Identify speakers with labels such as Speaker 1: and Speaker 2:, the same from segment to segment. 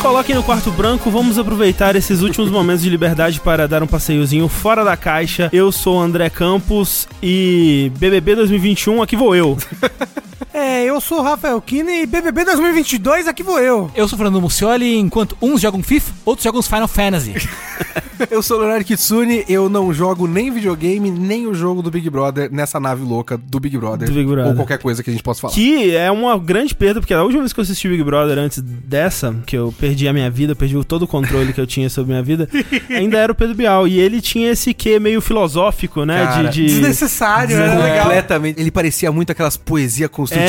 Speaker 1: coloquem no quarto branco, vamos aproveitar esses últimos momentos de liberdade para dar um passeiozinho fora da caixa. Eu sou o André Campos e BBB 2021, aqui vou eu.
Speaker 2: É, eu sou o Rafael Kine e BBB 2022, aqui vou eu.
Speaker 3: Eu sou o Fernando Muccioli, enquanto uns jogam FIFA, outros jogam os Final Fantasy.
Speaker 4: Eu sou o Leonardo Kitsune, eu não jogo nem videogame, nem o jogo do Big Brother nessa nave louca do Big Brother.
Speaker 1: Do Big Brother.
Speaker 4: Ou qualquer coisa que a gente possa falar.
Speaker 1: Que é uma grande perda, porque a última vez que eu assisti Big Brother antes dessa, que eu perdi a minha vida, eu perdi todo o controle que eu tinha sobre a minha vida, ainda era o Pedro Bial. E ele tinha esse quê meio filosófico, né?
Speaker 4: Cara,
Speaker 1: de. de...
Speaker 2: Desnecessário, era legal.
Speaker 4: Completamente. Ele parecia muito aquelas
Speaker 1: É,
Speaker 4: poesia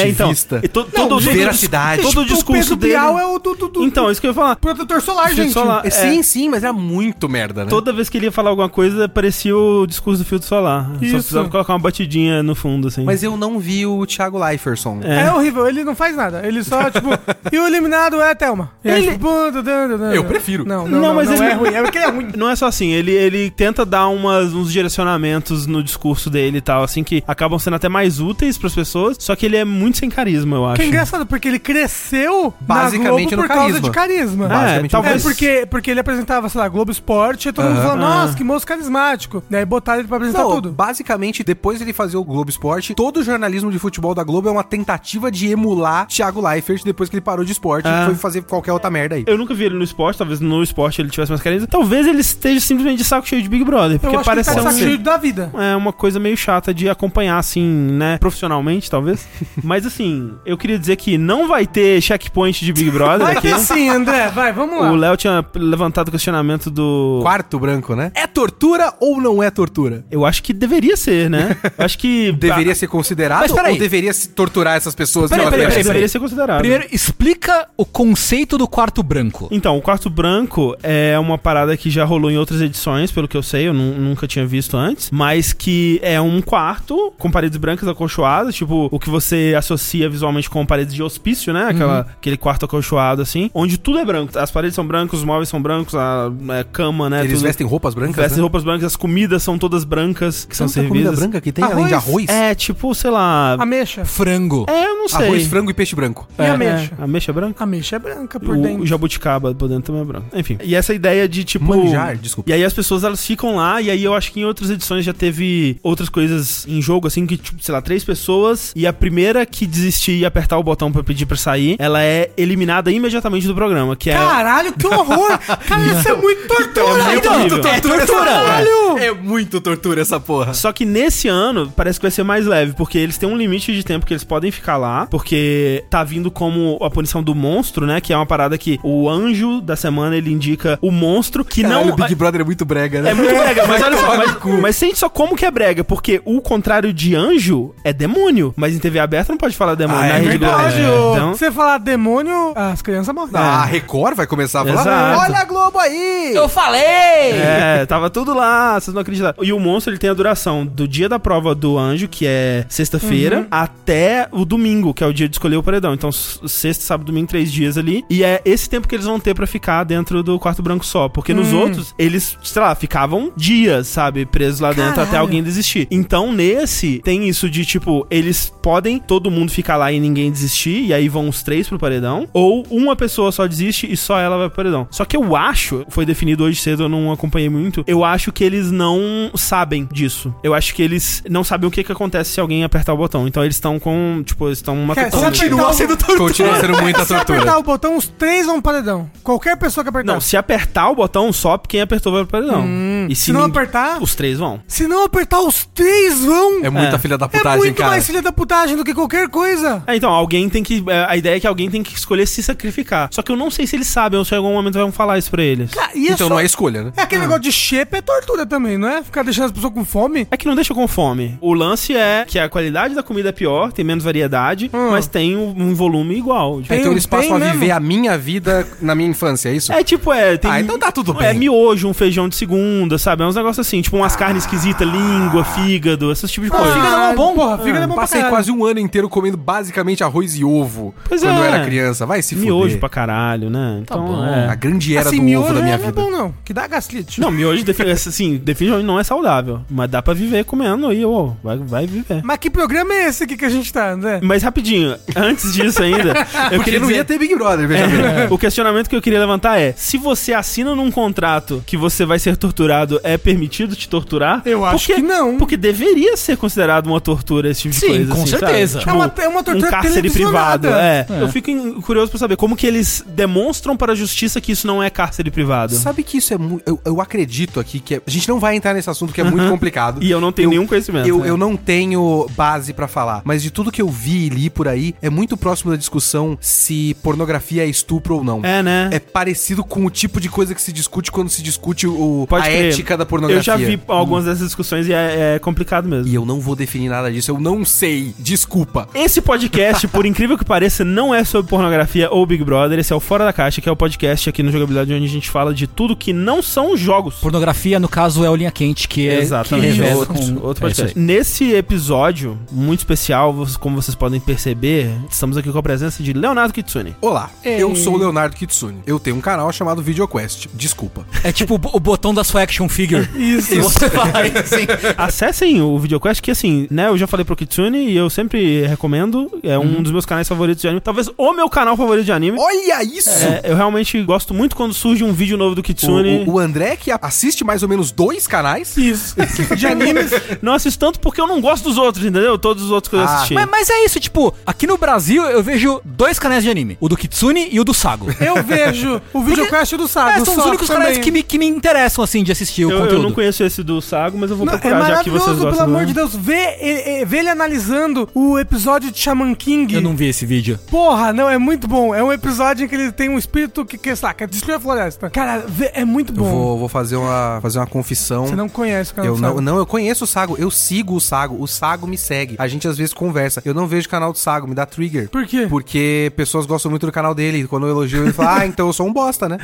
Speaker 1: então.
Speaker 4: construtivista.
Speaker 1: e to- todo,
Speaker 4: Não,
Speaker 1: todo-
Speaker 4: veracidade.
Speaker 1: Todo o
Speaker 2: Tipo,
Speaker 1: discurso
Speaker 2: o Pedro
Speaker 1: dele.
Speaker 2: Bial é o do, do, do-
Speaker 1: Então, isso que eu ia falar.
Speaker 2: protetor solar,
Speaker 1: Protetor
Speaker 2: gente.
Speaker 1: solar.
Speaker 4: É, Sim, sim, mas era muito merda, né?
Speaker 1: Toda vez que ele ia falar alguma coisa, parecia o discurso do filtro solar. Só
Speaker 2: Isso.
Speaker 1: precisava colocar uma batidinha no fundo, assim.
Speaker 4: Mas eu não vi o Thiago Leiferson.
Speaker 1: É.
Speaker 2: É. horrível, ele não faz nada. Ele só, tipo, e o eliminado é a Thelma. E aí, tipo, bum, dum, dum, dum,
Speaker 4: Eu
Speaker 2: dum.
Speaker 4: prefiro.
Speaker 2: Não, não,
Speaker 1: Não,
Speaker 2: não,
Speaker 1: mas
Speaker 2: mas não
Speaker 1: ele-
Speaker 2: é ruim. É porque ele é ruim.
Speaker 1: Não é só assim, ele, ele tenta dar umas, uns direcionamentos no discurso dele e tal, assim, que acabam sendo até mais úteis pras pessoas, só que ele é muito sem carisma, eu acho.
Speaker 2: Que é engraçado, porque ele cresceu
Speaker 4: Basicamente
Speaker 2: na Globo por
Speaker 4: no
Speaker 2: causa
Speaker 4: carisma.
Speaker 2: de carisma.
Speaker 1: É,
Speaker 4: Basicamente,
Speaker 1: talvez...
Speaker 2: É porque, porque ele apresentava, sei lá, Globo Esporte, e todo mundo
Speaker 4: Aham.
Speaker 2: falando, nossa,
Speaker 1: Ah.
Speaker 2: que moço carismático. Daí botaram ele pra apresentar
Speaker 4: Não,
Speaker 2: tudo.
Speaker 4: basicamente, depois ele fazer o Globo Esporte, todo o jornalismo de futebol da Globo é uma tentativa de emular Thiago Leifert depois que ele parou de esporte
Speaker 1: Ah.
Speaker 4: e foi fazer qualquer outra merda aí.
Speaker 1: Eu nunca vi ele no esporte, talvez no esporte ele tivesse mais carisma. Talvez ele esteja simplesmente de saco cheio de Big Brother,
Speaker 2: Eu
Speaker 1: porque
Speaker 2: acho
Speaker 1: parece
Speaker 2: que ele tá de saco
Speaker 1: ser um...
Speaker 2: cheio da vida.
Speaker 1: É uma coisa meio chata de acompanhar, assim, né? Profissionalmente, talvez. Mas, assim, eu queria dizer que não vai ter checkpoint de Big Brother
Speaker 2: Vai
Speaker 1: aqui.
Speaker 2: que sim, André, vai, vamos lá.
Speaker 1: O Léo tinha levantado o questionamento do.
Speaker 4: Quarto branco, né? É tortura ou não é tortura?
Speaker 1: Eu acho que deveria ser, né? Eu acho que.
Speaker 4: Deveria ser considerado
Speaker 3: Mas peraí.
Speaker 4: ou deveria se torturar essas pessoas?
Speaker 3: Peraí,
Speaker 4: que elas
Speaker 3: peraí,
Speaker 1: Deveria
Speaker 4: merecem?
Speaker 1: deveria ser considerado.
Speaker 3: Primeiro, explica o conceito do quarto branco.
Speaker 1: Então, o quarto branco é uma parada que já rolou em outras edições, pelo que eu sei, eu nu- nunca tinha visto antes, mas que é um quarto com paredes brancas acolchoadas, tipo o que você associa visualmente com paredes de hospício, né? Aquela-
Speaker 4: Uhum.
Speaker 1: Aquele quarto acolchoado assim, onde tudo é branco. As paredes são brancas, os móveis são brancos, a, a cama, né?
Speaker 4: Eles
Speaker 1: tudo-
Speaker 4: vestem roupas brancas?
Speaker 1: vestem
Speaker 4: né?
Speaker 1: roupas brancas, as comidas são todas brancas que são
Speaker 4: Tanta comida
Speaker 1: servidas.
Speaker 4: branca que tem, além de arroz?
Speaker 1: É, tipo, sei lá.
Speaker 2: Ameixa.
Speaker 3: Frango.
Speaker 1: É, eu não sei.
Speaker 4: Arroz, frango e peixe branco.
Speaker 2: E
Speaker 1: É,
Speaker 2: ameixa?
Speaker 1: é. Ameixa é branca?
Speaker 2: Ameixa é branca por
Speaker 1: O,
Speaker 2: dentro.
Speaker 1: o jabuticaba por dentro também é branco. Enfim. E essa ideia de tipo.
Speaker 4: Manjar, desculpa.
Speaker 1: E aí as pessoas elas ficam lá, e aí eu acho que em outras edições já teve outras coisas em jogo, assim, que, tipo, sei lá, três pessoas, e a primeira que desistir e apertar o botão pra pedir pra sair, ela é eliminada imediatamente do programa, que é.
Speaker 2: Caralho, que horror! Cara, isso é muito
Speaker 4: Então,
Speaker 2: tortura!
Speaker 1: É muito horrível.
Speaker 2: é tortura!
Speaker 4: É, é muito tortura essa porra.
Speaker 1: Só que nesse ano parece que vai ser mais leve, porque eles têm um limite de tempo que eles podem ficar lá, porque tá vindo como a punição do monstro, né? Que é uma parada que o anjo da semana ele indica o monstro que
Speaker 4: Caralho,
Speaker 1: não.
Speaker 4: o Big Brother é muito brega, né?
Speaker 1: É muito brega, mas olha só,
Speaker 4: Vai
Speaker 1: mas,
Speaker 4: tomar no cu.
Speaker 1: mas sente só como que é brega, porque o contrário de anjo é demônio, mas em TV aberta não pode falar demônio,
Speaker 4: Ah,
Speaker 1: na
Speaker 4: é
Speaker 1: Rede Globo.
Speaker 2: Verdade, ô.
Speaker 1: Então,
Speaker 2: Se você falar demônio, as crianças morrem.
Speaker 4: Ah, A Record vai começar a falar:
Speaker 1: Exato.
Speaker 4: Olha a Globo aí!
Speaker 3: Eu falei!
Speaker 1: É, tava tudo lá, vocês não acreditaram. E o monstro, ele tem a duração do dia da prova do anjo, que é sexta-feira, até o domingo, que é o dia de escolher o paredão. Então, s- sexta, sábado, domingo, três dias ali. E é esse tempo que eles vão ter pra ficar dentro do quarto branco só. Porque nos outros, eles, sei lá, ficavam dias, sabe, presos lá dentro até
Speaker 2: Caralho.
Speaker 1: alguém desistir. Então, nesse, tem isso de, tipo, eles podem todo mundo ficar lá e ninguém desistir, e aí vão os três pro paredão, ou uma pessoa só desiste e só ela vai pro paredão. Só que eu acho, foi definido hoje cedo, eu não acompanhei muito, eu acho que eles não sabem disso. Eu acho que eles não sabem o que que acontece se alguém apertar o botão. Então, eles estão com, tipo, eles estão
Speaker 2: Cara,
Speaker 1: matando...
Speaker 2: se apertar o-
Speaker 4: tortura. Continua sendo muita
Speaker 2: Se
Speaker 4: tortura.
Speaker 2: apertar o botão, uns três vão pro paredão. Qualquer pessoa que apertar.
Speaker 1: Não, se apertar o botão, só quem apertou vai pro paredão. e
Speaker 2: Hum. se não
Speaker 1: ninguém-
Speaker 2: apertar-
Speaker 1: Os três vão.
Speaker 2: Se não apertar, os três vão!
Speaker 4: É muita
Speaker 1: É.
Speaker 4: filha da
Speaker 2: É
Speaker 4: putagem,
Speaker 2: muito
Speaker 4: cara.
Speaker 2: mais filha da putagem do que qualquer coisa.
Speaker 1: É, então, alguém tem que. é, A ideia é que alguém tem que escolher se sacrificar. Só que eu não sei se eles sabem ou se em algum momento vão falar isso pra eles.
Speaker 2: Cara, e
Speaker 4: Então
Speaker 2: só-
Speaker 4: não é escolha, né?
Speaker 2: É aquele negócio de xepa é tortura também, não é? Ficar deixando as pessoas com fome.
Speaker 1: É que não deixa com fome. O lance é que a qualidade da comida é pior, tem menos variedade,
Speaker 2: Hum.
Speaker 1: mas tem um, um volume igual.
Speaker 2: Tem-
Speaker 4: então eles passam a
Speaker 2: tem
Speaker 4: viver a minha vida na minha infância, é isso?
Speaker 1: É tipo, é. Tem,
Speaker 4: Ah, então tá tudo
Speaker 1: É
Speaker 4: bem. Ah.
Speaker 1: miojo, um feijão de segunda, bunda, sabe? É uns negócios assim, tipo umas carnes esquisitas, língua, fígado, esses tipos de
Speaker 2: Pô,
Speaker 1: coisa.
Speaker 2: fígado é mó bom, porra. Fígado é bom pra
Speaker 4: Ah, Passei
Speaker 2: caralho.
Speaker 4: quase um ano inteiro comendo basicamente arroz e ovo
Speaker 1: Pois
Speaker 4: quando eu
Speaker 1: é.
Speaker 4: era criança. Vai se fuder.
Speaker 1: Miojo pra caralho, né? Então,
Speaker 3: bom.
Speaker 1: é.
Speaker 4: A grande era
Speaker 2: Assim,
Speaker 4: do ovo
Speaker 2: miojo
Speaker 4: da minha
Speaker 2: não é
Speaker 4: vida.
Speaker 2: bom não, que dá gastrite.
Speaker 1: Não, miojo, defi- assim, definitivamente não é saudável. Mas dá pra viver comendo aí, ô, vai, vai viver.
Speaker 2: Mas que programa é esse aqui que a gente tá, André?
Speaker 1: Mas rapidinho, antes disso ainda, eu
Speaker 4: Porque
Speaker 1: queria
Speaker 4: não
Speaker 1: dizer-
Speaker 4: ia ter Big Brother, veja bem.
Speaker 1: É. O questionamento que eu queria levantar é: se você assina num contrato que você vai ser torturado, é permitido te torturar?
Speaker 2: Eu acho
Speaker 1: Porque-
Speaker 2: que não.
Speaker 1: Porque deveria ser considerado uma tortura esse tipo de
Speaker 3: Sim,
Speaker 1: coisa.
Speaker 3: com
Speaker 1: assim,
Speaker 3: certeza.
Speaker 1: sabe?
Speaker 2: é, uma, é uma
Speaker 1: um
Speaker 2: tortura
Speaker 1: cárcere privado.
Speaker 2: televisionada.
Speaker 1: É. Eu fico em- curioso pra saber como que eles demonstram para a justiça que isso não é cárcere privado.
Speaker 4: Sabe que isso é muito. Eu, eu acredito aqui que. é- A gente não vai entrar nesse assunto que é muito
Speaker 1: Aham.
Speaker 4: complicado.
Speaker 1: E eu não tenho nenhum conhecimento.
Speaker 4: Eu,
Speaker 1: né?
Speaker 4: eu não tenho base pra falar, mas de tudo que eu vi e li por aí, é muito próximo da discussão se pornografia é estupro ou não.
Speaker 1: É, né?
Speaker 4: É parecido com o tipo de coisa que se discute quando se discute o,
Speaker 1: Pode
Speaker 4: a
Speaker 1: crer.
Speaker 4: ética da pornografia.
Speaker 1: Eu já vi algumas dessas discussões e é, é complicado mesmo.
Speaker 4: E eu não vou definir nada disso, eu não sei. Desculpa.
Speaker 1: Esse podcast, por incrível que pareça, não é sobre pornografia ou Big Brother. Esse é o Fora da Caixa, que é o podcast aqui no Jogabilidade, onde a gente fala de tudo que não são jogos.
Speaker 3: Pornografia, no caso, é o Linha Quente, que é
Speaker 1: Exatamente.
Speaker 3: que revela
Speaker 1: outro,
Speaker 3: com-
Speaker 1: outro
Speaker 3: é isso
Speaker 1: podcast.
Speaker 3: aí.
Speaker 1: Nesse episódio muito especial, vocês- como vocês podem perceber, estamos aqui com a presença de Leonardo Kitsune.
Speaker 4: Olá, eu sou o Leonardo Kitsune. Eu tenho um canal chamado VideoQuest. Desculpa.
Speaker 3: É tipo o bo- o botão da sua action figure. Isso. Você vai, assim.
Speaker 1: Acessem o VideoQuest, que assim, né, eu já falei pro Kitsune e eu sempre recomendo. É
Speaker 3: Uhum.
Speaker 1: um dos meus canais favoritos de anime. Talvez o meu canal favorito de anime.
Speaker 4: Olha isso!
Speaker 1: É, eu realmente gosto muito quando surge um vídeo novo do Kitsune.
Speaker 4: O, o- o André que assiste mais ou menos dois canais.
Speaker 2: Isso.
Speaker 1: de animes. Não assisto tanto porque eu não gosto dos outros, entendeu? Todos os outros que eu
Speaker 4: Ah,
Speaker 1: assisti.
Speaker 3: Mas, mas é isso, tipo, aqui no Brasil eu vejo dois canais de anime: o do Kitsune e o do Sago.
Speaker 2: Eu vejo o videocast do Sado.
Speaker 3: É, são os
Speaker 2: só
Speaker 3: únicos
Speaker 2: É, também.
Speaker 3: canais que me, que me interessam, assim, de assistir o
Speaker 1: eu, eu
Speaker 3: conteúdo.
Speaker 1: não conheço esse do Sago, mas eu vou
Speaker 2: Não, é
Speaker 1: procurar Ah, já que vocês
Speaker 2: maravilhoso,
Speaker 1: gostam. né?
Speaker 2: pelo amor
Speaker 1: do-
Speaker 2: de Deus. Vê, é, é, vê ele analisando o episódio de Shaman King.
Speaker 3: Eu não vi esse vídeo.
Speaker 2: Porra, não, é muito bom. É um episódio em que ele tem um espírito que, que sei lá, quer destruir a floresta. Cara, vê- é muito
Speaker 4: Eu
Speaker 2: bom.
Speaker 4: vou, vou fazer, uma, fazer uma confissão.
Speaker 2: Você não conhece o canal
Speaker 4: Eu
Speaker 2: do
Speaker 4: não,
Speaker 2: Sado.
Speaker 4: não, eu conheço o Sago, eu sigo o Sago, o Sago me segue. A gente às vezes conversa. Eu não vejo o canal do Sago, me dá trigger.
Speaker 2: Por quê?
Speaker 4: Porque pessoas gostam muito do canal dele. Quando eu elogio, ele fala, ah, então eu sou um bosta, né?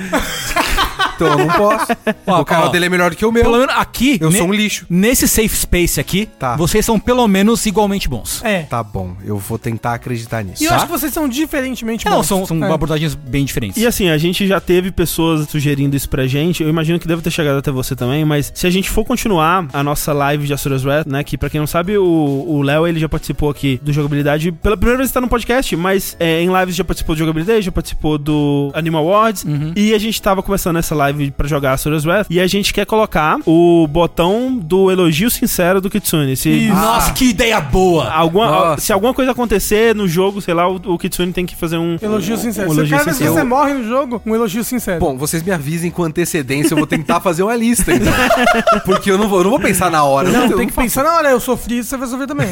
Speaker 4: então eu não posso.
Speaker 3: Ó,
Speaker 4: o canal
Speaker 3: ó.
Speaker 4: dele é melhor do que o
Speaker 3: Pelo
Speaker 4: meu.
Speaker 3: menos aqui.
Speaker 4: Eu
Speaker 3: ne-
Speaker 4: sou um lixo.
Speaker 3: Nesse safe space aqui,
Speaker 4: Tá.
Speaker 3: vocês são pelo menos igualmente bons.
Speaker 2: É.
Speaker 4: Tá bom, eu vou tentar acreditar nisso.
Speaker 2: E eu
Speaker 3: Tá?
Speaker 2: acho que vocês são diferentemente
Speaker 3: É, não,
Speaker 2: bons.
Speaker 3: são, são
Speaker 2: É.
Speaker 3: abordagens bem diferentes.
Speaker 1: E assim, a gente já teve pessoas sugerindo isso pra gente. Eu imagino que deve ter chegado até você também, mas se a gente for continuar a nossa live de Asuras Wrath, né? Que pra quem não sabe, o o Léo ele já participou aqui do Jogabilidade. Pela primeira vez tá no podcast, mas é, em lives já participou do Jogabilidade, já participou do Animal Awards.
Speaker 2: Uhum.
Speaker 1: E a gente tava começando essa live pra jogar Asuras Wrath. E a gente quer colocar o botão do elogio sincero do Kitsune. Se
Speaker 2: Isso.
Speaker 3: Nossa, que ideia boa!
Speaker 1: Alguma,
Speaker 4: Nossa.
Speaker 1: se alguma coisa acontecer no jogo, sei lá, o, o Kitsune tem que fazer um.
Speaker 2: Elogio
Speaker 1: um-
Speaker 2: sincero.
Speaker 1: Um
Speaker 2: Se
Speaker 1: elogio
Speaker 2: cada vez que
Speaker 1: sincero.
Speaker 2: você morre no jogo, um elogio sincero.
Speaker 4: Bom, vocês me avisem com antecedência, eu vou tentar fazer uma lista, então. Porque eu não vou, eu não vou pensar na hora. eu
Speaker 2: não,
Speaker 4: eu
Speaker 2: tem que pensar na hora, eu sofri isso, você vai sofrer também.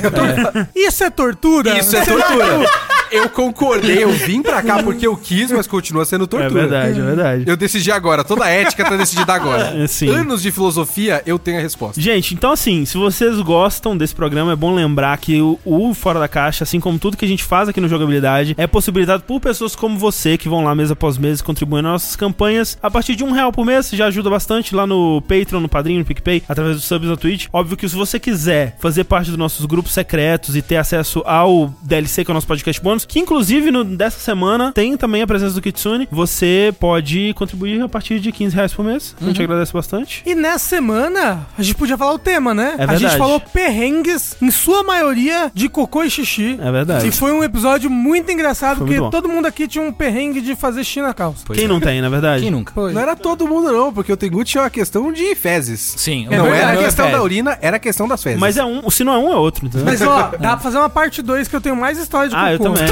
Speaker 2: Isso é tortura?
Speaker 4: Isso é tortura. Eu concordei, eu vim pra cá porque eu quis, mas continua sendo
Speaker 1: É
Speaker 4: tortura.
Speaker 1: verdade, é verdade.
Speaker 4: Eu decidi agora, toda a ética tá decidida agora.
Speaker 1: É, sim.
Speaker 4: Anos de filosofia, eu tenho a resposta.
Speaker 1: Gente, então assim, se vocês gostam desse programa, é bom lembrar que o, o Fora da Caixa, assim como tudo que a gente faz aqui no Jogabilidade, é possibilitado por pessoas como você, que vão lá mês após mês contribuindo nas nossas campanhas. A partir de um real por mês, já ajuda bastante lá no Patreon, no Padrinho, no PicPay, através dos subs na Twitch. Óbvio que se você quiser fazer parte dos nossos grupos secretos e ter acesso ao DLC, que é o nosso podcast bônus, que inclusive no, dessa semana tem também a presença do Kitsune, você pode contribuir a partir de 15 reais por mês. A gente agradece bastante.
Speaker 2: E nessa semana, a gente podia falar o tema, né?
Speaker 1: É
Speaker 2: a gente
Speaker 1: verdade.
Speaker 2: falou perrengues, em sua maioria, de cocô e xixi.
Speaker 1: É verdade.
Speaker 2: E foi um episódio muito engraçado,
Speaker 1: Foi
Speaker 2: porque
Speaker 1: muito bom.
Speaker 2: todo mundo aqui tinha um perrengue de fazer xixi na calça.
Speaker 3: Pois
Speaker 1: Quem
Speaker 3: é.
Speaker 1: não tem, na verdade?
Speaker 3: Quem nunca? é?
Speaker 2: Foi.
Speaker 4: Não era todo mundo, não, porque o Tenguchi é uma questão de fezes.
Speaker 3: Sim,
Speaker 2: É
Speaker 4: não
Speaker 2: verdade,
Speaker 4: era a questão
Speaker 3: é
Speaker 4: da urina, era a questão das fezes.
Speaker 1: Mas é um, se não é um, é outro, entendeu?
Speaker 2: Mas ó, dá pra fazer uma parte 2 que eu tenho mais história
Speaker 4: um
Speaker 2: de
Speaker 1: ah, eu
Speaker 2: cocô.
Speaker 1: também, eu também.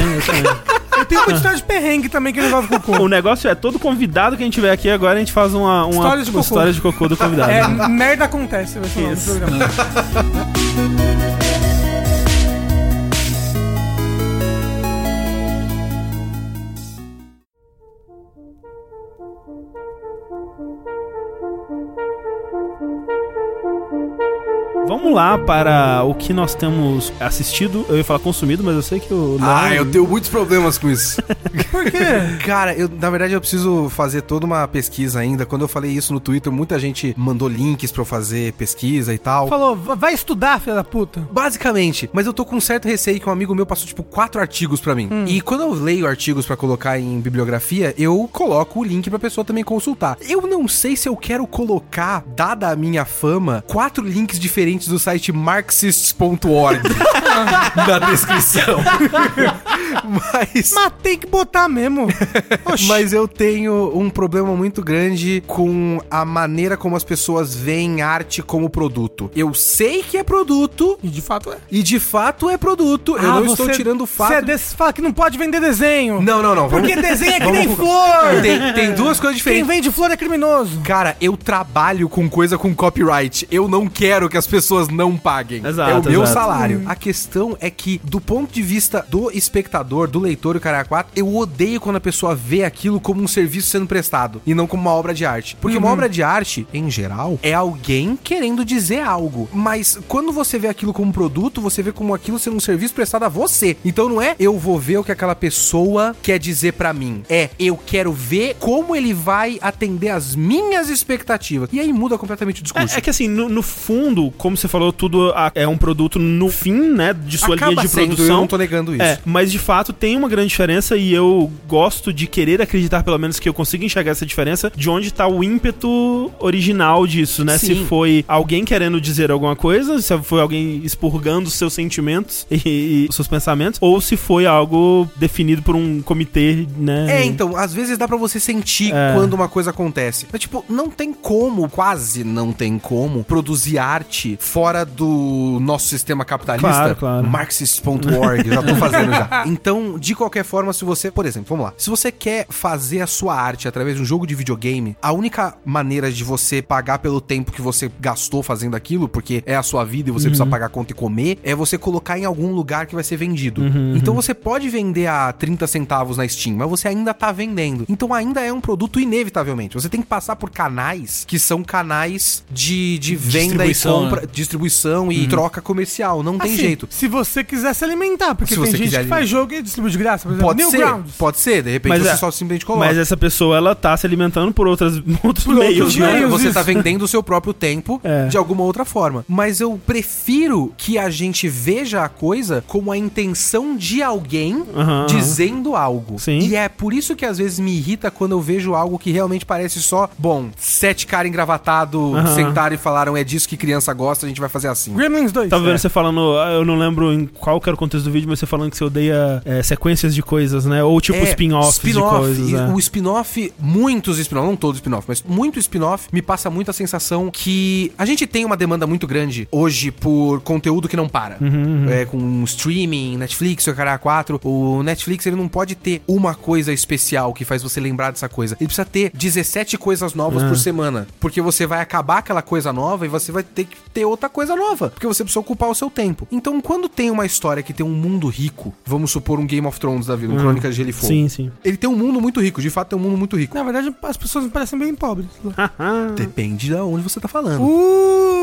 Speaker 2: Eu tenho uma história de perrengue também que envolve cocô.
Speaker 1: o negócio é, todo convidado que a gente tiver aqui agora, a gente faz uma, uma
Speaker 2: História de
Speaker 1: uma
Speaker 2: cocô.
Speaker 1: história de cocô do convidado.
Speaker 2: É, merda acontece, vai ser o nome do
Speaker 1: Isso.
Speaker 2: programa.
Speaker 1: Vamos lá para o que nós temos assistido. Eu ia falar consumido, mas eu sei que o.
Speaker 4: Ah,
Speaker 1: Léo-
Speaker 4: eu tenho muitos problemas com isso.
Speaker 2: Por quê?
Speaker 4: Cara, eu, na verdade eu preciso fazer toda uma pesquisa ainda. Quando eu falei isso no Twitter, muita gente mandou links pra eu fazer pesquisa e tal.
Speaker 2: Falou, "Va- vai estudar, filha da puta.
Speaker 4: Basicamente, mas eu tô com um certo receio que um amigo meu passou, tipo, quatro artigos pra mim. E quando eu leio artigos pra colocar em bibliografia, eu coloco o link pra pessoa também consultar. Eu não sei se eu quero colocar, dada a minha fama, quatro links diferentes do site marxists.org na descrição. mas.
Speaker 2: Mas tem que botar mesmo. Oxi.
Speaker 4: Mas eu tenho um problema muito grande com a maneira como as pessoas veem arte como produto. Eu sei que é produto,
Speaker 2: E de fato é. Ah,
Speaker 4: e de fato é produto. eu não estou tirando o fato.
Speaker 2: Você é desse, fala que não pode vender desenho.
Speaker 4: Não, não, não. vamos-
Speaker 2: Porque desenho é que
Speaker 4: vamos-
Speaker 2: nem flor.
Speaker 4: Tem, tem duas coisas
Speaker 2: Quem
Speaker 4: diferentes.
Speaker 2: vende flor é criminoso.
Speaker 4: Cara, eu trabalho com coisa com copyright. Eu não quero que as pessoas não paguem.
Speaker 1: Exato,
Speaker 4: é o meu
Speaker 1: exato.
Speaker 4: salário. A questão é que, do ponto de vista do espectador, do leitor e o cara 4, eu odeio quando a pessoa vê aquilo como um serviço sendo prestado e não como uma obra de arte. Porque
Speaker 1: Uhum.
Speaker 4: uma obra de arte, em geral, é alguém querendo dizer algo. Mas quando você vê aquilo como um produto, você vê como aquilo sendo um serviço prestado a você. Então não é eu vou ver o que aquela pessoa quer dizer pra mim. É eu quero ver como ele vai atender às minhas expectativas. E aí muda completamente o discurso.
Speaker 1: É, é que assim, no, no fundo, como você falou, tudo a- é um produto no fim, né, de sua
Speaker 4: Acaba
Speaker 1: linha de
Speaker 4: sendo,
Speaker 1: produção.
Speaker 4: eu não tô negando isso.
Speaker 1: É, mas de fato tem uma grande diferença e eu gosto de querer acreditar, pelo menos, que eu consigo enxergar essa diferença de onde tá o ímpeto original disso, né?
Speaker 4: Sim.
Speaker 1: Se foi alguém querendo dizer alguma coisa, se foi alguém expurgando os seus sentimentos e, e os seus pensamentos, ou se foi algo definido por um comitê, né?
Speaker 4: É, então, às vezes dá pra você sentir
Speaker 1: É.
Speaker 4: quando uma coisa acontece. Mas, tipo, não tem como, quase não tem como, produzir arte fora do nosso sistema capitalista.
Speaker 1: Claro, claro.
Speaker 4: Marxist.org, já tô fazendo já. Então, de qualquer forma, se você, por exemplo, vamos lá, se você quer fazer a sua arte através de um jogo de videogame, a única maneira de você pagar pelo tempo que você gastou fazendo aquilo, porque é a sua vida e você precisa pagar conta e comer, é você colocar em algum lugar que vai ser vendido. Então você pode vender a 30 centavos na Steam, mas você ainda tá vendendo. Então ainda é um produto inevitavelmente. Você tem que passar por canais que são canais de, de venda e
Speaker 3: Distribuição,
Speaker 4: compra, distribuição e troca comercial. Não tem
Speaker 2: Assim,
Speaker 4: jeito.
Speaker 2: Se você quiser se alimentar, porque
Speaker 4: Se
Speaker 2: tem
Speaker 4: você
Speaker 2: gente que
Speaker 4: quiser
Speaker 2: faz jogo e distribui de graça, por exemplo.
Speaker 4: Pode ser,
Speaker 2: Newgrounds.
Speaker 4: pode ser, de repente
Speaker 1: Mas
Speaker 4: você
Speaker 1: é-
Speaker 4: só simplesmente coloca.
Speaker 1: Mas essa pessoa, ela tá se alimentando por outras, outros meios,
Speaker 2: outros
Speaker 1: né?
Speaker 2: meios.
Speaker 4: Não, você
Speaker 2: isso.
Speaker 4: tá vendendo o seu próprio tempo
Speaker 1: É.
Speaker 4: de alguma outra forma. Mas eu prefiro que a gente veja a coisa como a intenção de alguém
Speaker 1: Aham,
Speaker 4: dizendo algo.
Speaker 1: Sim.
Speaker 4: E é por isso que às vezes me irrita quando eu vejo algo que realmente parece só, bom, sete caras engravatados
Speaker 1: Aham.
Speaker 4: sentaram e falaram: é disso que criança gosta, a gente vai fazer assim.
Speaker 2: Gremlins 2.
Speaker 1: Tava Tá vendo
Speaker 2: É.
Speaker 1: você falando, ah, eu não lembro em qual que era o contexto do vídeo, mas você falando que você odeia é, sequências de coisas, né? Ou tipo
Speaker 4: É,
Speaker 1: spin-offs
Speaker 4: spin-off, um
Speaker 1: de coisas.
Speaker 4: e
Speaker 1: né?
Speaker 4: O spin-off, muitos spin-off, não todo spin-off, mas muito spin-off me passa muito a sensação que a gente tem uma demanda muito grande hoje por conteúdo que não para. É, com streaming, Netflix, o cara 4, o Netflix ele não pode ter uma coisa especial que faz você lembrar dessa coisa. Ele precisa ter 17 coisas novas por semana, porque você vai acabar aquela coisa nova e você vai ter que ter outra coisa nova, porque você precisa ocupar o seu tempo. Então, quando tem uma história que tem um mundo rico, vamos supor um Game of Thrones da vida, um Crônicas de Gelo e Fogo.
Speaker 1: Sim, sim.
Speaker 4: Ele tem um mundo muito rico, de fato tem um mundo muito rico.
Speaker 2: Na verdade, as pessoas me parecem bem pobres.
Speaker 1: Ah.
Speaker 4: Depende de onde você tá falando.
Speaker 2: Uh!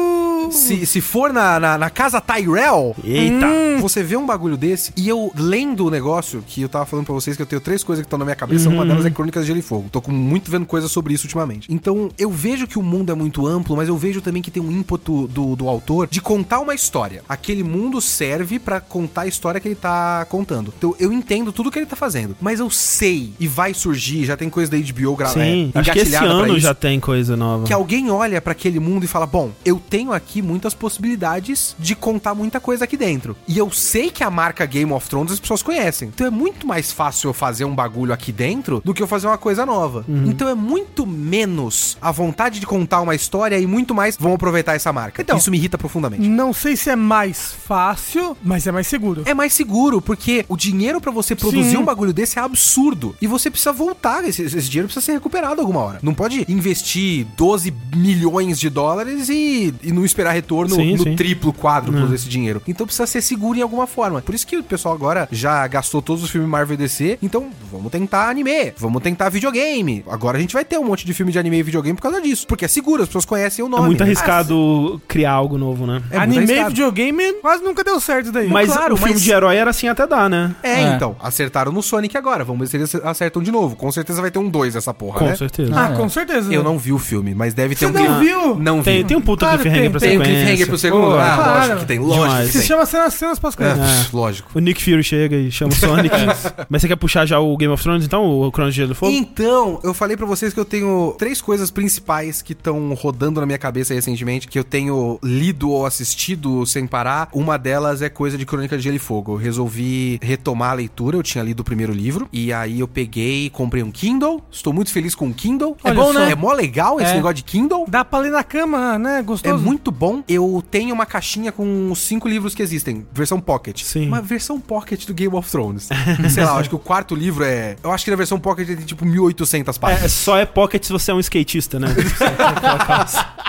Speaker 4: Se, se for na, na, na casa Tyrell,
Speaker 1: Eita!
Speaker 4: você vê um bagulho desse e eu lendo o negócio, que eu tava falando pra vocês que eu tenho três coisas que estão na minha cabeça,
Speaker 1: Uhum.
Speaker 4: uma delas é Crônicas de Gelo e Fogo. Tô com, muito vendo coisas sobre isso ultimamente. Então, eu vejo que o mundo é muito amplo, mas eu vejo também que tem um ímpeto do, do autor de contar uma história. Aquele mundo serve pra contar a história que ele tá contando. Então, eu entendo tudo que ele tá fazendo, mas eu sei e vai surgir, já tem coisa da HBO gra-
Speaker 1: Sim,
Speaker 4: é,
Speaker 1: acho que esse
Speaker 4: engatilhada pra
Speaker 1: ano
Speaker 4: isso
Speaker 1: já tem coisa nova.
Speaker 4: que é alguém olha pra aquele mundo e fala: Bom, eu tenho aqui muitas possibilidades de contar muita coisa aqui dentro. E eu sei que a marca Game of Thrones as pessoas conhecem. Então é muito mais fácil eu fazer um bagulho aqui dentro do que eu fazer uma coisa nova. Então é muito menos a vontade de contar uma história e muito mais vão aproveitar essa marca.
Speaker 2: Então-
Speaker 4: Isso me irrita profundamente.
Speaker 2: Não sei se é mais fácil, mas é mais seguro.
Speaker 4: É mais seguro, porque o dinheiro pra você produzir
Speaker 2: Sim.
Speaker 4: um bagulho desse é absurdo. E você precisa voltar, esse, esse dinheiro precisa ser recuperado alguma hora. Não pode investir 12 milhões de dólares e, e não esperar retorno
Speaker 1: Sim,
Speaker 4: no
Speaker 1: sim.
Speaker 4: triplo, quádruplo desse dinheiro. Então precisa ser seguro em alguma forma. Por isso que o pessoal agora já gastou todos os filmes Marvel e DC. Então vamos tentar anime, vamos tentar videogame. Agora a gente vai ter um monte de filme de anime e videogame por causa disso. Porque é seguro, as pessoas conhecem o
Speaker 1: É
Speaker 4: nome.
Speaker 1: muito
Speaker 4: né?
Speaker 1: arriscado criar algo novo, né?
Speaker 4: É muito
Speaker 2: Anime e
Speaker 4: arriscado.
Speaker 2: videogame quase nunca deu certo daí.
Speaker 1: mas
Speaker 4: É, claro,
Speaker 1: o filme
Speaker 4: mas-
Speaker 1: de herói era assim até dá, né?
Speaker 4: É,
Speaker 3: É.
Speaker 4: então, acertaram no Sonic agora. Vamos ver se eles acertam de novo. Com certeza vai ter um 2 essa porra,
Speaker 1: Com
Speaker 4: né?
Speaker 1: certeza.
Speaker 2: Ah,
Speaker 3: Ah,
Speaker 2: com
Speaker 3: é.
Speaker 2: certeza.
Speaker 4: Eu não vi o filme, mas deve
Speaker 2: Você
Speaker 4: ter um
Speaker 2: não
Speaker 4: cliff-
Speaker 2: viu?
Speaker 4: Não vi.
Speaker 1: Tem, tem um puta
Speaker 2: Claro,
Speaker 1: cliffhanger
Speaker 2: tem-
Speaker 1: pra
Speaker 4: Tem um
Speaker 1: sequência.
Speaker 4: cliffhanger pro segundo.
Speaker 1: Pô,
Speaker 4: ah,
Speaker 2: claro.
Speaker 4: lógico que tem, lógico
Speaker 1: Demais.
Speaker 2: Se
Speaker 4: que tem.
Speaker 2: chama cenas, cenas
Speaker 4: É,
Speaker 2: pós-crédito.
Speaker 4: pff, lógico.
Speaker 1: O Nick Fury chega e chama o Sonic.
Speaker 4: É.
Speaker 1: mas você quer puxar já o Game of Thrones, então? O Cronos de Gelo e Fogo?
Speaker 4: Então, eu falei pra vocês que eu tenho três coisas principais que estão rodando na minha cabeça recentemente, que eu tenho lido ou assistido sem parar. Uma delas é coisa de Crônica de Gelo e Fogo. Eu resolvi retomar a leitura, eu tinha lido o primeiro livro, e aí eu peguei, comprei um Kindle. Estou muito feliz com o Kindle.
Speaker 2: É bom, né?
Speaker 4: É mó legal esse
Speaker 3: É.
Speaker 4: negócio de Kindle.
Speaker 2: Dá pra ler na cama, né?
Speaker 4: É
Speaker 2: Gostoso.
Speaker 4: muito bom. Eu tenho uma caixinha com os cinco livros que existem, versão pocket.
Speaker 1: Sim.
Speaker 4: Uma versão pocket do Game of Thrones. Sei lá, eu acho que o quarto livro é. Eu acho que na versão pocket tem tipo 1800 páginas.
Speaker 1: É, só é pocket se você é um skatista, né?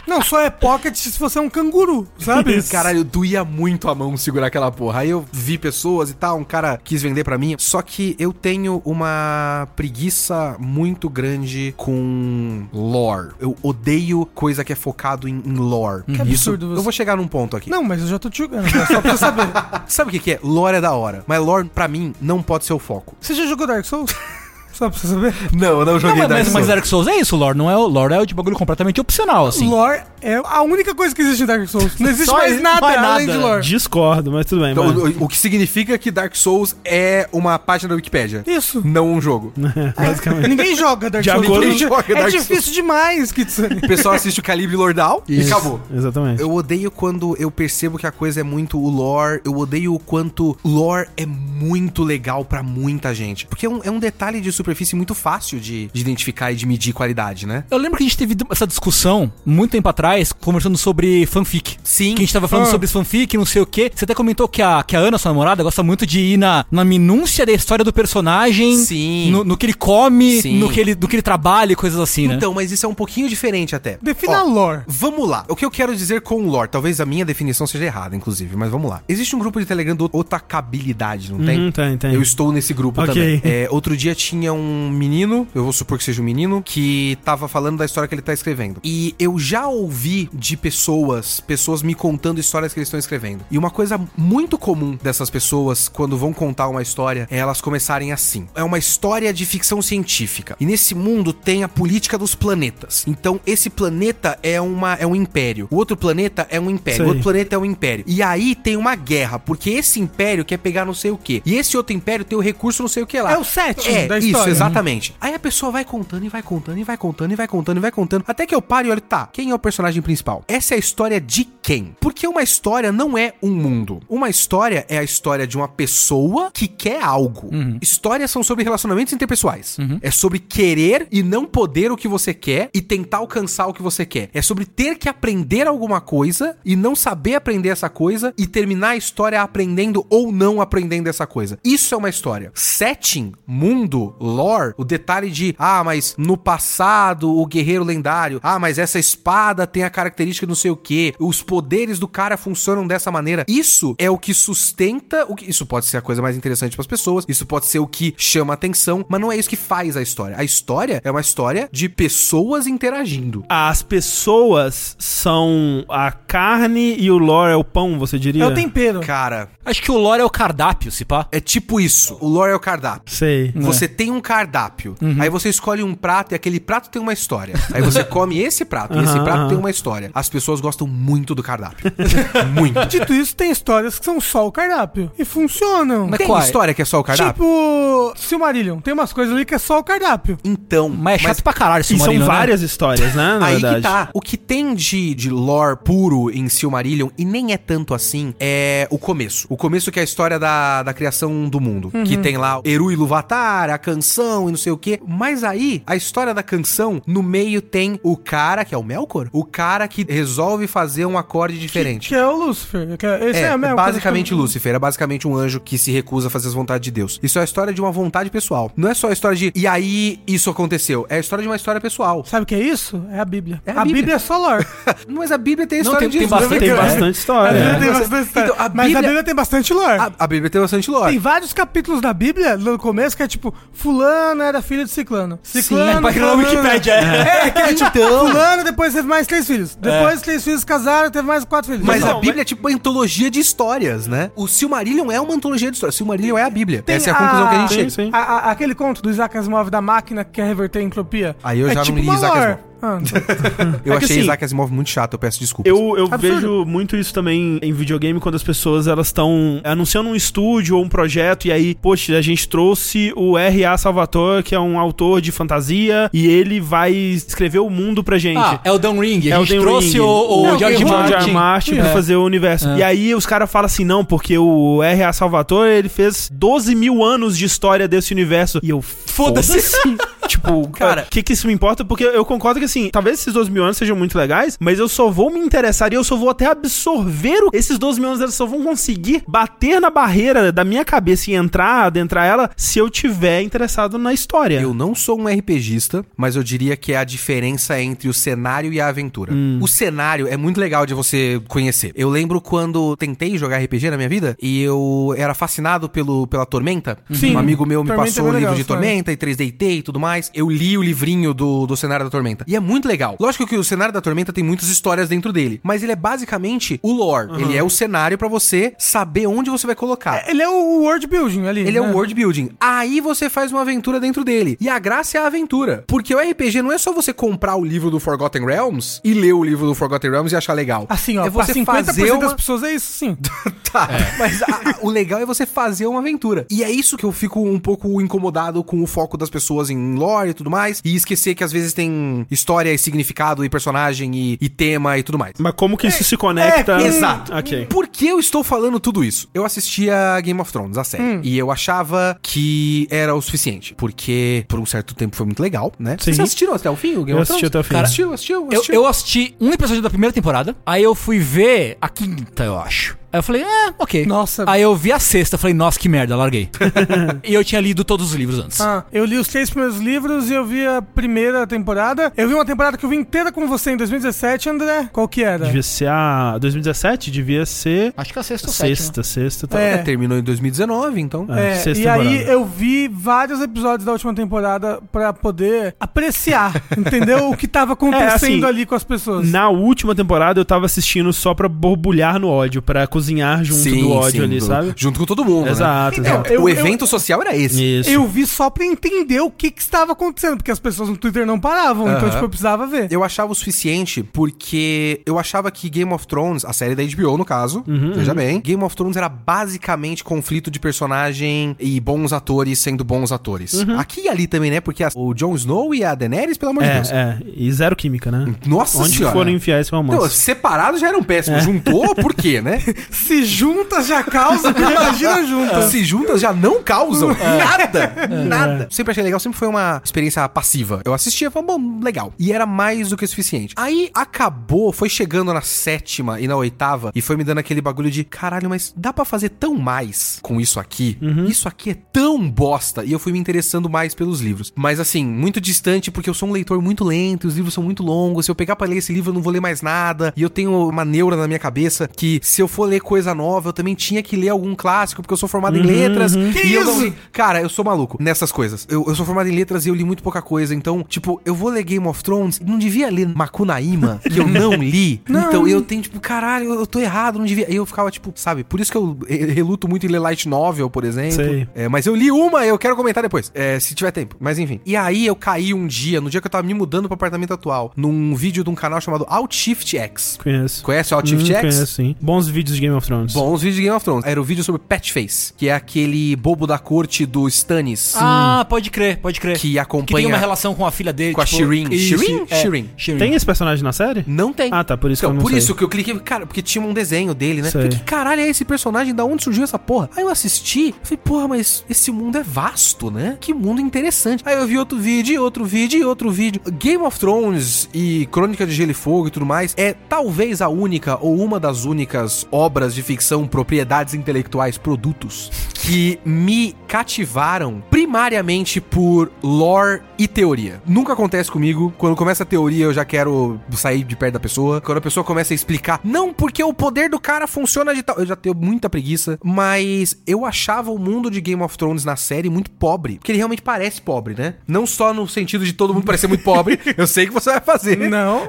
Speaker 2: Não, só é pocket se você é um canguru, sabe?
Speaker 4: Caralho, doía muito a mão segurar aquela porra. Aí eu vi pessoas e tal, um cara quis vender pra mim. Só que eu tenho uma preguiça muito grande com lore. Eu odeio coisa que é focado em, em lore. Que
Speaker 2: absurdo
Speaker 4: Isso,
Speaker 2: você.
Speaker 4: Eu vou chegar num ponto aqui.
Speaker 2: Não, mas eu já tô te julgando, é só pra você saber.
Speaker 4: Sabe o que, que é? Lore é da hora. Mas lore, pra mim, não pode ser o foco.
Speaker 2: Você já jogou Dark Souls? Só pra você saber.
Speaker 4: Não, eu não
Speaker 3: Não,
Speaker 4: joguei
Speaker 3: mas,
Speaker 4: Dark
Speaker 3: mas,
Speaker 4: Souls.
Speaker 3: mas Dark Souls é isso, lore. Não é, o- lore é o de bagulho completamente opcional, assim.
Speaker 2: Lore é a única coisa que existe em Dark Souls. Não existe
Speaker 3: Só
Speaker 2: mais
Speaker 3: isso,
Speaker 2: nada
Speaker 3: mais
Speaker 2: além
Speaker 3: nada.
Speaker 2: de lore.
Speaker 1: Discordo, mas tudo bem.
Speaker 4: Então,
Speaker 1: mano.
Speaker 4: o, o que significa que Dark Souls é uma página da Wikipédia.
Speaker 2: Isso.
Speaker 4: Não um jogo.
Speaker 1: Basicamente.
Speaker 2: Ninguém joga Dark
Speaker 1: De
Speaker 2: Souls.
Speaker 1: acordo-
Speaker 2: Ninguém
Speaker 4: joga
Speaker 2: é
Speaker 4: Dark
Speaker 2: difícil demais, Kitsune.
Speaker 4: O pessoal assiste o Calibre Lordal e
Speaker 3: Isso.
Speaker 4: acabou.
Speaker 1: Exatamente.
Speaker 4: Eu odeio quando eu percebo que a coisa é muito o lore. Eu odeio o quanto lore é muito legal pra muita gente. Porque é um, é um detalhe de superfície muito fácil de, de identificar e de medir qualidade, né?
Speaker 3: Eu lembro que a gente teve essa discussão muito tempo atrás, conversando sobre fanfic.
Speaker 4: Sim.
Speaker 3: Que a gente tava falando
Speaker 2: Ah.
Speaker 3: sobre fanfic, não sei o quê. Você até comentou que a, que a Ana, sua namorada, gosta muito de ir na, na minúcia da história do personagem.
Speaker 4: Sim.
Speaker 3: No, no que ele come,
Speaker 4: Sim.
Speaker 3: no que ele, no que ele trabalha e coisas assim, né?
Speaker 4: Então, mas isso é um pouquinho diferente até.
Speaker 2: Defina
Speaker 4: Ó,
Speaker 2: lore.
Speaker 4: Vamos lá. O que eu quero dizer com lore, talvez a minha definição seja errada, inclusive, mas vamos lá. Existe um grupo de Telegram do Otacabilidade, não tem?
Speaker 1: Uhum, tem, tem.
Speaker 4: Eu estou nesse grupo
Speaker 1: Ok.
Speaker 4: também. É, outro dia tinha um menino, eu vou supor que seja um menino, que tava falando da história que ele tá escrevendo. E eu já ouvi de pessoas, pessoas me contando histórias que eles estão escrevendo. E uma coisa muito comum dessas pessoas, quando vão contar uma história, é elas começarem assim. É uma história de ficção científica. E nesse mundo tem a política dos planetas. Então, esse planeta é, uma, é um império. O outro planeta é um império.
Speaker 1: Sei.
Speaker 4: O outro planeta é um império. E aí tem uma guerra, porque esse império quer pegar não sei o quê. E esse outro império tem o recurso não sei o que lá.
Speaker 2: É o sétimo
Speaker 4: É,
Speaker 2: da
Speaker 4: isso,
Speaker 2: história. né?
Speaker 4: exatamente. Aí a pessoa vai contando e vai contando e vai contando e vai contando e vai contando. Até que eu paro e olho, tá, quem é o personagem principal? Essa é a história de quem? Porque uma história não é um mundo. Uma história é a história de uma pessoa que quer algo. Histórias são sobre relacionamentos interpessoais. É sobre querer e não poder o que você quer e tentar alcançar o que você quer. É sobre ter que aprender alguma coisa e não saber aprender essa coisa e terminar a história aprendendo ou não aprendendo essa coisa. Isso é uma história. Setting, mundo, lore, o detalhe de ah, mas no passado o guerreiro lendário, ah, mas essa espada tem a característica não sei o que, os poderes do cara funcionam dessa maneira. Isso é o que sustenta o que isso pode ser a coisa mais interessante para as pessoas, isso pode ser o que chama a atenção, mas não é isso que faz a história. A história é uma história de pessoas interagindo.
Speaker 1: As pessoas são a carne e o lore é o pão, você diria?
Speaker 2: É o tempero.
Speaker 4: Cara,
Speaker 3: Acho que o lore é o cardápio, se pá.
Speaker 4: é tipo isso. O lore é o cardápio.
Speaker 1: Sei.
Speaker 3: É.
Speaker 4: Você tem um cardápio.
Speaker 3: Uhum.
Speaker 4: Aí você escolhe um prato e aquele prato tem uma história. Aí você come esse prato e esse
Speaker 1: Aham,
Speaker 4: prato
Speaker 1: aham.
Speaker 4: tem uma história. As pessoas gostam muito do cardápio. muito.
Speaker 2: Dito isso, tem histórias que são só o cardápio. E funcionam.
Speaker 3: Mas
Speaker 4: Tem
Speaker 3: qual é?
Speaker 4: história que é só o cardápio?
Speaker 2: Tipo, Silmarillion. Tem umas coisas ali que é só o cardápio.
Speaker 4: Então,
Speaker 3: Mas é chato pra caralho
Speaker 1: E são
Speaker 3: Silmarillion, né?
Speaker 1: várias histórias, né? Na
Speaker 4: Aí
Speaker 1: verdade.
Speaker 4: que tá. O que tem de, de lore puro em Silmarillion, e nem é tanto assim, é o começo. O começo que é a história da, da criação do mundo. Que tem lá Eru e Luvatar, a canção e não sei o quê. Mas aí, a história da canção, no meio tem o cara, que é o Melkor, o cara que resolve fazer uma acorde diferente.
Speaker 2: Que é o Lúcifer. que é- esse
Speaker 4: É,
Speaker 2: é, a mesma
Speaker 4: é basicamente
Speaker 2: coisa que-
Speaker 4: Lúcifer, é basicamente um anjo que se recusa a fazer as vontades de Deus. Isso é a história de uma vontade pessoal. Não é só a história de e aí isso aconteceu, é a história de uma história pessoal.
Speaker 2: Sabe o que é isso? É a Bíblia.
Speaker 4: É a
Speaker 2: a, Bíblia.
Speaker 4: Bíblia
Speaker 2: é só lore.
Speaker 4: Mas a Bíblia tem a
Speaker 3: Não,
Speaker 4: história
Speaker 3: tem- tem
Speaker 4: de né,
Speaker 3: bastante-
Speaker 1: Tem bastante história.
Speaker 2: A
Speaker 1: né?
Speaker 2: Bíblia tem bastante história.
Speaker 4: Então, a
Speaker 2: Mas
Speaker 4: Bíblia-
Speaker 2: a Bíblia tem bastante lore.
Speaker 4: A, a Bíblia tem bastante lore.
Speaker 2: Tem vários capítulos da Bíblia no começo que é tipo, fulano era filho de ciclano. Ciclano.
Speaker 3: é pra criar na
Speaker 2: fulano-
Speaker 3: Wikipédia. É.
Speaker 2: É, que é tipo,
Speaker 4: Então.
Speaker 2: fulano depois teve mais três filhos. Depois os três filhos casaram, teve mais quatro filhos.
Speaker 4: É.
Speaker 2: Então,
Speaker 4: Mas
Speaker 1: Não,
Speaker 4: a
Speaker 1: mas-
Speaker 4: Bíblia é tipo uma antologia de histórias, né? O Silmarillion é uma antologia de histórias. Silmarillion é a Bíblia.
Speaker 2: Tem
Speaker 4: Essa é a conclusão que a gente
Speaker 1: Sim,
Speaker 4: chega.
Speaker 1: sim.
Speaker 2: A- a- aquele conto do Isaac Asimov da máquina que quer reverter a entropia. é tipo
Speaker 4: Aí eu já não li
Speaker 2: uma
Speaker 4: Isaac
Speaker 2: lore.
Speaker 4: Asimov.
Speaker 2: Ah, não.
Speaker 4: Eu
Speaker 1: É que
Speaker 4: achei
Speaker 1: assim-
Speaker 4: Isaac Asimov muito chato, eu peço desculpas.
Speaker 1: Eu, eu
Speaker 2: Absurdo.
Speaker 1: vejo muito isso também em videogame, quando as pessoas elas estão anunciando um estúdio ou um projeto, e aí, poxa, a gente trouxe o R.A. Salvatore, que é um autor de fantasia, e ele vai escrever o mundo pra gente.
Speaker 3: Ah, é o Dan Ring. A
Speaker 1: É o
Speaker 3: gente
Speaker 1: Dan
Speaker 3: trouxe
Speaker 1: Ring.
Speaker 3: o, o
Speaker 2: Não,
Speaker 3: George
Speaker 2: o
Speaker 1: John
Speaker 3: Martin.
Speaker 1: J. R. Martin pra
Speaker 3: É.
Speaker 1: fazer o universo.
Speaker 3: É.
Speaker 1: E aí os caras falam assim, não, porque o R.A. Salvatore, ele fez 12 mil anos de história desse universo. E eu,
Speaker 3: Foda-se.
Speaker 1: foda-se. tipo,
Speaker 4: Cara.
Speaker 1: cara, o que que isso me importa? Porque eu concordo que, assim, talvez esses 12 mil anos sejam muito legais, mas eu só vou me interessar e eu só vou até absorver o- esses 12 mil anos, eles só vão conseguir bater na barreira da minha cabeça e entrar, adentrar ela, se eu tiver interessado na história.
Speaker 4: Eu não sou um RPGista, mas eu diria que é a diferença entre o cenário e a aventura.
Speaker 2: Hum.
Speaker 4: O cenário é muito legal de você conhecer. Eu lembro quando tentei jogar RPG na minha vida e eu era fascinado pelo, pela Tormenta.
Speaker 2: Sim.
Speaker 4: Um amigo meu me
Speaker 2: Tormenta
Speaker 4: passou
Speaker 2: é
Speaker 4: o livro
Speaker 2: legal,
Speaker 4: de
Speaker 2: sim.
Speaker 4: Tormenta e 3DT e tudo mais. Eu li o livrinho do, do cenário da Tormenta. E é muito legal. Lógico que o cenário da Tormenta tem muitas histórias dentro dele, mas ele é basicamente o lore. Ele é o cenário pra você saber onde você vai colocar.
Speaker 2: Ele é o world building ali.
Speaker 4: Ele é
Speaker 2: né?
Speaker 4: um world building. Aí você faz uma aventura dentro dele. E a graça é a aventura. Porque o RPG não é só você comprar o livro do Forgotten Realms e ler o livro do Forgotten Realms e achar legal.
Speaker 2: Assim, ó,
Speaker 4: é
Speaker 2: pra
Speaker 4: você
Speaker 2: 50%
Speaker 4: fazer uma...
Speaker 2: das pessoas é isso, sim.
Speaker 4: Tá, mas a- a- o legal é você fazer uma aventura. E é isso que eu fico um pouco incomodado com o foco das pessoas em lore e tudo mais. E esquecer que às vezes tem história e significado e personagem e, e tema e tudo mais.
Speaker 1: Mas como que isso se conecta?
Speaker 4: é, exato.
Speaker 1: Ok.
Speaker 4: Por que eu estou falando tudo isso? Eu assistia Game of Thrones, a série,
Speaker 1: Hum.
Speaker 4: e eu achava que era o suficiente, porque por um certo tempo foi muito legal, né?
Speaker 1: Sim.
Speaker 4: Vocês assistiram até o fim o Game
Speaker 1: Eu
Speaker 4: of Thrones?
Speaker 1: assisti até o fim.
Speaker 4: Cara, assistiu, assistiu,
Speaker 3: Eu,
Speaker 4: assistiu.
Speaker 3: eu assisti um episódio da primeira temporada, aí eu fui ver a quinta, eu acho. Aí eu falei, é, ok.
Speaker 2: Nossa.
Speaker 3: Aí eu vi a sexta, falei, nossa, que merda, larguei. e eu tinha lido todos os livros antes.
Speaker 2: Ah, eu li os três primeiros livros e eu vi a primeira temporada. Eu vi uma temporada que eu vi inteira com você em 2017, André. Qual que era?
Speaker 1: Devia ser a... 2017 devia ser...
Speaker 3: Acho que é a sexta ou sétima.
Speaker 1: Sexta, sexta, tá.
Speaker 2: É.
Speaker 4: É, terminou em 2019, então.
Speaker 1: É,
Speaker 2: É,
Speaker 1: sexta
Speaker 2: e aí
Speaker 1: temporada.
Speaker 2: eu vi vários episódios da última temporada pra poder apreciar, entendeu? O que tava acontecendo
Speaker 1: É, assim,
Speaker 2: ali com as pessoas.
Speaker 1: Na última temporada eu tava assistindo só pra borbulhar no ódio, pra cozinhar junto do ódio ali,
Speaker 4: do-
Speaker 1: sabe?
Speaker 4: Junto com todo mundo.
Speaker 1: Exato,
Speaker 4: Né? É,
Speaker 1: exato.
Speaker 2: eu-
Speaker 4: o
Speaker 2: eu-
Speaker 4: evento social era esse.
Speaker 1: Isso.
Speaker 2: Eu vi só pra entender o que que estava acontecendo, porque as pessoas no Twitter não paravam, então
Speaker 4: Aham.
Speaker 2: tipo, eu precisava ver.
Speaker 4: Eu achava o suficiente porque eu achava que Game of Thrones, a série da HBO no caso,
Speaker 1: Uhum,
Speaker 4: veja bem, Game of Thrones era basicamente conflito de personagem e bons atores sendo bons atores. Aqui e ali também, né? Porque as- o Jon Snow e a Daenerys, pelo amor de Deus.
Speaker 1: Uhum. É, é. E zero química, né?
Speaker 4: Nossa
Speaker 1: Onde
Speaker 4: senhora.
Speaker 1: foram É. enfiar esse romance?
Speaker 4: Não, separados já eram péssimos. Juntou, por quê, né?
Speaker 2: Se juntas já causa, imagina juntas. É.
Speaker 4: Se juntas já não causam nada. Nada. Sempre achei legal, sempre foi uma experiência passiva. Eu assistia e falava, bom, legal. E era mais do que o suficiente. Aí acabou, foi chegando na sétima e na oitava e foi me dando aquele bagulho de caralho, mas dá pra fazer tão mais com isso aqui? Isso aqui é tão bosta. E eu fui me interessando mais pelos livros. Mas assim, muito distante porque eu sou um leitor muito lento, os livros são muito longos. Se eu pegar pra ler esse livro, eu não vou ler mais nada. E eu tenho uma neura na minha cabeça que se eu for ler coisa nova, eu também tinha que ler algum clássico, porque eu sou formado em letras.
Speaker 2: Que
Speaker 4: e eu não
Speaker 2: isso?
Speaker 4: li- Cara, eu sou maluco nessas coisas. Eu, eu sou formado em letras e eu li muito pouca coisa. Então, tipo, eu vou ler Game of Thrones. Não devia ler Makunaíma, que eu não li. Então eu tenho, tipo, caralho, eu, eu tô errado, não devia. E eu ficava, tipo, sabe? Por isso que eu eh, reluto muito em ler Light Novel, por exemplo.
Speaker 1: Sei.
Speaker 4: É, mas eu li uma, eu quero comentar depois, é, se tiver tempo. Mas enfim. E aí eu caí um dia, no dia que eu tava me mudando pro apartamento atual, num vídeo de um canal chamado Alt Shift X.
Speaker 1: Conheço. Hum,
Speaker 4: Conhece o Alt Shift X?
Speaker 1: Conheço, sim. Bons vídeos de Game of Thrones.
Speaker 4: Bons vídeos de Game of Thrones. Era o vídeo sobre Patchface, que é aquele bobo da corte do Stannis.
Speaker 3: Ah, pode crer, pode crer.
Speaker 4: Que acompanha-
Speaker 3: tem uma relação com a filha dele. tipo,
Speaker 4: Com a Shireen.
Speaker 3: isso,
Speaker 4: Shireen?
Speaker 3: é,
Speaker 4: Shireen.
Speaker 3: Shireen.
Speaker 1: Tem esse personagem na série?
Speaker 4: Não tem.
Speaker 1: Ah, tá, por isso que eu não
Speaker 4: Então, por
Speaker 1: sei.
Speaker 4: isso que eu cliquei, cara, porque tinha um desenho dele, né?
Speaker 1: Sei.
Speaker 4: Falei, que caralho é esse personagem? Da onde surgiu essa porra? Aí eu assisti, falei, porra, mas esse mundo é vasto, né? Que mundo interessante. Aí eu vi outro vídeo, e outro vídeo, e outro vídeo. Game of Thrones e Crônica de Gelo e Fogo e tudo mais é talvez a única ou uma das únicas obras de ficção, propriedades intelectuais, produtos que me cativaram primariamente por lore e teoria. Nunca acontece comigo. Quando começa a teoria, eu já quero sair de perto da pessoa. Quando a pessoa começa a explicar, não, porque o poder do cara funciona de tal. Eu já tenho muita preguiça. Mas eu achava o mundo de Game of Thrones na série muito pobre. Porque ele realmente parece pobre, né? Não só no sentido de todo mundo parecer muito pobre. eu sei que você vai fazer.
Speaker 2: Não.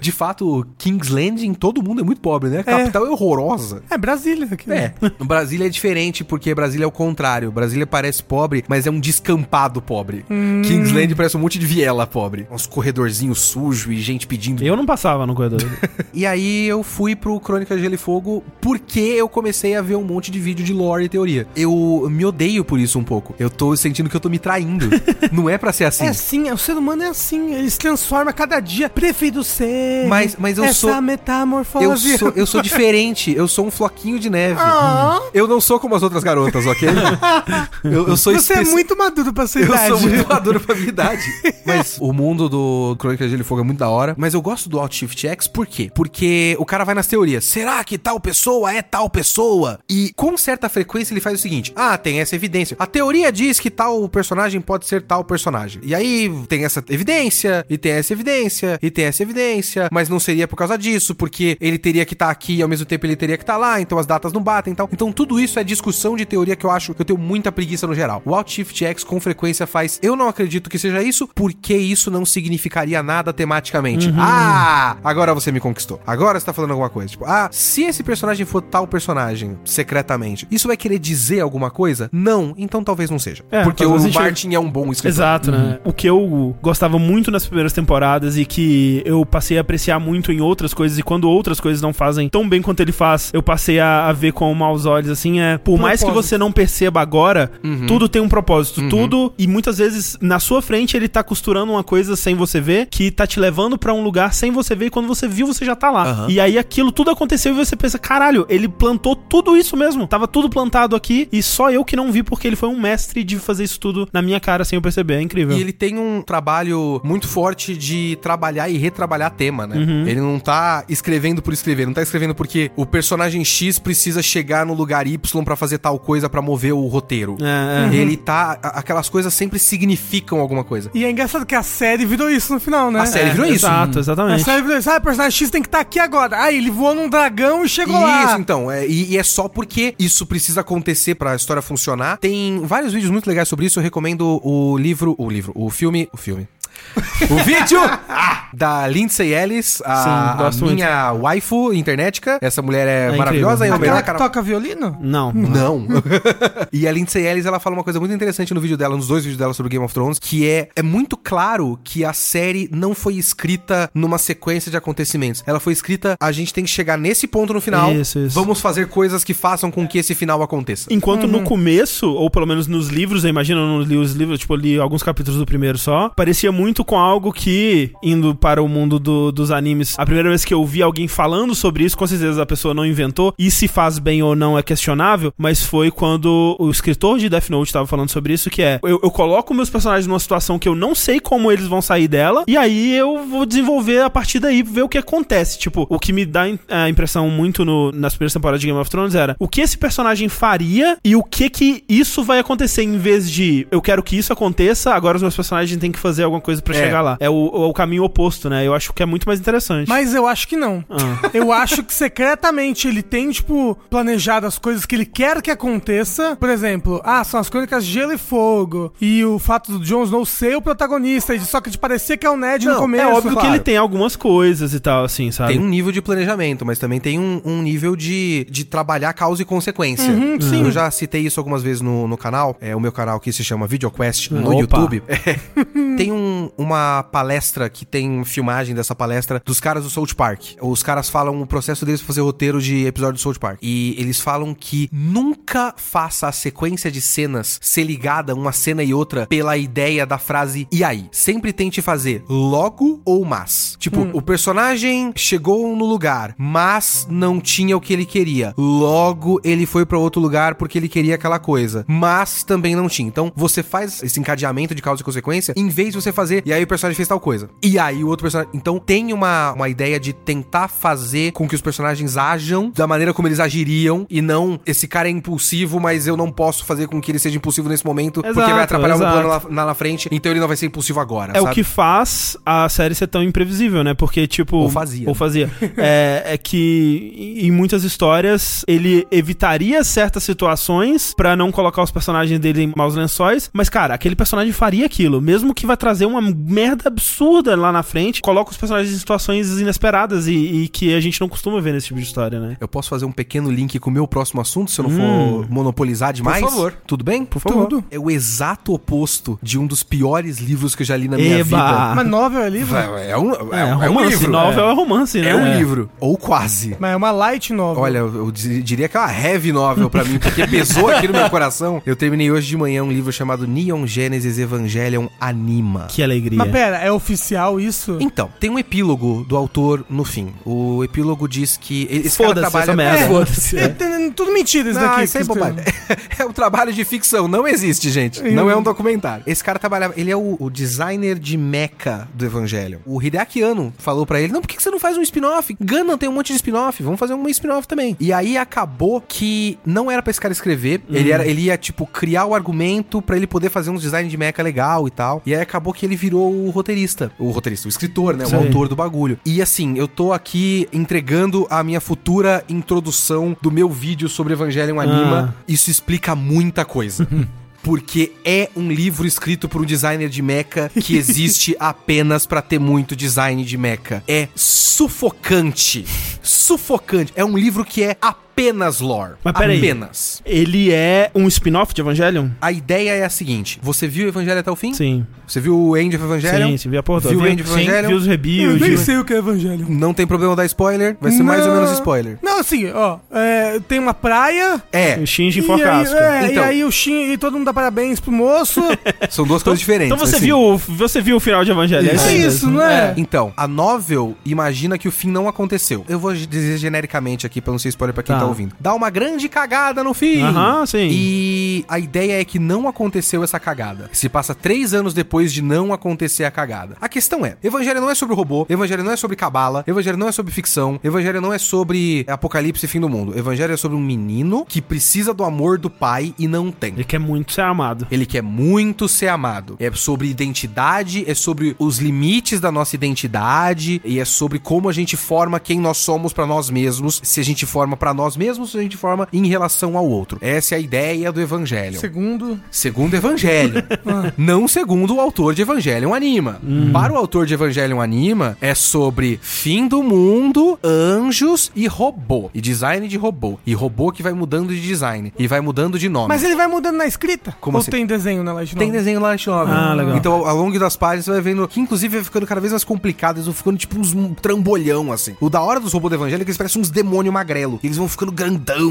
Speaker 4: De fato, King's Landing, todo mundo é muito pobre, né? A capital é horrorosa.
Speaker 2: É Brasília aqui.
Speaker 4: É. No Brasília é diferente, porque Brasília é o contrário. Brasília parece pobre, mas é um descampado pobre.
Speaker 2: Hum.
Speaker 4: Kingsland parece um monte de viela pobre. Uns corredorzinhos sujos e gente pedindo.
Speaker 1: Eu não passava no corredor.
Speaker 4: E aí eu fui pro Crônica de Gelo e Fogo porque eu comecei a ver um monte de vídeo de lore e teoria. Eu me odeio por isso um pouco. Eu tô sentindo que eu tô me traindo. Não é pra ser assim.
Speaker 2: É assim, é- o ser humano é assim, ele se transforma a cada dia. Prefiro ser.
Speaker 4: Mas- mas eu
Speaker 2: essa
Speaker 4: sou-
Speaker 2: metamorfose.
Speaker 4: Eu sou, eu sou diferente, eu sou um floquinho de neve.
Speaker 2: Ah.
Speaker 4: Eu não sou como as outras garotas, ok? eu, eu sou
Speaker 2: Você é
Speaker 4: especi-
Speaker 2: muito maduro pra sua
Speaker 4: Eu
Speaker 2: idade.
Speaker 4: sou muito maduro pra minha idade. Mas o mundo do Crônica de Gelo e Fogo é muito da hora. Mas eu gosto do Alt Shift X, por quê? Porque o cara vai nas teorias. Será que tal pessoa é tal pessoa? E com certa frequência ele faz o seguinte: Ah, tem essa evidência. A teoria diz que tal personagem pode ser tal personagem. E aí tem essa evidência, e tem essa evidência, e tem essa evidência. Mas não seria por causa disso, porque ele teria que estar aqui e ao mesmo tempo ele teria que estar lá, então as datas não batem e tal. Então tudo isso é discussão de teoria que eu acho que eu tenho muita preguiça no geral. O Alt Shift X com frequência faz, eu não acredito que seja isso, porque isso não significaria nada tematicamente. Ah, agora você me conquistou. Agora você tá falando alguma coisa. Tipo, ah, se esse personagem for tal personagem, secretamente, isso vai querer dizer alguma coisa? Não, então talvez não seja.
Speaker 1: É,
Speaker 4: porque o
Speaker 1: talvez a gente-
Speaker 4: Martin é um bom escritor.
Speaker 1: Exato, né? O que eu gostava muito nas primeiras temporadas e que eu passei a apreciar muito em outras coisas, e quando outras coisas não fazem tão bem quanto ele faz, eu passei a, a ver com maus olhos, assim, é. Por mais que
Speaker 2: Propósito.
Speaker 1: você não perceba agora, tudo tem um propósito. Tudo, e muitas vezes na sua frente ele tá costurando uma coisa sem você ver, que tá te levando pra um lugar sem você ver, e quando você viu, você já tá lá.
Speaker 4: Aham.
Speaker 1: E aí aquilo tudo aconteceu e você pensa, caralho, ele plantou tudo isso mesmo. Tava tudo plantado aqui e só eu que não vi porque ele foi um mestre de fazer isso tudo na minha cara sem eu perceber. É incrível.
Speaker 4: E ele tem um trabalho muito forte de trabalhar e retrabalhar tema, né?
Speaker 1: Uhum.
Speaker 4: Ele não tá escrevendo por escrever, não tá escrevendo porque o personagem X precisa chegar no lugar Y pra fazer tal coisa pra mover o roteiro.
Speaker 1: É, é.
Speaker 4: Ele tá. a- Aquelas coisas sempre significam alguma coisa.
Speaker 2: E é engraçado que a série virou isso no final, né?
Speaker 4: A série virou isso. Hum.
Speaker 1: Exato,
Speaker 2: A
Speaker 1: exatamente.
Speaker 2: série virou isso. Ah, o personagem X tem que estar aqui agora. Ah, ele voou num dragão e chegou
Speaker 4: Isso,
Speaker 2: lá.
Speaker 4: então. é- e, e é só porque isso precisa acontecer pra história funcionar. Tem vários vídeos muito legais sobre isso. Eu recomendo o livro. O livro. O filme. O filme. O vídeo ah, da Lindsay Ellis, a,
Speaker 1: Sim, gosto
Speaker 4: a minha waifu internetica. Essa mulher é,
Speaker 1: É incrível.
Speaker 4: maravilhosa. e eu
Speaker 2: Aquela
Speaker 4: melhor
Speaker 2: que
Speaker 4: cara- Hum.
Speaker 2: toca violino?
Speaker 1: Não.
Speaker 4: Não. e a Lindsay Ellis, ela fala uma coisa muito interessante no vídeo dela, nos dois vídeos dela sobre Game of Thrones, que é, é muito claro que a série não foi escrita numa sequência de acontecimentos. Ela foi escrita, a gente tem que chegar nesse ponto no final,
Speaker 1: Isso, isso.
Speaker 4: vamos fazer coisas que façam com que esse final aconteça.
Speaker 1: Enquanto no começo, ou pelo menos nos livros, eu imagino, eu não li os livros, tipo, eu li alguns capítulos do primeiro só, parecia muito com algo que, indo para o mundo do- dos animes, a primeira vez que eu vi alguém falando sobre isso, com certeza a pessoa não inventou, e se faz bem ou não é questionável, mas foi quando o escritor de Death Note estava falando sobre isso, que é, eu, eu coloco meus personagens numa situação que eu não sei como eles vão sair dela, e aí eu vou desenvolver a partir daí, ver o que acontece. Tipo, o que me dá in- a impressão muito no- nas primeiras temporadas de Game of Thrones era o que esse personagem faria e o que que isso vai acontecer, em vez de eu quero que isso aconteça, agora os meus personagens têm que fazer alguma coisa pra
Speaker 4: É.
Speaker 1: chegar lá. É o, o caminho oposto, né? Eu acho que é muito mais interessante.
Speaker 2: Mas eu acho que não.
Speaker 1: Ah.
Speaker 2: Eu acho que secretamente ele tem, tipo, planejado as coisas que ele quer que aconteça. Por exemplo, ah, são as crônicas de Gelo e Fogo. E o fato do Jon Snow ser o protagonista. e Só que te parecia que é o Ned no
Speaker 4: Não, é
Speaker 2: começo.
Speaker 1: é óbvio
Speaker 4: claro.
Speaker 1: que ele tem algumas coisas e tal, assim, sabe?
Speaker 4: Tem um nível de planejamento, mas também tem um, um nível de, de trabalhar causa e consequência.
Speaker 1: Uhum,
Speaker 4: sim. Eu já citei isso algumas vezes no, no canal. É o meu canal que se chama VideoQuest no
Speaker 1: Opa.
Speaker 4: YouTube. É. tem um, tem uma palestra que tem filmagem dessa palestra dos caras do South Park. Os caras falam o processo deles pra fazer roteiro de episódio do South Park. E eles falam que nunca faça a sequência de cenas ser ligada uma cena e outra pela ideia da frase e aí. Sempre tente fazer logo ou mas. Tipo, o personagem chegou no lugar, mas não tinha o que ele queria. Logo ele foi pra outro lugar porque ele queria aquela coisa, mas também não tinha. Então você faz esse encadeamento de causa e consequência em vez de você fazer e aí o personagem fez tal coisa. E aí o outro personagem. Então tem uma, uma ideia de tentar fazer com que os personagens ajam da maneira como eles agiriam e não esse cara é impulsivo, mas eu não posso fazer com que ele seja impulsivo nesse momento porque vai
Speaker 1: Exato,
Speaker 4: atrapalhar o meu
Speaker 1: exato.
Speaker 4: plano lá, lá na frente, então ele não vai ser impulsivo agora.
Speaker 1: É o que faz a série ser tão imprevisível, né? Porque, tipo.
Speaker 4: Ou fazia.
Speaker 1: Ou fazia. é, é que em em muitas histórias ele evitaria certas situações pra não colocar os personagens dele em maus lençóis. Mas, cara, aquele personagem faria aquilo. Mesmo que vai trazer uma merda absurda lá na frente, coloca os personagens em situações inesperadas e, e que a gente não costuma ver nesse tipo de história, né?
Speaker 4: Eu posso fazer um pequeno link com o meu próximo assunto, se eu não
Speaker 1: Hum.
Speaker 4: for monopolizar demais?
Speaker 3: favor.
Speaker 4: Tudo bem? Por
Speaker 1: favor.
Speaker 4: Tudo. É o exato oposto de um dos piores livros que eu já li na minha
Speaker 1: Eba!
Speaker 2: Mas novel é livro?
Speaker 4: vida. É, é um, é, um- é um
Speaker 1: romance.
Speaker 4: livro.
Speaker 1: novel é, romance, né?
Speaker 4: É um livro. Ou quase.
Speaker 2: Mas é uma light novel.
Speaker 4: Olha, eu eu di- diria que é uma heavy novel pra mim, porque pesou aqui no meu coração. Eu terminei hoje de manhã um livro chamado Neon Genesis Evangelion Anima.
Speaker 1: Que alegria.
Speaker 2: Mas pera, é oficial isso?
Speaker 4: Então, tem um epílogo do autor no fim. O epílogo diz que... ele- Esse cara
Speaker 1: Foda-se
Speaker 4: trabalha...
Speaker 1: essa merda.
Speaker 4: É,
Speaker 1: Foda-se.
Speaker 2: É, tem- tudo mentira isso
Speaker 4: Não,
Speaker 2: daqui.
Speaker 4: isso aí é
Speaker 2: que você-
Speaker 4: bobagem. É um trabalho de ficção, não existe, gente. Não é um documentário. Esse cara trabalhava, ele é o, o designer de mecha do Evangelho. O Hideaki Anno falou pra ele: "Não, por que que você não faz um spin-off? Gundam tem um monte de spin-off, vamos fazer um spin-off também". E aí acabou que não era pra esse cara escrever, ele era ele ia tipo criar o argumento pra ele poder fazer uns design de mecha legal e tal. E aí acabou que ele virou o roteirista, o roteirista, o escritor, né, o
Speaker 1: Sim.
Speaker 4: autor do bagulho. E assim, eu tô aqui entregando a minha futura introdução do meu vídeo sobre Evangelion Anima.
Speaker 1: Ah.
Speaker 4: Isso explica muita coisa.
Speaker 1: Uhum.
Speaker 4: Porque é um livro escrito por um designer de mecha que existe apenas pra ter muito design de mecha. É sufocante. Sufocante. É um livro que é apenas lore.
Speaker 1: Mas peraí.
Speaker 4: Apenas.
Speaker 1: Ele é um spin-off de Evangelion?
Speaker 4: A ideia é a seguinte: você viu o Evangelho até o fim?
Speaker 1: Sim.
Speaker 4: Você viu o End of Evangelion?
Speaker 1: Sim, você viu a porta.
Speaker 4: Viu o
Speaker 1: vi,
Speaker 4: End of
Speaker 1: sim,
Speaker 4: Evangelion?
Speaker 1: vi os
Speaker 2: Eu
Speaker 1: reviews.
Speaker 2: nem
Speaker 1: vi-
Speaker 2: sei o que é evangelho.
Speaker 4: Não tem problema dar spoiler, vai ser mais ou
Speaker 2: Não.
Speaker 4: menos spoiler.
Speaker 2: Não, assim, ó, é, tem uma praia.
Speaker 4: É,
Speaker 1: O Shinji
Speaker 2: E
Speaker 1: for
Speaker 2: aí,
Speaker 1: casca.
Speaker 2: é,
Speaker 4: Então. É
Speaker 2: e aí o Shin e todo mundo dá parabéns pro moço.
Speaker 4: são duas coisas diferentes.
Speaker 1: Então você
Speaker 4: mas, assim,
Speaker 1: viu, você viu o final de Evangelho.
Speaker 2: é
Speaker 1: aí
Speaker 2: isso,
Speaker 1: mesmo.
Speaker 2: não é?
Speaker 4: Então, a novel imagina que o fim não aconteceu. Eu vou dizer genericamente aqui pra não ser spoiler pra quem tá,
Speaker 1: Tá.
Speaker 4: ouvindo. Dá uma grande cagada no fim.
Speaker 1: Aham, sim.
Speaker 4: E a ideia é que não aconteceu essa cagada. Se passa três anos depois de não acontecer a cagada. A questão é: Evangelho não é sobre robô, Evangelho não é sobre cabala, Evangelho não é sobre ficção, Evangelho não é sobre apocalipse e fim do mundo. Evangelho é sobre um menino que precisa do amor do pai e não tem.
Speaker 1: Ele quer muito ser amado.
Speaker 4: Ele quer muito ser amado. É sobre identidade, é sobre os limites da nossa identidade e é sobre como a gente forma quem nós somos pra nós mesmos, se a gente forma pra nós mesmos, se a gente forma em relação ao outro. Essa é a ideia do evangelho.
Speaker 2: Segundo.
Speaker 4: Segundo Evangelho. não segundo o autor de Evangelion Anima. Para o autor de Evangelion Anima, é sobre fim do mundo, anjos e robô. E design de robô. E robô que vai mudando de design. E vai mudando de nome.
Speaker 2: Mas ele vai mudando na escrita?
Speaker 4: Como
Speaker 2: Ou
Speaker 4: assim?
Speaker 2: tem desenho na light
Speaker 4: Tem
Speaker 2: novel?
Speaker 4: desenho lá Novel.
Speaker 1: Ah, legal.
Speaker 4: Então, ao ao longo das páginas, você vai vendo que, inclusive, vai ficando cada vez mais complicado. Eles vão ficando tipo uns um trambolhão, assim. O da hora dos robôs do evangelho é que eles parecem uns demônio magrelo. Eles vão ficando grandão.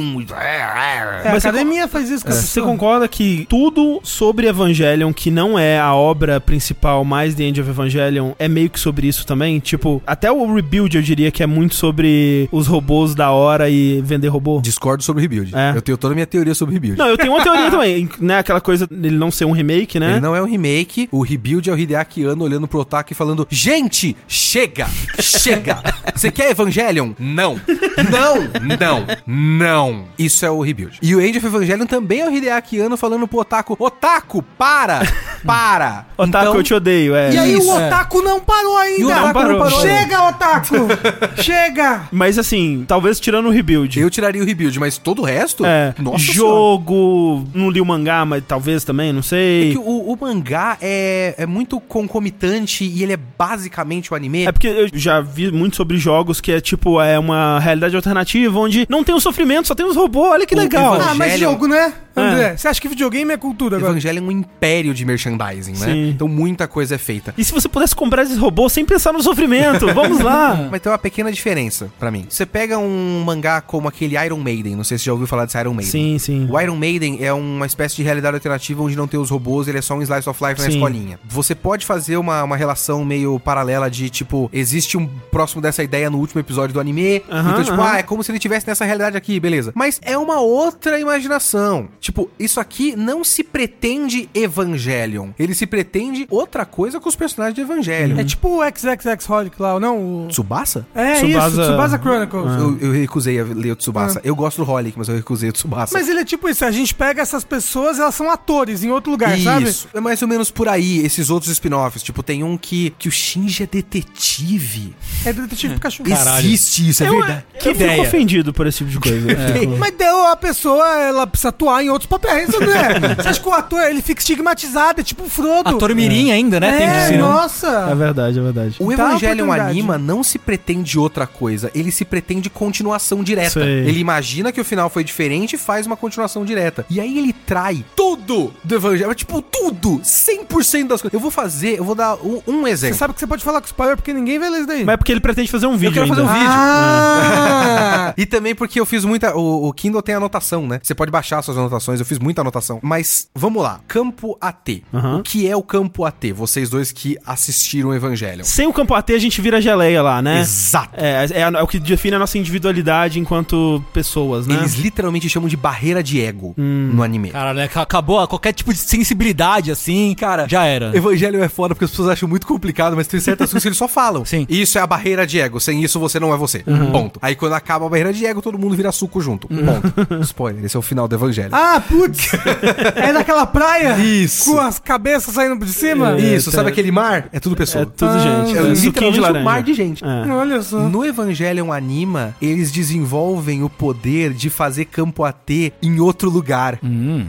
Speaker 2: É,
Speaker 1: Mas
Speaker 2: a
Speaker 1: você
Speaker 2: academia faz isso com as
Speaker 1: Você
Speaker 2: pessoas.
Speaker 1: concorda que tudo sobre Evangelion, que não é a obra principal mais The End of Evangelion, é meio que sobre isso também? Tipo, até o Rebuild eu diria que é muito sobre os robôs da hora e vender robô.
Speaker 4: Discordo sobre Rebuild.
Speaker 1: É.
Speaker 4: Eu tenho toda a minha teoria sobre Rebuild.
Speaker 1: Não, eu tenho uma teoria também, né? Aquela coisa dele não ser um remake, né?
Speaker 4: Ele não é um remake, o rebuild é o Hideaki Anno olhando pro Otaku e falando: Gente, chega! Chega! Você quer Evangelion? Não! Não! Não! Não! Isso é o rebuild. E o Age of Evangelion também é o Hideaki Anno falando pro Otaku: Otaku, para! Para! Então,
Speaker 1: Otaku, eu te odeio, é.
Speaker 2: E aí
Speaker 4: Isso,
Speaker 2: o
Speaker 4: é.
Speaker 2: Otaku não parou ainda.
Speaker 4: E o
Speaker 1: Não
Speaker 4: Otaku não
Speaker 1: parou.
Speaker 4: parou.
Speaker 2: Chega, Otaku! Chega!
Speaker 1: Mas assim, talvez tirando o Rebuild.
Speaker 4: Eu tiraria o rebuild, mas todo o resto?
Speaker 1: É,
Speaker 4: Nossa Senhora.
Speaker 1: jogo, não li o mangá, mas talvez também, não sei.
Speaker 4: É que o, o mangá é, é muito concomitante e ele é basicamente o anime.
Speaker 1: É porque eu já vi muito sobre jogos que é tipo, é uma realidade alternativa onde não tem o sofrimento, só tem os robôs, olha que
Speaker 4: O
Speaker 1: legal.
Speaker 4: Evan-
Speaker 2: Ah, mas
Speaker 4: Evangelion.
Speaker 2: jogo, né? André, você acha que videogame é cultura agora?
Speaker 4: Evangelho é um império de merchandising, né?
Speaker 1: Sim.
Speaker 4: Então muita coisa é feita.
Speaker 1: E se você pudesse comprar esses robôs sem pensar no sofrimento? Vamos lá!
Speaker 4: Mas tem uma pequena diferença pra mim. Você pega um mangá como aquele Iron Maiden, não sei se você já ouviu falar desse Iron Maiden.
Speaker 1: sim, sim.
Speaker 4: O Iron Maiden é uma espécie de realidade alternativa onde não tem os robôs, ele é só um slice of life na
Speaker 1: Sim.
Speaker 4: escolinha. Você pode fazer uma, uma relação meio paralela de, tipo, existe um próximo dessa ideia no último episódio do anime.
Speaker 1: Aham,
Speaker 4: então, tipo,
Speaker 1: aham.
Speaker 4: ah, é como se ele tivesse nessa realidade aqui, beleza. Mas é uma outra imaginação. Tipo, isso aqui não se pretende Evangelion. Ele se pretende outra coisa com os personagens de Evangelion.
Speaker 1: Uhum.
Speaker 2: É tipo o XXX Holic lá, ou não? O...
Speaker 4: Tsubasa? Ah.
Speaker 2: É isso,
Speaker 1: Tsubasa-
Speaker 2: Tsubasa Chronicles.
Speaker 4: Eu, eu recusei a ler o Tsubasa. Eu gosto do Holic, mas eu recusei o Tsubasa.
Speaker 2: Mas ele é tipo isso, a gente pega essas pessoas, elas são atores em outro lugar, sabe?
Speaker 4: Isso. É mais ou menos por aí, esses outros spin-offs. Tipo, tem um que, que o Shinji é detetive.
Speaker 2: É detetive Pikachu.
Speaker 3: Caralho.
Speaker 4: Existe isso, é verdade.
Speaker 1: que eu
Speaker 3: ideia.
Speaker 1: fico ofendido por esse tipo de coisa. Tipo,
Speaker 4: É.
Speaker 2: Mas deu a pessoa, ela precisa atuar em outros papéis, André. Você acha que o ator, ele fica estigmatizado, é tipo o Frodo.
Speaker 3: Ator mirim ainda, né? Tem
Speaker 2: é,
Speaker 3: disso, não.
Speaker 1: É
Speaker 2: nossa.
Speaker 1: verdade, é verdade.
Speaker 2: Dá
Speaker 4: O
Speaker 2: uma
Speaker 4: Evangelion
Speaker 2: oportunidade.
Speaker 4: Anima não se pretende outra coisa, ele se pretende continuação direta.
Speaker 1: Sei.
Speaker 4: Ele imagina que o final foi diferente e faz uma continuação direta. E aí ele trai tudo do Evangelion, tipo, tudo, 100% das coisas. Eu vou fazer, eu vou dar um, um
Speaker 2: Você
Speaker 4: exemplo.
Speaker 2: sabe que você pode falar com spoiler porque ninguém vê isso daí.
Speaker 1: Mas é porque ele pretende fazer um vídeo
Speaker 4: quero
Speaker 1: ainda.
Speaker 4: fazer um vídeo.
Speaker 2: Ah!
Speaker 4: E também porque eu fiz muita. O, o Kindle tem anotação, né? Você pode baixar suas anotações, eu fiz muita anotação. Mas vamos lá. Campo AT.
Speaker 1: Aham.
Speaker 4: O que é o campo AT? Vocês dois que assistiram o Evangelho.
Speaker 1: Sem o campo AT a gente vira geleia lá, né?
Speaker 4: Exato.
Speaker 1: É, é, é o que define a nossa individualidade enquanto pessoas, né?
Speaker 4: Eles literalmente chamam de barreira de ego
Speaker 1: Hum.
Speaker 4: no anime.
Speaker 3: Caralho, né? acabou qualquer tipo de sensibilidade, assim.
Speaker 4: Cara,
Speaker 3: já era.
Speaker 4: Evangelho é foda porque as pessoas acham muito complicado, mas tem certas coisas que eles só falam.
Speaker 3: Sim.
Speaker 4: Isso é a barreira de ego. Sem isso você não é você.
Speaker 1: Uhum.
Speaker 4: Ponto. Aí quando acaba a barreira de ego, todo mundo vira suco junto. Ponto. Spoiler, esse é o final do Evangelho.
Speaker 2: Ah, putz! É naquela praia?
Speaker 4: Isso.
Speaker 2: Com as cabeças saindo de cima?
Speaker 4: isso,
Speaker 1: é,
Speaker 4: sabe
Speaker 1: tá.
Speaker 4: aquele mar? É tudo pessoa.
Speaker 1: É tudo gente.
Speaker 4: É
Speaker 1: né? Suquinho
Speaker 4: literalmente um
Speaker 1: laranja.
Speaker 4: mar de gente.
Speaker 1: É.
Speaker 2: Olha só.
Speaker 4: No Evangelion Anima, eles desenvolvem o poder de fazer campo AT em outro lugar.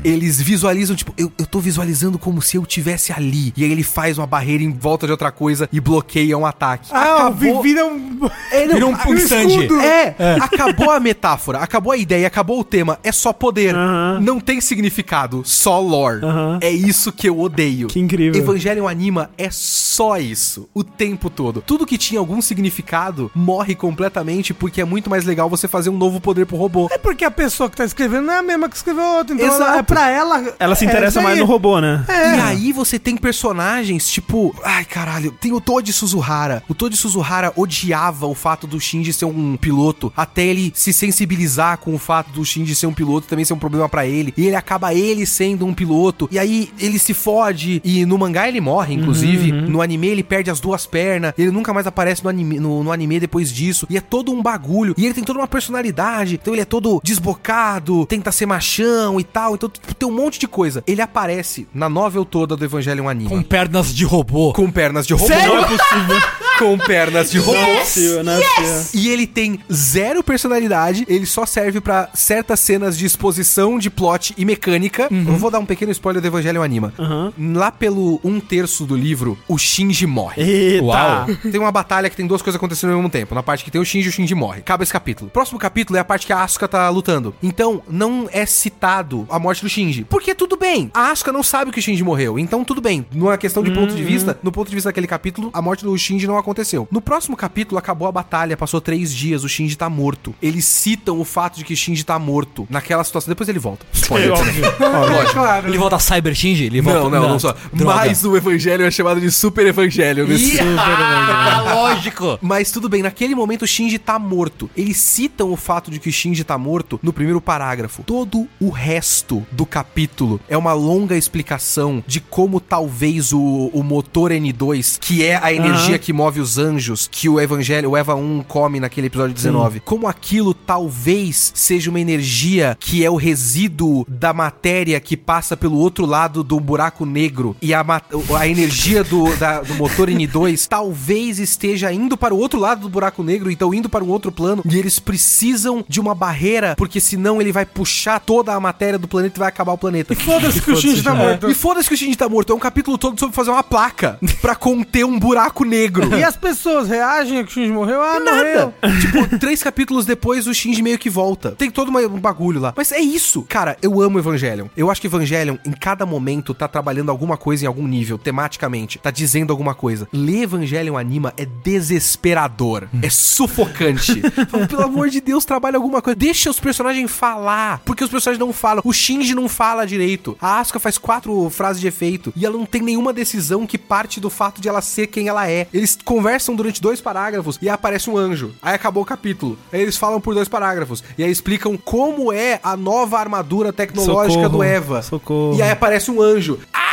Speaker 4: Eles visualizam, tipo, eu, eu tô visualizando como se eu tivesse ali. E aí ele faz uma barreira em volta de outra coisa e bloqueia um ataque.
Speaker 2: Ah, vi- vira um...
Speaker 4: É, não,
Speaker 3: Virou um
Speaker 4: a-
Speaker 3: punk
Speaker 4: o
Speaker 3: stand.
Speaker 4: escudo. É, acabou a metáfora, acabou a ideia, acabou o tema. É só poder.
Speaker 1: Aham.
Speaker 4: Não tem significado, só lore.
Speaker 1: Aham.
Speaker 4: É isso que eu odeio.
Speaker 1: Que incrível.
Speaker 4: Evangelion Anima é só isso, o tempo todo. Tudo que tinha algum significado morre completamente porque é muito mais legal você fazer um novo poder pro robô.
Speaker 2: É porque a pessoa que tá escrevendo não é a mesma que escreveu a outra. Então ela,
Speaker 4: Exato.
Speaker 2: é pra ela.
Speaker 1: Ela se interessa
Speaker 2: é isso
Speaker 1: mais
Speaker 2: aí.
Speaker 1: no robô, né?
Speaker 2: É.
Speaker 4: E aí você tem personagens tipo, ai caralho, tem o Toad Suzuhara. O Toad Suzuhara odiava o fato do Shinji ser um piloto, até ele se sensibilizar com o fato do Shinji ser um piloto também ser um problema pra ele. E ele acaba ele sendo um piloto. E aí ele se fode e no mangá ele morre, inclusive, no anime ele perde as duas pernas, ele nunca mais aparece no anime, no, no anime depois disso. E é todo um bagulho. E ele tem toda uma personalidade. Então ele é todo desbocado, tenta ser machão e tal. Então tipo, tem um monte de coisa. Ele aparece na novel toda do Evangelion Anima.
Speaker 3: Com
Speaker 4: Com,
Speaker 3: pernas de robô.
Speaker 4: pernas de robô.
Speaker 1: Não é possível.
Speaker 4: Com pernas de robô.
Speaker 1: Não é possível, não é possível.
Speaker 4: E ele tem zero personalidade, ele só serve pra certas cenas de exposição, de plot e mecânica. Eu vou dar um pequeno spoiler do Evangelho Anima.
Speaker 1: Aham.
Speaker 4: Lá pelo um terço do livro, o Shinji morre.
Speaker 1: Eita.
Speaker 3: Uau.
Speaker 4: Tem uma batalha que tem duas coisas acontecendo ao mesmo tempo. Na parte que tem o Shinji, o Shinji morre. Acaba esse capítulo. Próximo capítulo é a parte que a Asuka tá lutando. Então, não é citado a morte do Shinji. Porque tudo bem. A Asuka não sabe que o Shinji morreu. Então, tudo bem. Numa questão de ponto de vista, no ponto de vista daquele capítulo, a morte do Shinji não aconteceu. No próximo capítulo, acabou a batalha. Passou três dias. O Shinji tá morto. Eles citam o fato de que o Shinji tá morto. Naquela situação. Depois ele volta.
Speaker 1: É
Speaker 4: Spoiler.
Speaker 1: óbvio.
Speaker 2: É claro.
Speaker 3: Ele volta a Cyber Shinji? Ele volta...
Speaker 4: Não, não, não só.
Speaker 3: Droga.
Speaker 4: Mas o Evangelho é chamado de Super Evangelho. nesse-
Speaker 3: Ah, lógico.
Speaker 4: Mas tudo bem, naquele momento o Shinji tá morto. Eles citam o fato de que o Shinji tá morto no primeiro parágrafo. Todo o resto do capítulo é uma longa explicação de como talvez o, o motor N2, que é a energia que move os anjos, que o Evangelho, o Eva 1 come naquele episódio 19, como aquilo talvez seja uma energia que é o resíduo da matéria que passa pelo outro lado do buraco negro e a, ma- a energia do, da- do motor N2 talvez esteja indo para o outro lado do buraco negro, então indo para um outro plano e eles precisam de uma barreira porque senão ele vai puxar toda a matéria do planeta e vai acabar o planeta.
Speaker 2: E foda-se que o Shinji tá
Speaker 1: é.
Speaker 2: morto.
Speaker 4: E foda-se que o Shinji tá morto, é um capítulo todo sobre fazer uma placa pra conter um buraco negro.
Speaker 2: E as pessoas reagem que o Shinji morreu? Ah,
Speaker 4: Nada.
Speaker 2: morreu.
Speaker 4: tipo, três capítulos depois o Shinji meio que volta. Tem todo uma- um bagulho lá. Mas é isso. Cara, eu amo Evangelion. Eu acho que Evangelion, em cada momento, tá trabalhando alguma coisa em algum nível, tematicamente. Tá dizendo alguma coisa. Ler Evangelion anima é desesperador. É sufocante. Fala, Pelo amor de Deus, trabalha alguma coisa. Deixa os personagens falar. Porque os personagens não falam. O Shinji não fala direito. A Asuka faz quatro frases de efeito. E ela não tem nenhuma decisão que parte do fato de ela ser quem ela é. Eles conversam durante dois parágrafos e aí aparece um anjo. Aí acabou o capítulo. Aí eles falam por dois parágrafos. E aí explicam como é a nova armadura tecnológica
Speaker 1: Socorro,
Speaker 4: do Eva.
Speaker 1: socorro.
Speaker 4: E aí aparece um anjo. Ah,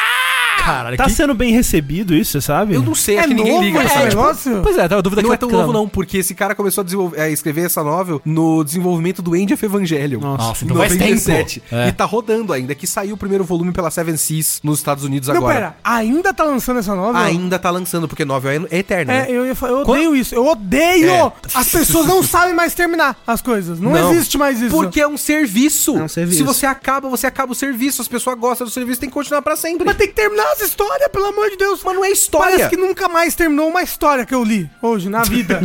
Speaker 3: Caralho,
Speaker 1: Tá
Speaker 3: É que...
Speaker 1: sendo bem recebido isso, você sabe?
Speaker 4: eu não sei,
Speaker 2: É
Speaker 4: acho que ninguém
Speaker 2: novo
Speaker 4: liga.
Speaker 2: esse
Speaker 4: sabe?
Speaker 2: negócio?
Speaker 3: Pois é, tá a dúvida
Speaker 4: não
Speaker 3: que
Speaker 4: é tão
Speaker 3: tá-
Speaker 4: novo, não, porque esse cara começou a, desenvolver- a escrever essa novel no desenvolvimento do End of Evangelion.
Speaker 3: Nossa,
Speaker 4: Em
Speaker 3: então faz
Speaker 4: 97.
Speaker 3: tempo. É.
Speaker 4: E tá rodando ainda, que saiu o primeiro volume pela Seven Seas nos Estados Unidos
Speaker 2: Não,
Speaker 4: agora.
Speaker 2: pera, ainda tá lançando essa nova?
Speaker 4: Ainda tá lançando, porque novel é eterna.
Speaker 2: É,
Speaker 4: né?
Speaker 2: eu, ia falar, eu odeio isso. Eu odeio!
Speaker 4: É.
Speaker 2: As pessoas não sabem mais terminar as coisas. Não,
Speaker 4: Não.
Speaker 2: existe mais isso.
Speaker 4: Porque é um serviço.
Speaker 1: É um serviço.
Speaker 4: Se você acaba, você acaba o serviço. As pessoas gostam do serviço, tem que continuar pra sempre.
Speaker 2: Mas tem que terminar essa história, pelo amor de Deus.
Speaker 4: Mas não é história.
Speaker 2: Parece que nunca mais terminou uma história que eu li hoje, na vida.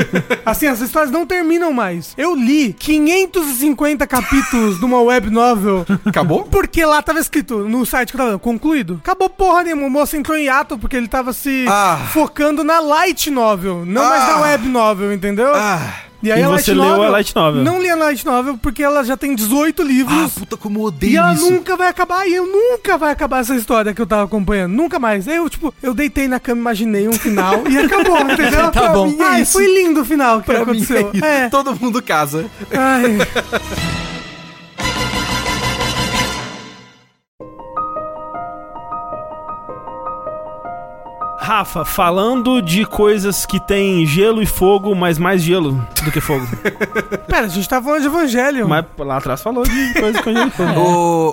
Speaker 2: assim, as histórias não terminam mais. Eu li 550 capítulos de uma web novel.
Speaker 4: Acabou?
Speaker 2: Porque lá tava escrito no site que eu tava lendo, concluído. Acabou porra nenhuma. O moço entrou em ato porque ele tava se
Speaker 4: Ah.
Speaker 2: focando na light novel, não mais na
Speaker 4: Ah.
Speaker 2: web novel, entendeu?
Speaker 4: Ah,
Speaker 1: E você leu a light novel.
Speaker 2: Não li a light novel porque ela já tem 18
Speaker 4: ah,
Speaker 2: livros.
Speaker 4: puta, como eu
Speaker 2: E
Speaker 4: odeio
Speaker 2: ela
Speaker 4: isso.
Speaker 2: nunca vai acabar, e eu nunca vai acabar essa história que eu tava acompanhando, nunca mais. Eu, tipo, eu deitei na cama, imaginei um final e acabou, entendeu?
Speaker 3: Tá bom.
Speaker 2: Pra mim é Ai,
Speaker 4: isso.
Speaker 2: foi lindo o final que
Speaker 4: Pra mim é
Speaker 2: aconteceu.
Speaker 4: isso.
Speaker 2: É.
Speaker 4: Todo mundo casa.
Speaker 2: Ai.
Speaker 1: Rafa, falando de coisas que tem gelo e fogo, mas mais gelo do que fogo.
Speaker 2: Pera, a gente tá falando de evangelho.
Speaker 1: mas lá atrás falou de coisas com gelo e
Speaker 4: Então,
Speaker 1: fogo.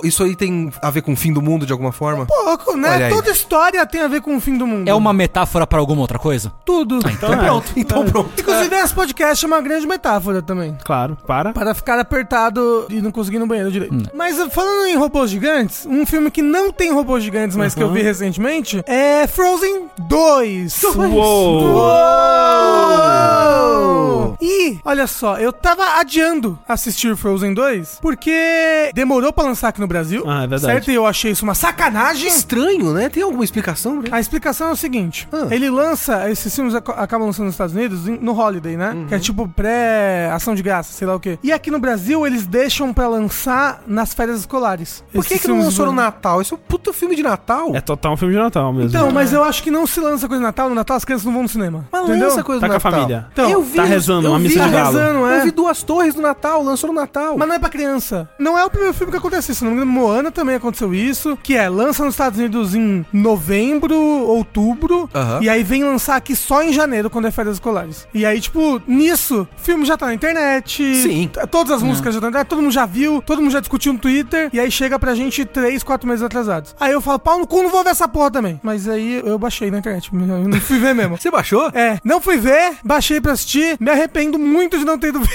Speaker 4: Ô, isso aí tem a ver com o fim do mundo de alguma forma?
Speaker 2: Pouco,
Speaker 4: Olha
Speaker 2: né?
Speaker 4: aí.
Speaker 2: Toda história tem a ver com o fim do mundo.
Speaker 3: É uma metáfora pra alguma outra coisa?
Speaker 2: tudo.
Speaker 1: Então é,
Speaker 4: Então pronto.
Speaker 2: Inclusive, esse podcast é uma grande metáfora também.
Speaker 1: Claro, para.
Speaker 2: Para ficar apertado e não conseguir ir no banheiro
Speaker 1: Hum.
Speaker 2: direito. Mas uh, falando em robôs gigantes, um filme que não tem robôs gigantes, mas que eu
Speaker 1: Uhum.
Speaker 2: vi recentemente, é Frozen 2.
Speaker 1: Uou.
Speaker 2: Uou! E, olha só, eu tava adiando assistir Frozen 2 porque demorou pra lançar aqui no Brasil.
Speaker 1: Ah, é verdade.
Speaker 2: Certo? E eu achei isso uma sacanagem.
Speaker 4: Estranho, né? Tem alguma explicação? né?
Speaker 2: A explicação é o seguinte:
Speaker 4: Ah.
Speaker 2: ele lança, esses filmes ac- acabam lançando nos Estados Unidos em- no Holiday, né?
Speaker 4: Uhum.
Speaker 2: Que é tipo pré-ação de graça, sei lá o quê. E aqui no Brasil eles deixam pra lançar nas férias escolares.
Speaker 4: Por que,
Speaker 2: Esses
Speaker 4: que não
Speaker 2: filmes
Speaker 4: lançou no
Speaker 2: do-
Speaker 4: Natal? Isso é um puta filme de Natal.
Speaker 1: É total um filme de Natal mesmo.
Speaker 2: Então, mas eu acho que não se lança coisa no Natal. No Natal as crianças não vão no cinema.
Speaker 4: Mas
Speaker 2: entendeu?
Speaker 4: lança coisa
Speaker 1: tá
Speaker 4: do
Speaker 1: com a
Speaker 4: Natal.
Speaker 1: família.
Speaker 2: Então,
Speaker 4: eu vi,
Speaker 1: tá rezando,
Speaker 4: eu
Speaker 1: uma
Speaker 4: vi-
Speaker 1: missa
Speaker 2: tá
Speaker 1: de galo.
Speaker 2: rezando, é.
Speaker 4: Eu vi duas torres no Natal, lançou no Natal.
Speaker 2: Mas não é pra criança. Não é o primeiro filme que acontece isso. Não me engano, Moana também aconteceu isso. Que é, lança nos Estados Unidos em novembro, outubro.
Speaker 4: Aham.
Speaker 2: E aí vem lançar aqui só em janeiro, quando é férias escolares. E aí, tipo, nisso, o filme já tá na internet.
Speaker 4: Sim.
Speaker 2: t- Todas as músicas já estão na internet. Todo mundo já viu. Todo mundo já discutiu no Twitter. E aí chega pra gente três, quatro meses atrasados. Aí eu falo, pau no cu, não vou ver essa porra também. Mas aí eu baixei na internet. eu Não fui ver mesmo.
Speaker 4: Você baixou?
Speaker 2: É, não fui ver, baixei pra assistir, me arrependo muito de não ter ido ver.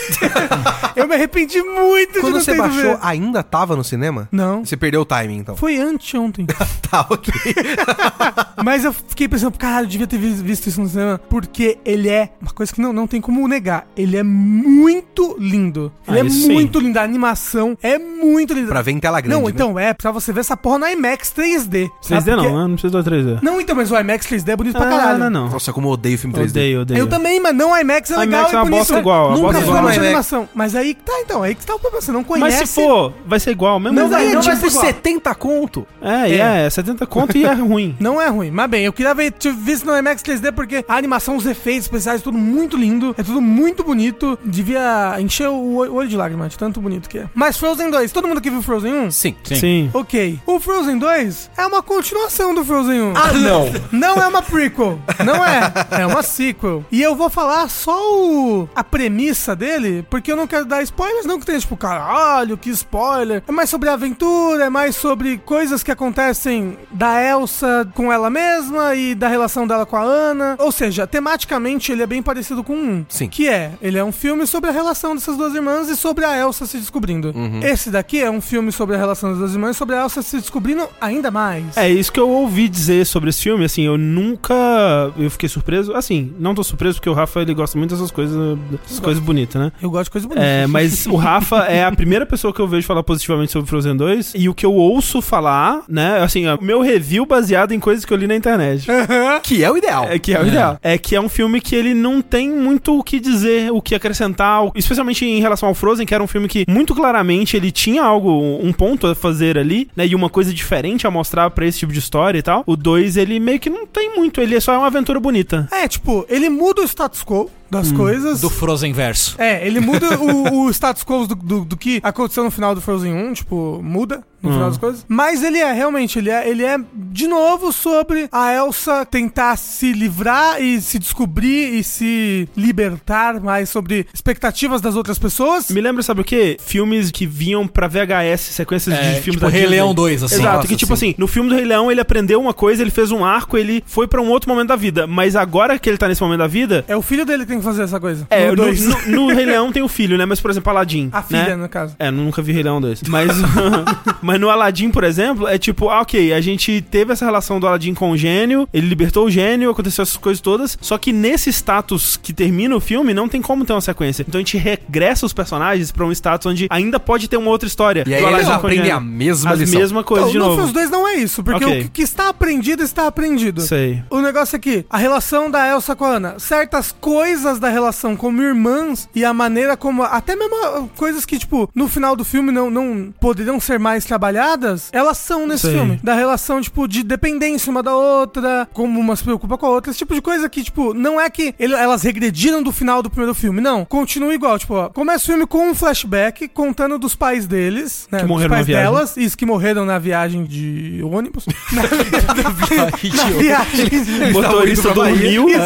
Speaker 2: eu me arrependi muito de
Speaker 4: Quando
Speaker 2: não
Speaker 4: você
Speaker 2: ter ido
Speaker 4: baixou,
Speaker 2: ver.
Speaker 4: ainda tava no cinema?
Speaker 2: Não.
Speaker 4: Você perdeu o timing, então.
Speaker 2: Foi anteontem.
Speaker 4: Tá, ok.
Speaker 2: Mas eu fiquei pensando, caralho, eu devia ter vis- visto isso no cinema. Porque ele é uma coisa que não, não tem como negar. Ele é muito lindo. Ele
Speaker 1: Ah,
Speaker 2: é
Speaker 1: isso sim.
Speaker 2: muito lindo. A animação é muito linda.
Speaker 4: pra ver em tela grande.
Speaker 2: não,
Speaker 4: né?
Speaker 2: então é, pra você ver essa porra no IMAX 3D. sabe?
Speaker 1: 3D
Speaker 2: Porque-
Speaker 1: não, né? não precisa do 3D.
Speaker 2: Não, então, mas o IMAX 3D é bonito pra
Speaker 1: Ah,
Speaker 2: caralho.
Speaker 1: não, não.
Speaker 4: Nossa, como eu odeio filme 3D.
Speaker 1: Odeio, odeio.
Speaker 2: Eu também, mas não, IMAX é legal
Speaker 1: IMAX é
Speaker 2: e
Speaker 1: uma
Speaker 2: bonito.
Speaker 1: bosta igual, uma
Speaker 2: Nunca
Speaker 1: bosta
Speaker 2: fui
Speaker 1: igual. é
Speaker 2: no de
Speaker 4: IMAX.
Speaker 2: animação. Mas aí que tá, então. Aí que tá o problema. Você não
Speaker 1: Mas
Speaker 2: conhece.
Speaker 1: se for, vai ser igual mesmo.
Speaker 2: Não vai,
Speaker 4: É
Speaker 2: não vai ser
Speaker 4: tipo
Speaker 2: igual.
Speaker 4: 70 conto.
Speaker 1: É, e é, é 70 conto e é ruim.
Speaker 2: Não é ruim. Mas bem, eu queria ver, tive visto no IMAX 3D porque a animação, os efeitos especiais, tudo muito lindo. É tudo muito bonito. Devia encher o oi- olho de lágrimas, de tanto bonito que é. Mas Frozen 2, todo mundo que viu Frozen 1?
Speaker 4: Sim.
Speaker 1: Sim.
Speaker 2: Ok. O Frozen 2 é uma continuação do Frozen 1.
Speaker 4: Ah, não.
Speaker 2: Não é uma prequel. Não é. É uma sequel. E eu vou falar só o entendendo a premissa dele, porque eu não quero dar spoilers, não que tenha tipo, caralho, que spoiler. É mais sobre a aventura, é mais sobre coisas que acontecem da Elsa com ela mesma e da relação dela com a Ana. Ou seja, tematicamente ele é bem parecido com um.
Speaker 4: Sim.
Speaker 2: Que é, ele é um filme sobre a relação dessas duas irmãs e sobre a Elsa se descobrindo.
Speaker 1: Uhum.
Speaker 2: Esse daqui é um filme sobre a relação das duas irmãs e sobre a Elsa se descobrindo ainda mais.
Speaker 1: É isso que eu ouvi dizer sobre esse filme, assim, eu nunca eu fiquei surpreso, assim, não tô surpreso porque o Rafa ele gosta muito dessas coisas, dessas coisas bonitas, né?
Speaker 2: Eu gosto de coisa bonita.
Speaker 1: É, mas o Rafa é a primeira pessoa que eu vejo falar positivamente sobre Frozen 2 e o que eu ouço falar, né, assim, o meu review baseado em coisas que eu li na internet.
Speaker 4: Que é o ideal.
Speaker 1: É que é o ideal. É que é um filme que ele não tem muito o que dizer, o que acrescentar, especialmente em relação ao Frozen, que era um filme que muito claramente ele tinha algo, um ponto a fazer ali, né, e uma coisa diferente a mostrar pra esse tipo de história e tal. O 2 ele meio que não tem muito, ele só é uma aventura bonita.
Speaker 2: É, tipo, ele muda o status quo
Speaker 1: Hum,
Speaker 2: das coisas.
Speaker 3: Do Frozen Verso.
Speaker 2: É, ele muda o, o status quo do, do, do que aconteceu no final do Frozen 1, tipo, muda no
Speaker 1: Hum.
Speaker 2: final das coisas. Mas ele é, realmente, ele é, ele é, de novo, sobre a Elsa tentar se livrar e se descobrir e se libertar mais sobre expectativas das outras pessoas.
Speaker 1: Me lembra, sabe o quê? Filmes que vinham pra VHS, sequências
Speaker 3: É,
Speaker 1: de filmes
Speaker 3: tipo Rei
Speaker 1: Disney.
Speaker 3: Leão 2, assim.
Speaker 1: Exato,
Speaker 4: Nossa,
Speaker 1: que tipo assim, no filme do Rei Leão ele aprendeu uma coisa, ele fez um arco, ele foi pra um outro momento da vida. Mas agora que ele tá nesse momento da vida,
Speaker 2: É o filho dele que tem que fazer essa coisa.
Speaker 1: é,
Speaker 2: o
Speaker 1: no, no- no Rei Leão tem o filho, né? Mas, por exemplo, Aladdin.
Speaker 2: A
Speaker 1: né?
Speaker 2: filha, no caso.
Speaker 1: É, nunca vi Rei Leão 2. Mas, mas no Aladdin, por exemplo, é tipo, ah, ok, a gente teve essa relação do Aladdin com o gênio, ele libertou o gênio, aconteceu essas coisas todas, só que nesse status que termina o filme, não tem como ter uma sequência. Então a gente regressa os personagens pra um status onde ainda pode ter uma outra história.
Speaker 4: E aí
Speaker 1: Do Aladdin
Speaker 4: eles
Speaker 1: com o
Speaker 4: aprendem
Speaker 2: né?
Speaker 1: gênio.
Speaker 4: a mesma
Speaker 1: As
Speaker 4: lição.
Speaker 1: mesma coisa de
Speaker 2: no
Speaker 1: novo.
Speaker 2: Frozen 2 não é isso, porque
Speaker 1: Ok.
Speaker 2: o que- que está aprendido está aprendido.
Speaker 1: Sei.
Speaker 2: O negócio aqui, a relação da Elsa com a Ana. Certas coisas da relação como irmãs e a maneira como. Até mesmo ah, coisas que, tipo, no final do filme não, não poderiam ser mais trabalhadas, elas são nesse
Speaker 1: Sei.
Speaker 2: filme. Da relação, tipo, de dependência uma da outra, como uma se preocupa com a outra, esse tipo de coisa que, tipo, não é que ele- elas regrediram do final do primeiro filme, não. Continua igual, tipo, ó, começa o filme com um flashback contando dos pais deles, né?
Speaker 1: Que morreram
Speaker 2: dos
Speaker 1: na
Speaker 2: pais
Speaker 1: viagem.
Speaker 2: delas, isso que morreram na viagem de ônibus. na viagem de
Speaker 1: O motorista
Speaker 4: Estavam indo pra
Speaker 1: dormiu. É.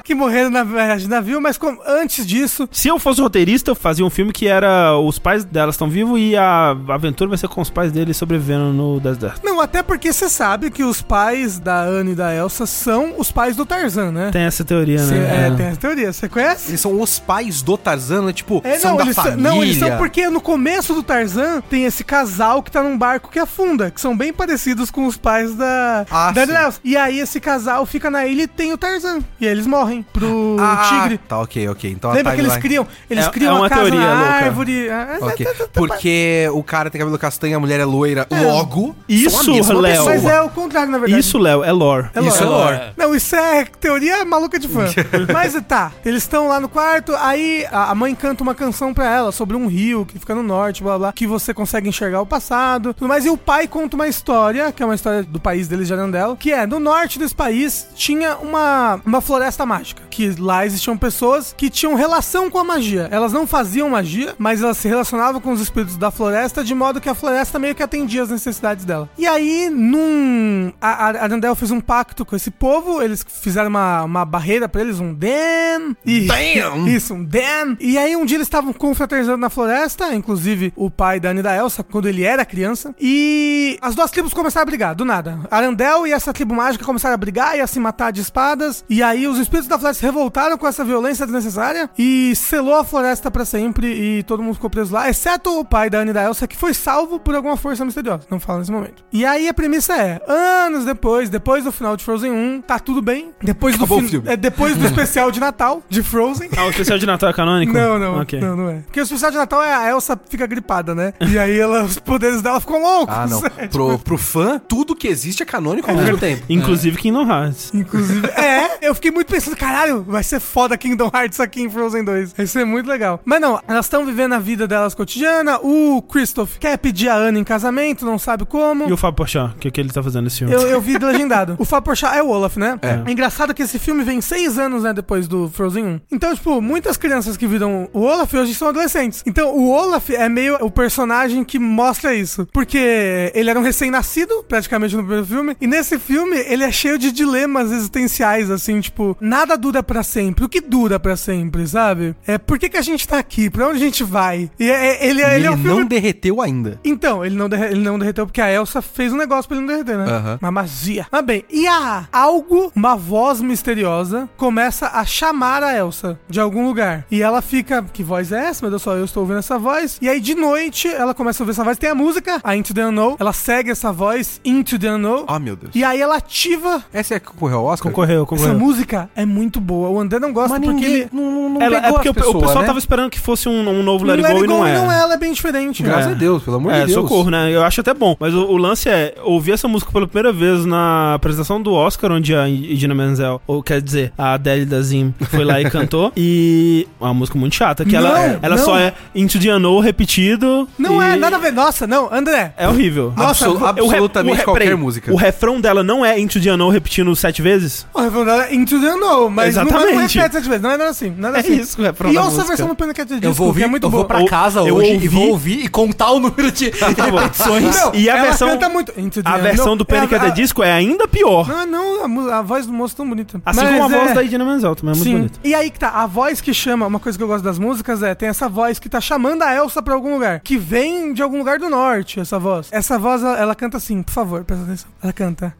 Speaker 2: que morreram na viagem de navio, mas como- antes disso,
Speaker 1: Se eu fosse roteirista, eu fazia um filme que era os pais delas estão vivos e a aventura vai ser com os pais deles sobrevivendo no deserto.
Speaker 2: não, até porque você sabe que os pais da Anne e da Elsa são os pais do Tarzan, né?
Speaker 1: Tem essa teoria,
Speaker 2: Cê-
Speaker 1: né?
Speaker 2: é, tem essa teoria, você conhece?
Speaker 4: Eles são os pais do Tarzan, né? Tipo,
Speaker 2: É,
Speaker 4: são
Speaker 2: não,
Speaker 4: da
Speaker 2: eles são,
Speaker 4: família.
Speaker 2: não, eles são porque no começo do Tarzan tem esse casal que tá num barco que afunda, que são bem parecidos com os pais da,
Speaker 4: Ah,
Speaker 2: da
Speaker 4: sim.
Speaker 2: Elsa. E aí esse casal fica na ilha e tem o Tarzan. E aí eles morrem pro
Speaker 4: Ah,
Speaker 2: tigre.
Speaker 4: Tá, ok, ok. Então a
Speaker 2: Lembra que eles
Speaker 4: timeline-
Speaker 2: criam, eles
Speaker 1: É-
Speaker 2: criam
Speaker 1: é
Speaker 2: uma
Speaker 1: uma
Speaker 2: casa
Speaker 1: teoria
Speaker 2: na
Speaker 1: louca.
Speaker 2: árvore. Ah,
Speaker 4: Ok. Porque o cara tem cabelo castanho, a mulher é loira. Logo,
Speaker 1: Isso,
Speaker 4: são a mesma
Speaker 1: Léo.
Speaker 4: pessoa.
Speaker 2: Mas é o contrário, na verdade.
Speaker 1: Isso, Léo, é lore.
Speaker 2: É lore.
Speaker 4: Isso é lore.
Speaker 2: Não, isso é teoria maluca de fã. Mas tá, eles estão lá no quarto, aí a a mãe canta uma canção pra ela sobre um rio que fica no norte, blá blá, que você consegue enxergar o passado, tudo mais. E o pai conta uma história, que é uma história do país dele, de Arandela, que é, no norte desse país tinha uma, uma floresta mágica, que lá existiam pessoas que tinham relação com a magia. Elas não faziam magia, mas elas se relacionavam com os espíritos da floresta, de modo que a floresta meio que atendia as necessidades dela. E aí, num. A, a Arandel fez um pacto com esse povo, eles fizeram uma, uma barreira pra eles, um den. E,
Speaker 4: Damn!
Speaker 2: Isso, um den. E aí, um dia eles estavam confraternizando na floresta, inclusive o pai da Anne e da Elsa, quando ele era criança. E as duas tribos começaram a brigar, do nada. Arandel e essa tribo mágica começaram a brigar e a se matar de espadas. E aí, os espíritos da floresta se revoltaram com essa violência desnecessária e selou a floresta pra sempre. E todo mundo ficou preso lá, exceto o pai da Anne e da Elsa, que foi salvo por alguma força misteriosa. Não fala nesse momento. E aí, a premissa é: anos depois, depois do final de Frozen 1, tá tudo bem. Depois
Speaker 4: Acabou o
Speaker 2: do fin-
Speaker 4: filme.
Speaker 2: É, depois do especial de Natal de Frozen.
Speaker 1: Ah, o especial de Natal é canônico?
Speaker 2: Não, não,
Speaker 1: Ok.
Speaker 2: não, não é. Porque o especial de Natal é a Elsa fica gripada, né? E aí ela, os poderes dela ficam loucos.
Speaker 4: Ah, não. Pro, pro fã, tudo que existe é canônico ao mesmo tempo.
Speaker 2: É.
Speaker 1: Inclusive Kingdom Hearts.
Speaker 2: Inclusive, é, eu fiquei muito pensando, caralho, vai ser foda Kingdom Hearts aqui em Frozen 2. Vai ser muito legal. Mas não, elas estão vivendo a vida delas cotidiana. O Christoph quer pedir pedir a Ana em casamento, não sabe como.
Speaker 1: E o Fábio Porchat, o que, que ele tá fazendo nesse filme?
Speaker 2: Eu, eu vi legendado. O Fábio Porchat é o Olaf, né? É. engraçado que esse filme vem seis anos, né, depois do Frozen 1. Então, tipo, muitas crianças que viram o Olaf hoje são adolescentes. Então, o Olaf é meio o personagem que mostra isso. Porque ele era um recém-nascido, praticamente, no primeiro filme. E nesse filme, ele é cheio de dilemas existenciais, assim, tipo, nada dura pra sempre. O que dura pra sempre, sabe? É por que, que a gente tá aqui? Pra onde a gente vai? E é- é- ele, é- ele
Speaker 4: ele
Speaker 2: é um filme
Speaker 4: não derreteu ainda.
Speaker 2: então, ele não, derre- ele não derreteu porque a Elsa fez um negócio pra ele não derreter, né?
Speaker 4: Aham.
Speaker 2: Uma magia. Mas bem, e a algo, uma voz misteriosa, começa a chamar a Elsa de algum lugar. E ela fica, que voz é essa? Meu Deus do céu, eu estou ouvindo essa voz. E aí de noite ela começa a ouvir essa voz, tem a música, a Into the Unknown. Ela segue essa voz, Into the Unknown.
Speaker 4: Ah, meu Deus.
Speaker 2: E aí ela ativa.
Speaker 4: Essa é a que concorreu ao Oscar?
Speaker 1: Concorreu,
Speaker 2: Essa
Speaker 1: concorreu.
Speaker 2: música é muito boa. O André não gosta
Speaker 4: Mas
Speaker 2: porque
Speaker 4: ninguém...
Speaker 2: ele.
Speaker 4: Não, não
Speaker 1: Ela- é
Speaker 4: pegou
Speaker 1: porque o,
Speaker 4: as
Speaker 1: o
Speaker 4: pessoas,
Speaker 1: pessoal
Speaker 4: né?
Speaker 1: tava esperando que fosse um, um novo Let,
Speaker 2: Let
Speaker 1: It Go,
Speaker 2: It
Speaker 1: e não é.
Speaker 2: não é, ela é bem diferente. né?
Speaker 4: Graças a Deus, pelo amor
Speaker 1: É,
Speaker 4: de Deus.
Speaker 1: socorro, né? Eu acho até bom. Mas o, o lance é, ouvir essa música pela primeira vez na apresentação do Oscar, onde a Idina Menzel, ou quer dizer, a Adele da Zim, foi lá e cantou. E é uma música muito chata, que ela,
Speaker 2: Não,
Speaker 1: ela
Speaker 2: não.
Speaker 1: só é Into the Unknown repetido.
Speaker 2: Não
Speaker 1: e-
Speaker 2: é, nada a ver. Nossa, não, André.
Speaker 1: É horrível.
Speaker 2: Nossa,
Speaker 4: Absolu-
Speaker 2: o-
Speaker 1: O
Speaker 2: o
Speaker 1: re-
Speaker 4: absolutamente
Speaker 1: o re-
Speaker 4: qualquer
Speaker 1: peraí,
Speaker 4: música.
Speaker 1: O refrão dela não é Into the Unknown repetindo sete vezes?
Speaker 2: O refrão dela é Into the Unknown, mas não, não
Speaker 1: Exatamente.
Speaker 2: repete sete vezes. Não é nada assim, nada
Speaker 1: É
Speaker 2: assim.
Speaker 1: isso, o refrão
Speaker 2: E
Speaker 1: da
Speaker 2: ouça a
Speaker 1: música.
Speaker 2: versão do Panic! Disco,
Speaker 3: Eu vou ouvir,
Speaker 2: que é muito
Speaker 3: eu
Speaker 2: boa.
Speaker 3: vou pra
Speaker 1: Eu-
Speaker 3: casa
Speaker 1: eu
Speaker 3: hoje
Speaker 1: ouvi-
Speaker 3: e vou ouvir e contar o número de repetições.
Speaker 2: Não,
Speaker 1: E a
Speaker 2: ela
Speaker 1: versão-
Speaker 2: canta muito Into the
Speaker 1: A
Speaker 2: Unknown.
Speaker 1: versão do Panic!
Speaker 2: É,
Speaker 1: at the
Speaker 2: a-
Speaker 1: Disco é ainda pior.
Speaker 2: Não, não, a mu- a, voz do moço tão bonita.
Speaker 1: Assim
Speaker 2: Mas
Speaker 1: como a
Speaker 2: é-
Speaker 1: voz da Idina Menzel, também é muito
Speaker 2: Sim.
Speaker 1: bonita.
Speaker 2: E aí que tá, a voz que chama, uma coisa que eu gosto das músicas é, tem essa voz que tá chamando a Elsa pra algum lugar, que vem de algum lugar do norte, essa voz. Essa voz, ela, ela canta assim, por favor, presta atenção. Ela canta...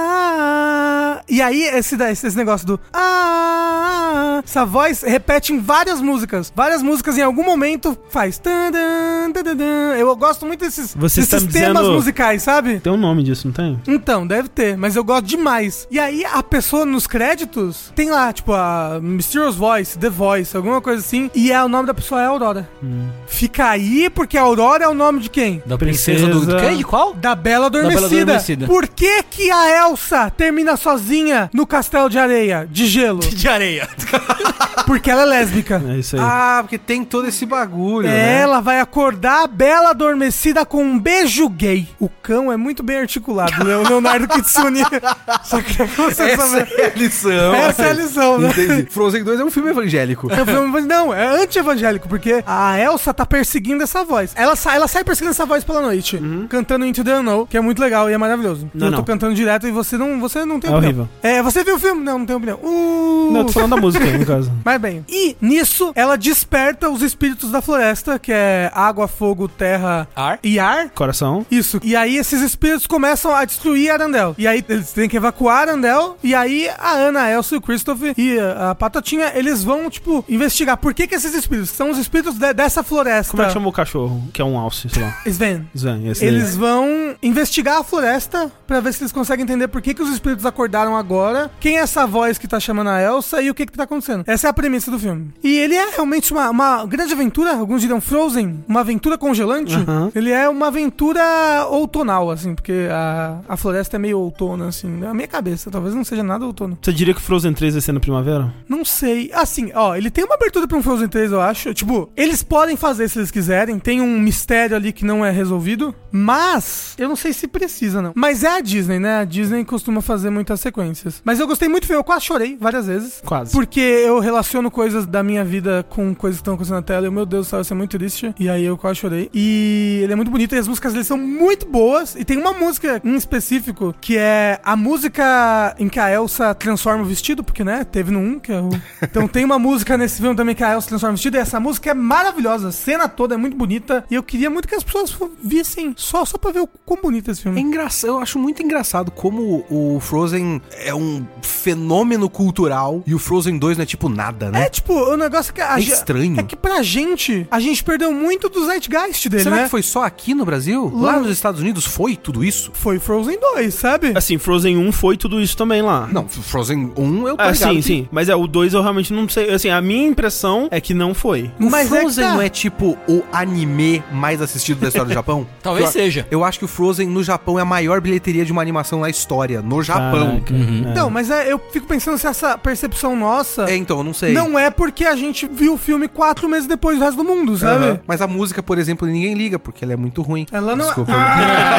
Speaker 2: Ah, e aí esse, da- esse, esse negócio do... Ah, essa voz repete em várias músicas. Várias músicas em algum momento faz... tan, tan, tan, tan, tan. Eu gosto muito desses,
Speaker 1: Você
Speaker 2: desses
Speaker 1: está me
Speaker 2: temas
Speaker 1: dizendo-
Speaker 2: musicais, sabe?
Speaker 1: Tem um nome disso, não tem?
Speaker 2: Então, deve ter, mas eu gosto demais. E aí, a pessoa nos créditos tem lá, tipo, a Mysterious Voice, The Voice, alguma coisa assim, e é, o nome da pessoa é Aurora. Fica aí, porque a Aurora é o nome de quem?
Speaker 3: Da princesa do... do
Speaker 1: Princesa-
Speaker 3: quê? De qual?
Speaker 2: Da Bela Adormecida.
Speaker 3: Adormecida.
Speaker 2: Por que que a Elsa termina sozinha no castelo de areia, de gelo?
Speaker 3: De areia.
Speaker 2: Porque ela é lésbica.
Speaker 1: É isso aí.
Speaker 4: Ah, porque tem todo esse bagulho, né?
Speaker 2: Ela vai acordar a bela adormecida com um beijo gay. O cão é muito bem articulado, né? O Leonardo Kitsune. Só que você
Speaker 4: Essa
Speaker 2: sabe.
Speaker 4: é a lição.
Speaker 2: Essa é a lição, né?
Speaker 4: Entendi. Frozen 2 é um filme evangélico.
Speaker 2: É um filme evangé- Não, é anti-evangélico, porque a Elsa tá perseguindo essa voz. Ela, sai, ela sai perseguindo essa voz pela noite, cantando Into the Unknown, que é muito legal e é maravilhoso.
Speaker 1: Uhum. Não,
Speaker 2: eu tô
Speaker 1: não.
Speaker 2: cantando direto e você não, você não tem
Speaker 1: É
Speaker 2: opinião.
Speaker 1: horrível.
Speaker 2: É, você viu o filme? Não, não tem opinião. Uh,
Speaker 1: Não, eu tô falando da música, no caso.
Speaker 2: Mas bem. E nisso, ela desperta os espíritos da floresta, que é água, fogo, terra
Speaker 3: Ar.
Speaker 2: e ar.
Speaker 1: Coração.
Speaker 2: Isso. E aí esses espíritos começam a destruir Arandel. E aí eles têm que evacuar Arandel. E aí a Ana, a Elsa, o Christopher e a a Patotinha, eles vão, tipo, investigar por que que esses espíritos são os espíritos de- dessa floresta.
Speaker 4: Tá.
Speaker 1: Como é que chamou o cachorro? Que é um alce, sei lá.
Speaker 2: Sven.
Speaker 1: Zan, esse daí.
Speaker 2: Eles vão investigar a floresta pra ver se eles conseguem entender por que, que os espíritos acordaram agora, quem é essa voz que tá chamando a Elsa e o que que tá acontecendo. Essa é a premissa do filme. E ele é realmente uma, uma grande aventura, alguns diriam Frozen, uma aventura congelante.
Speaker 1: Aham.
Speaker 2: Ele é uma aventura outonal, assim, porque a, a floresta é meio outona, assim, na minha cabeça. Talvez não seja nada outono.
Speaker 1: Você diria que Frozen 3 vai ser na primavera?
Speaker 2: Não sei. Assim, ó, ele tem uma abertura pra um Frozen 3, eu acho. Tipo, eles podem fazer se eles quiserem. Tem um mistério ali que não é resolvido. Mas, eu não sei se precisa, não. Mas é a Disney, né? A Disney costuma fazer muitas sequências. Mas eu gostei muito do filme. Eu quase chorei várias vezes.
Speaker 1: Quase.
Speaker 2: Porque eu relaciono coisas da minha vida com coisas que estão acontecendo na tela. E, meu Deus do céu, isso é muito triste. E aí eu quase chorei. E ele é muito bonito. E as músicas dele são muito boas. E tem uma música em específico que é a música em que a Elsa transforma o vestido. Porque, né? Teve no 1, que é o. Então tem uma música nesse filme também que a Elsa transforma o vestido. E essa música é maravilhosa. A cena toda é muito bonita. E eu queria muito que as pessoas fo- vissem só, só pra ver o quão bonito é esse
Speaker 4: É
Speaker 2: filme.
Speaker 4: engraçado, eu acho muito engraçado como o Frozen é um fenômeno cultural e o Frozen 2 não é tipo nada, né?
Speaker 2: É tipo, o negócio que a
Speaker 4: É
Speaker 2: ge-
Speaker 4: estranho.
Speaker 2: É que pra gente, a gente perdeu muito do zeitgeist dele,
Speaker 4: Será
Speaker 2: né?
Speaker 4: que foi só aqui no Brasil? Lá
Speaker 2: Lá-
Speaker 4: nos Estados Unidos foi tudo isso?
Speaker 2: Foi Frozen 2, sabe?
Speaker 1: Assim, Frozen 1 foi tudo isso também lá.
Speaker 4: Não, Frozen 1 eu tô
Speaker 1: Ah,
Speaker 4: ligado
Speaker 1: sim,
Speaker 4: que-
Speaker 1: sim. Mas é, o 2 eu realmente não sei. Assim, a minha impressão é que não foi.
Speaker 4: O
Speaker 2: Mas é que
Speaker 4: Frozen
Speaker 2: tá.
Speaker 4: não é tipo o anime mais assistido da história do Japão?
Speaker 3: Talvez
Speaker 4: eu,
Speaker 3: seja.
Speaker 4: Eu acho que o Frozen no Japão é a maior bilheteria de uma animação na história, no Japão.
Speaker 2: Uhum.
Speaker 1: Caraca. É.
Speaker 2: Então, mas é, eu fico pensando se essa percepção nossa,
Speaker 4: É, então, eu não sei.
Speaker 2: não é porque a gente viu o filme quatro meses depois do resto do mundo, sabe?
Speaker 4: Aham. Mas a música, por exemplo, ninguém liga, porque ela é muito ruim.
Speaker 2: Ela não
Speaker 4: Desculpa.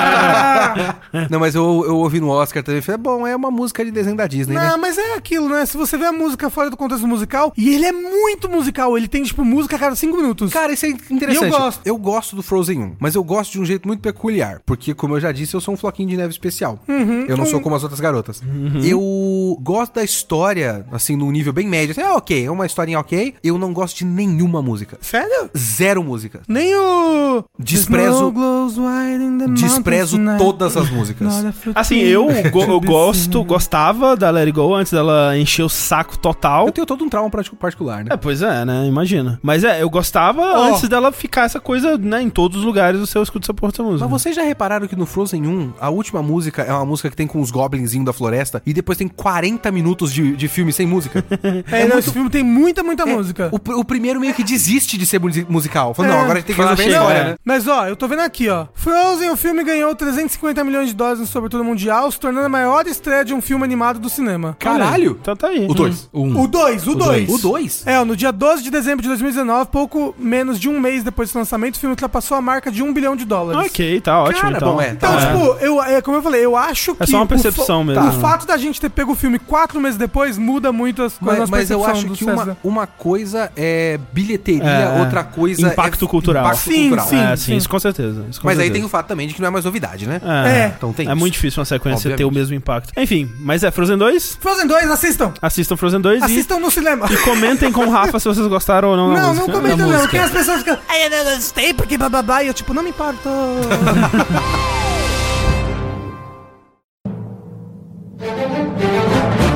Speaker 2: Ah!
Speaker 4: Não, mas eu, eu ouvi no Oscar também. Falei, bom, é uma música de desenho da Disney, né?
Speaker 2: Não, mas é aquilo, né? Se você vê a música fora do contexto musical, e ele é muito musical, ele tem, tipo, música a cada cinco minutos.
Speaker 4: Cara, isso é interessante.
Speaker 2: Eu gosto.
Speaker 4: Eu gosto do Frozen 1, mas eu gosto de um jeito muito peculiar. Porque, como eu já disse, eu sou um floquinho de neve especial.
Speaker 2: Uhum.
Speaker 4: Eu não
Speaker 2: Um.
Speaker 4: sou como as outras garotas. Eu gosto da história, assim, num nível bem médio. Assim, é ok, é uma historinha ok. Eu não gosto de nenhuma música.
Speaker 2: Sério?
Speaker 4: Zero música.
Speaker 2: Nem o.
Speaker 4: Desprezo- Desprezo
Speaker 2: Desprezo
Speaker 4: todas as músicas.
Speaker 1: Assim, eu,
Speaker 2: É,
Speaker 1: go- eu gosto, gostava da Let It Go antes dela encher o saco total.
Speaker 4: Eu tenho todo um trauma prati- particular, né?
Speaker 1: É, pois é, né? Imagina. Mas é, eu gostava
Speaker 2: Ó.
Speaker 1: antes dela ficar essa coisa, né, em todos os lugares do seu escudo essa porta música.
Speaker 4: Mas vocês já repararam que no Frozen 1, a última música é uma música que tem com os goblinzinhos da floresta e depois tem 40 minutos de, de filme sem música?
Speaker 2: É, não, esse filme tem muita, muita
Speaker 4: É,
Speaker 2: música.
Speaker 4: O, pr- o primeiro meio que desiste de ser musi- musical. Fala, não,
Speaker 2: É.
Speaker 4: agora a gente tem que
Speaker 1: Fala,
Speaker 4: resolver a
Speaker 1: chega,
Speaker 4: história,
Speaker 1: é.
Speaker 4: né?
Speaker 2: Mas ó, eu tô vendo aqui, ó. Frozen, o filme ganhou 350 milhões de dólares no sobretudo mundial, se tornando a maior estreia de um filme animado do cinema.
Speaker 4: Caralho!
Speaker 1: Então tá aí.
Speaker 4: O 2. O 1.
Speaker 2: O 2, o 2.
Speaker 4: O 2?
Speaker 2: É, ó, no dia 12 de dezembro de 2019, pouco menos de um mês depois do lançamento, o filme ultrapassou a marca de 1 bilhão de dólares.
Speaker 1: Ok, tá ótimo
Speaker 4: Cara,
Speaker 1: então.
Speaker 4: bom, é, tá
Speaker 2: Então,
Speaker 1: É.
Speaker 2: tipo, eu, é, como eu falei, eu acho que.
Speaker 1: só uma
Speaker 2: o fa-
Speaker 1: percepção mesmo,
Speaker 2: O
Speaker 1: né?
Speaker 2: fato da gente ter pego o filme quatro meses depois muda muito as coisas.
Speaker 4: Mas, mas eu acho que uma, uma coisa é bilheteria,
Speaker 1: É,
Speaker 4: outra coisa
Speaker 1: impacto
Speaker 4: é
Speaker 1: cultural.
Speaker 4: Impacto
Speaker 2: Sim,
Speaker 4: cultural.
Speaker 2: sim.
Speaker 1: é, sim, isso com certeza. isso com
Speaker 4: Mas aí
Speaker 1: certeza.
Speaker 4: tem o fato também de que não é mais novidade, né?
Speaker 1: É,
Speaker 2: É.
Speaker 4: Então tem
Speaker 1: é
Speaker 4: isso.
Speaker 1: muito difícil uma sequência
Speaker 4: Obviamente.
Speaker 1: ter o mesmo impacto. Enfim, mas é Frozen 2.
Speaker 2: Frozen 2, assistam!
Speaker 1: Assistam Frozen 2
Speaker 2: Assistam no cinema!
Speaker 1: e, e comentem com o Rafa se vocês gostaram ou não. da
Speaker 2: Não, não
Speaker 1: música.
Speaker 2: comenta não,
Speaker 3: música.
Speaker 2: porque as pessoas ficam. "Ai, Eu não gostei porque bababá, e eu tipo, não me importo.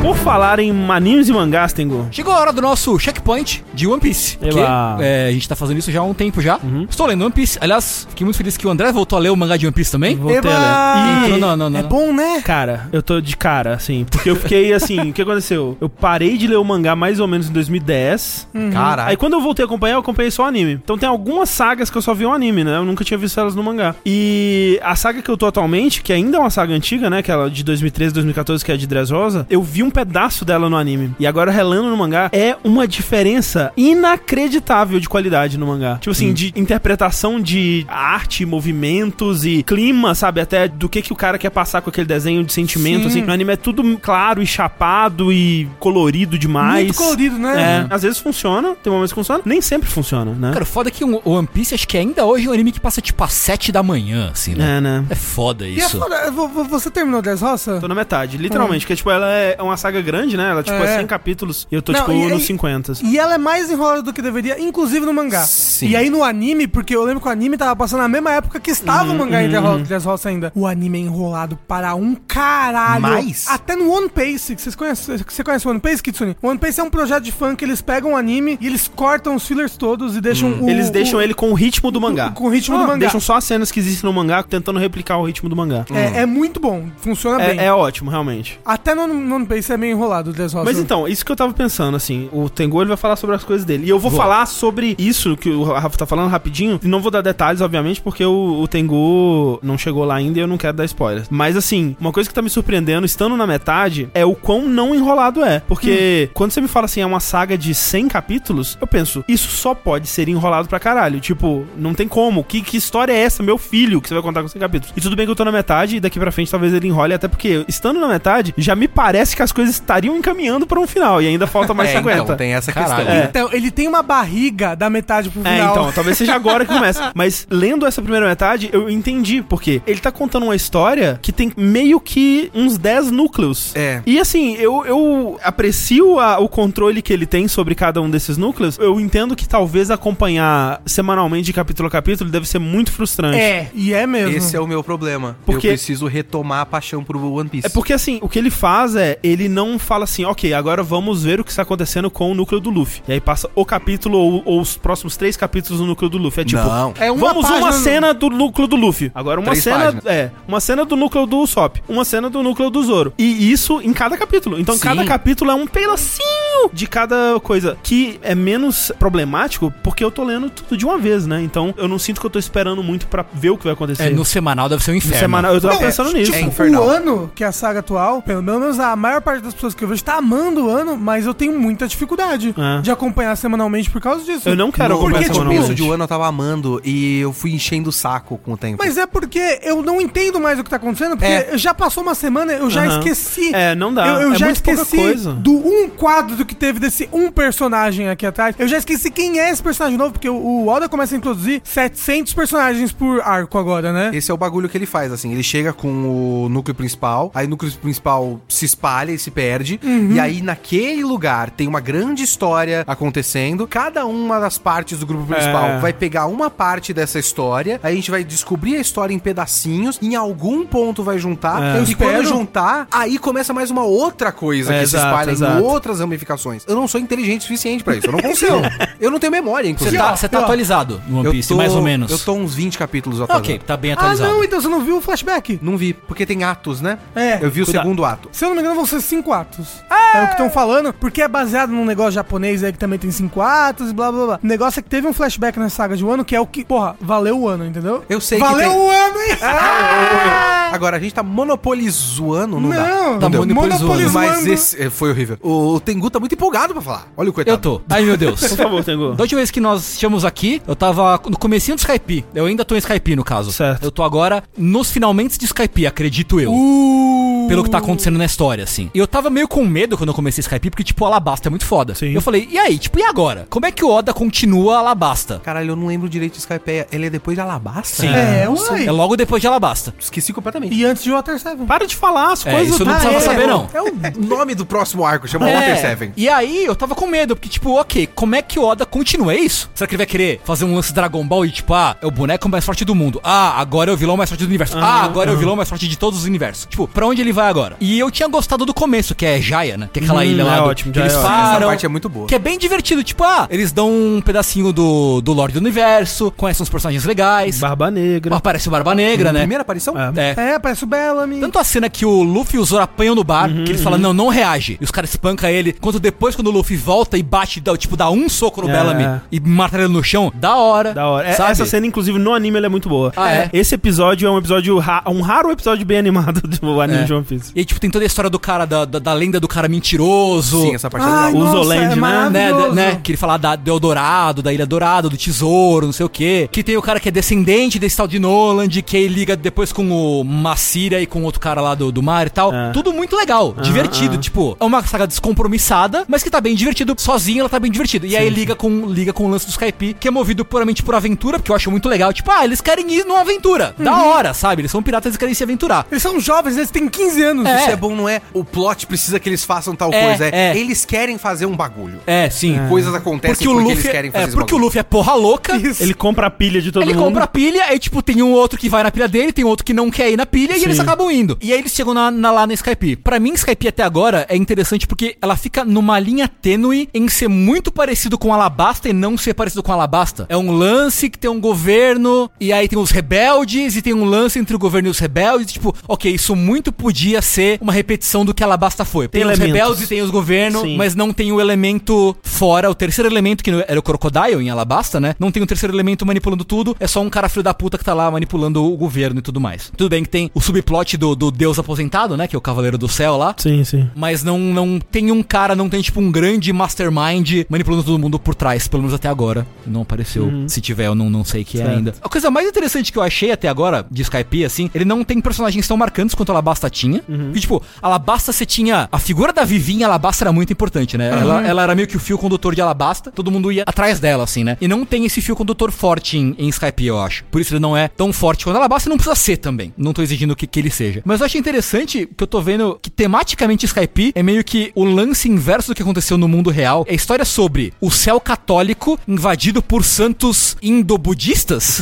Speaker 1: Por falar em animes e mangás, Tengu.
Speaker 3: Chegou a hora do nosso checkpoint de One Piece. Que,
Speaker 1: Eba.
Speaker 3: é, a gente tá fazendo isso já há um tempo já. Estou lendo One Piece. Aliás, fiquei muito feliz que o André voltou a ler o mangá de One Piece também.
Speaker 1: Voltei
Speaker 2: Eba!
Speaker 1: a ler. né? E-
Speaker 3: Não, não, não, não.
Speaker 2: É bom, né?
Speaker 1: Cara, eu tô de cara, assim, porque eu fiquei assim, o que aconteceu? Eu parei de ler o mangá mais ou menos em 2010. Aí
Speaker 4: Caralho.
Speaker 1: quando eu voltei a acompanhar, eu acompanhei só o anime. Então tem algumas sagas que eu só vi o anime, né? Eu nunca tinha visto elas no mangá. E a saga que eu tô atualmente, que ainda é uma saga antiga, né? Aquela de 2013, 2014, que é a de Dressrosa, eu vi um pedaço dela no anime. E agora relando no mangá, é uma diferença inacreditável de qualidade no mangá. Tipo
Speaker 2: Hum.
Speaker 1: assim, de interpretação de arte, movimentos e clima, sabe? Até do que, que o cara quer passar com aquele desenho de sentimento, assim. No anime é tudo claro e chapado e colorido demais.
Speaker 2: Muito colorido, né?
Speaker 1: É, às vezes funciona, tem momentos que funciona, nem sempre funciona, né?
Speaker 3: Cara, o foda é que o One Piece acho que ainda hoje é um anime que passa tipo às 7 da manhã, assim, né?
Speaker 1: É, né?
Speaker 3: É, foda
Speaker 2: E é
Speaker 3: isso.
Speaker 2: foda, vo- vo- você terminou Dress Roça?
Speaker 1: Tô na metade, literalmente, porque, tipo, ela é uma saga grande, né? Ela, tipo, é,
Speaker 2: É.
Speaker 1: 100 capítulos e eu tô,
Speaker 2: Não,
Speaker 1: tipo,
Speaker 2: e-
Speaker 1: nos
Speaker 2: e-
Speaker 1: 50. assim.
Speaker 2: E ela é mais enrolada do que deveria, inclusive no mangá.
Speaker 4: Sim.
Speaker 2: E aí no anime, porque eu lembro que o anime tava passando na mesma época que estava o mangá em Dress Dressrosa ainda. O anime é enrolado para um caralho.
Speaker 4: Mais?
Speaker 2: Até no One Piece, que vocês conhecem, que você conhece o One Piece, Kitsune? O One Piece é um projeto de fã que eles pegam o anime e eles cortam os fillers todos e deixam o...
Speaker 1: Hum. Eles
Speaker 2: o-
Speaker 1: deixam ele com o ritmo do mangá. Ah,
Speaker 2: com o ritmo do mangá.
Speaker 1: Deixam só as cenas que existem no mangá tentando replicar o ritmo do mangá.
Speaker 2: É, é muito bom, funciona bem.
Speaker 1: Hum. É, é ótimo, realmente.
Speaker 2: Até no, no One Piece é meio enrolado o Dressrosa.
Speaker 1: Mas então, isso que eu tava pensando, assim, o Tengu ele vai falar sobre as coisas dele. E eu vou, falar sobre isso que o Rafa tá falando rapidinho. E Não vou dar detalhes, obviamente, porque o, o Tengu não chegou lá ainda e eu não quero dar spoilers. Mas assim, uma coisa que tá me surpreendendo, estando na metade, é o quão não enrolado é. Porque quando você me fala assim, é uma saga de 100 capítulos, eu penso, isso só pode ser enrolado pra caralho. Tipo, não tem como. Que, que história é essa, meu filho, que você vai contar com 100 capítulos? E tudo bem que eu tô na metade e daqui pra frente talvez ele enrole, até porque estando na metade, já me parece que as coisas estariam encaminhando pra um final e ainda falta mais
Speaker 4: É,
Speaker 1: 50.
Speaker 4: então, tem essa
Speaker 3: Caralho.
Speaker 4: questão.
Speaker 1: É.
Speaker 2: Então, ele tem uma barriga da metade pro final.
Speaker 1: É, então, talvez seja agora que começa. Mas lendo essa primeira metade, eu entendi porque ele tá contando uma história que tem meio que uns 10 núcleos.
Speaker 4: É.
Speaker 1: E assim, eu, eu aprecio a- o controle que ele tem sobre cada um desses núcleos. Eu entendo que talvez acompanhar semanalmente de capítulo a capítulo deve ser muito frustrante.
Speaker 2: É, e é mesmo.
Speaker 4: Esse é o meu problema.
Speaker 1: Porque-
Speaker 4: Eu preciso retomar a paixão por One Piece.
Speaker 1: É porque assim, o que ele faz é, ele não fala assim, ok, agora vamos ver o que está acontecendo com o núcleo do Luffy. E aí passa o capítulo ou, ou os próximos três capítulos do núcleo do Luffy. É tipo,
Speaker 4: Não.
Speaker 2: É uma
Speaker 1: vamos uma
Speaker 2: página-
Speaker 1: cena do núcleo do Luffy. Agora uma
Speaker 4: Três
Speaker 1: cena,
Speaker 4: páginas.
Speaker 1: é, uma cena do núcleo do Usopp, uma cena do núcleo do Zoro. E isso em cada capítulo. Então
Speaker 4: Sim.
Speaker 1: cada capítulo é um pedacinho de cada coisa, que é menos problemático porque eu tô lendo tudo de uma vez, né? Então eu não sinto que eu tô esperando muito pra ver o que vai acontecer.
Speaker 3: É, no semanal deve ser um inferno.
Speaker 1: semanal, eu tava
Speaker 2: Não, é tipo,
Speaker 1: pensando nisso.
Speaker 4: é infernal.
Speaker 2: O ano que é a saga atual, pelo menos a maior parte das pessoas que eu vejo tá amando o ano, mas eu tenho muita dificuldade
Speaker 1: É.
Speaker 2: de acompanhar semanalmente por causa disso.
Speaker 1: Eu não quero
Speaker 4: Não,
Speaker 1: acompanhar
Speaker 4: porque, tipo,
Speaker 1: semanalmente.
Speaker 4: isso de um ano eu tava amando e eu fui enchendo o saco com o tempo.
Speaker 2: Mas é porque eu não entendo mais o que tá acontecendo, porque
Speaker 4: É.
Speaker 2: já passou uma semana, eu já
Speaker 1: Aham.
Speaker 2: esqueci.
Speaker 1: É, não dá.
Speaker 2: Eu, eu
Speaker 1: É
Speaker 2: já
Speaker 1: muito pouca
Speaker 2: esqueci
Speaker 1: coisa.
Speaker 2: do um quadro do que teve desse um personagem aqui atrás. Eu já esqueci quem é esse personagem novo, porque o, o Oda começa a introduzir 700 personagens por arco agora, né?
Speaker 4: Esse é o bagulho que ele faz, assim. Ele chega com o núcleo principal, aí o núcleo principal se espalha e se perde.
Speaker 3: Uhum.
Speaker 4: E aí, naquele lugar, tem uma grande história acontecendo. Cada uma das partes do grupo principal
Speaker 1: É.
Speaker 4: vai pegar uma parte dessa história. Aí a gente vai descobrir a história em pedacinhos. Em algum ponto vai juntar.
Speaker 1: É.
Speaker 4: E
Speaker 1: Eu
Speaker 4: quando
Speaker 2: espero.
Speaker 4: juntar, aí começa mais uma outra coisa
Speaker 1: É,
Speaker 4: que
Speaker 1: exato,
Speaker 4: se espalha
Speaker 1: exato.
Speaker 4: em outras ramificações. Eu não sou inteligente o suficiente pra isso. Eu não consigo. eu não tenho memória,
Speaker 3: Você
Speaker 4: inclusive.
Speaker 3: tá, você tá atualizado no One
Speaker 4: Eu
Speaker 3: Piece,
Speaker 4: tô-
Speaker 3: mais ou menos.
Speaker 4: Eu tô uns 20 capítulos atrasado.
Speaker 3: Ok, tá bem
Speaker 1: é
Speaker 2: Ah,
Speaker 3: atualizado.
Speaker 2: não, então você não viu o flashback?
Speaker 4: Não vi, porque tem atos, né?
Speaker 2: É.
Speaker 4: Eu vi o
Speaker 1: Cuidado.
Speaker 4: segundo ato.
Speaker 2: Se eu não me engano, vão ser cinco atos.
Speaker 1: Ah!
Speaker 2: É o que estão falando, porque é baseado num negócio japonês aí que também tem cinco atos e blá blá blá. O negócio é que teve um flashback na saga de Wano, que é o que, porra, valeu o ano, entendeu?
Speaker 4: Eu sei que
Speaker 2: valeu
Speaker 4: tem-
Speaker 2: o ano, hein? Ah,
Speaker 4: Agora, a gente tá monopolizando, não, dá.
Speaker 2: Não,
Speaker 3: Tá
Speaker 4: deu.
Speaker 3: monopolizando.
Speaker 4: Mas esse é, foi horrível. O Tengu tá muito empolgado pra falar. Olha o coitado.
Speaker 3: Eu tô. Ai, meu Deus.
Speaker 1: Por favor, Tengu.
Speaker 3: Da última vez que nós estivemos aqui, eu tava no comecinho do Skype. Eu ainda tô em Skype, no caso.
Speaker 1: Certo.
Speaker 3: Eu tô agora nos finalmente de Skype, acredito eu.
Speaker 2: Uh.
Speaker 3: Pelo que tá acontecendo na história, assim. E eu tava meio com medo quando eu comecei Skype, porque, tipo, Alabasta é muito foda.
Speaker 1: Sim.
Speaker 3: Eu falei, e aí, tipo, e agora? Como é que o Oda continua Alabasta?
Speaker 4: Caralho, eu não lembro direito de Skypeia. Ele é depois de Alabasta?
Speaker 3: Sim.
Speaker 2: É, uai.
Speaker 3: É logo depois de Alabasta.
Speaker 4: Esqueci completamente.
Speaker 2: E antes de Water Seven.
Speaker 1: Para de falar as
Speaker 3: É,
Speaker 1: coisas.
Speaker 3: isso eu não
Speaker 1: do-
Speaker 3: precisava
Speaker 1: Ah, é.
Speaker 3: saber, não.
Speaker 4: É o nome do próximo arco, chama Water
Speaker 3: É.
Speaker 4: Seven.
Speaker 3: E aí eu tava com medo, porque, tipo, ok, como é que o Oda continua? É isso? Será que ele vai querer fazer um lance Dragon Ball e, tipo, ah, é o boneco mais forte do mundo. Ah, agora é o vilão mais forte do universo. Ah, agora é o vilão mais forte de todos os universos. Tipo, pra onde ele vai agora? E eu tinha gostado do começo, que é Jaya, né? Que é aquela
Speaker 1: Hum,
Speaker 3: ilha lá.
Speaker 1: é
Speaker 3: do-
Speaker 1: ótimo,
Speaker 3: que eles
Speaker 1: Jaya é ótimo.
Speaker 3: param.
Speaker 4: Essa parte é muito boa.
Speaker 3: Que é bem divertido, tipo, ah, eles dão um pedacinho do, do Lorde do Universo, conhecem uns personagens legais.
Speaker 1: Barba Negra.
Speaker 3: Aparece o Barba Negra, né?
Speaker 4: Primeira aparição?
Speaker 1: É.
Speaker 3: É.
Speaker 2: É, parece o Bellamy.
Speaker 3: Tanto a cena que o Luffy e o Zoro apanham no bar,
Speaker 1: Uhum,
Speaker 3: que eles falam, não, não reage. E os caras espancam ele. Quanto depois, quando o Luffy volta e bate, dá, tipo, dá um soco no
Speaker 1: É.
Speaker 3: Bellamy e mata ele no chão, da hora.
Speaker 1: Da hora. É,
Speaker 3: Sabe?
Speaker 1: Essa cena, inclusive, no anime, ela é muito boa.
Speaker 3: Ah, é?
Speaker 1: Esse episódio é um episódio, ra- um raro episódio bem animado do anime
Speaker 3: É.
Speaker 1: de One Piece.
Speaker 3: E aí, tipo, tem toda a história do cara, da, da, da lenda do cara mentiroso.
Speaker 4: Sim, essa parte é
Speaker 2: Ai,
Speaker 4: legal.
Speaker 1: O Zoland, né?
Speaker 3: Né, da-
Speaker 2: maravilhoso.
Speaker 3: né, que ele fala da, do Eldorado, da Ilha Dourado, do Tesouro, não sei o quê. Que tem o cara que é descendente desse tal de Noland, que aí liga depois com o Massira e com outro cara lá do, do mar e tal.
Speaker 1: É.
Speaker 3: Tudo muito legal, divertido.
Speaker 1: aham.
Speaker 3: Tipo, é uma saga descompromissada, mas que tá bem divertido. Sozinha ela tá bem divertida. E aí liga com, liga com o lance do Skype, que é movido puramente por aventura, porque eu acho muito legal. Tipo, ah, eles querem ir numa aventura. Da hora, sabe? Eles são piratas e querem se aventurar.
Speaker 2: Eles são jovens, eles têm 15 anos.
Speaker 3: É.
Speaker 4: Isso é bom, não é? O plot precisa que eles façam tal
Speaker 3: É,
Speaker 4: coisa.
Speaker 3: é.
Speaker 4: Eles querem fazer um bagulho.
Speaker 3: É, sim.
Speaker 4: Coisas acontecem
Speaker 3: Porque
Speaker 4: porque,
Speaker 3: o
Speaker 4: eles
Speaker 3: Luffy.
Speaker 4: querem
Speaker 3: É,
Speaker 4: fazer esse
Speaker 3: porque o
Speaker 4: bagulho.
Speaker 3: Luffy é porra louca.
Speaker 1: Ele compra a pilha de todo
Speaker 3: ele
Speaker 1: mundo.
Speaker 3: compra a pilha, aí, tipo, tem um outro que vai na pilha dele, tem outro que não quer ir na pilha, e
Speaker 1: Sim.
Speaker 3: eles acabam indo. E aí eles chegam na, na- lá na Skype. Pra mim, Skype até agora é interessante porque ela fica numa linha tênue em ser muito parecido com Alabasta e não ser parecido com Alabasta. É um lance que tem um governo, e aí tem os rebeldes, e tem um lance entre o governo e os rebeldes. Tipo, ok, isso muito podia ser uma repetição do que Alabasta foi. Tem,
Speaker 1: Tem
Speaker 3: os
Speaker 1: elementos.
Speaker 3: rebeldes e tem os governos,
Speaker 1: Sim.
Speaker 3: mas não tem o elemento fora, o terceiro elemento, que era o Crocodile em Alabasta, né? Não tem o terceiro elemento manipulando tudo, é só um cara filho da puta que tá lá manipulando o governo e tudo mais. Tudo bem que tem o subplot do, do Deus aposentado, né? Que é o Cavaleiro do Céu lá.
Speaker 1: Sim, sim.
Speaker 3: Mas não, não tem um cara, não tem tipo um grande mastermind manipulando todo mundo por trás, pelo menos até agora. Não apareceu. Se tiver, eu não, não sei o que é
Speaker 1: Certo.
Speaker 3: ainda. A coisa mais interessante que eu achei até agora de Skype, assim, ele não tem personagens tão marcantes quanto a Alabasta tinha. E tipo, a Alabasta você tinha. A figura da Vivinha Alabasta era muito importante, né? Ela, ela era meio que o fio condutor de Alabasta, todo mundo ia atrás dela, assim, né? E não tem esse fio condutor forte em, em Skype, eu acho. Por isso ele não é tão forte quanto a Alabasta e não precisa ser também. Não tô exigindo que, que ele seja. Mas eu achei interessante que eu tô vendo que tematicamente Skype é meio que o lance inverso do que aconteceu no mundo real. É a história sobre o céu católico invadido por santos indobudistas.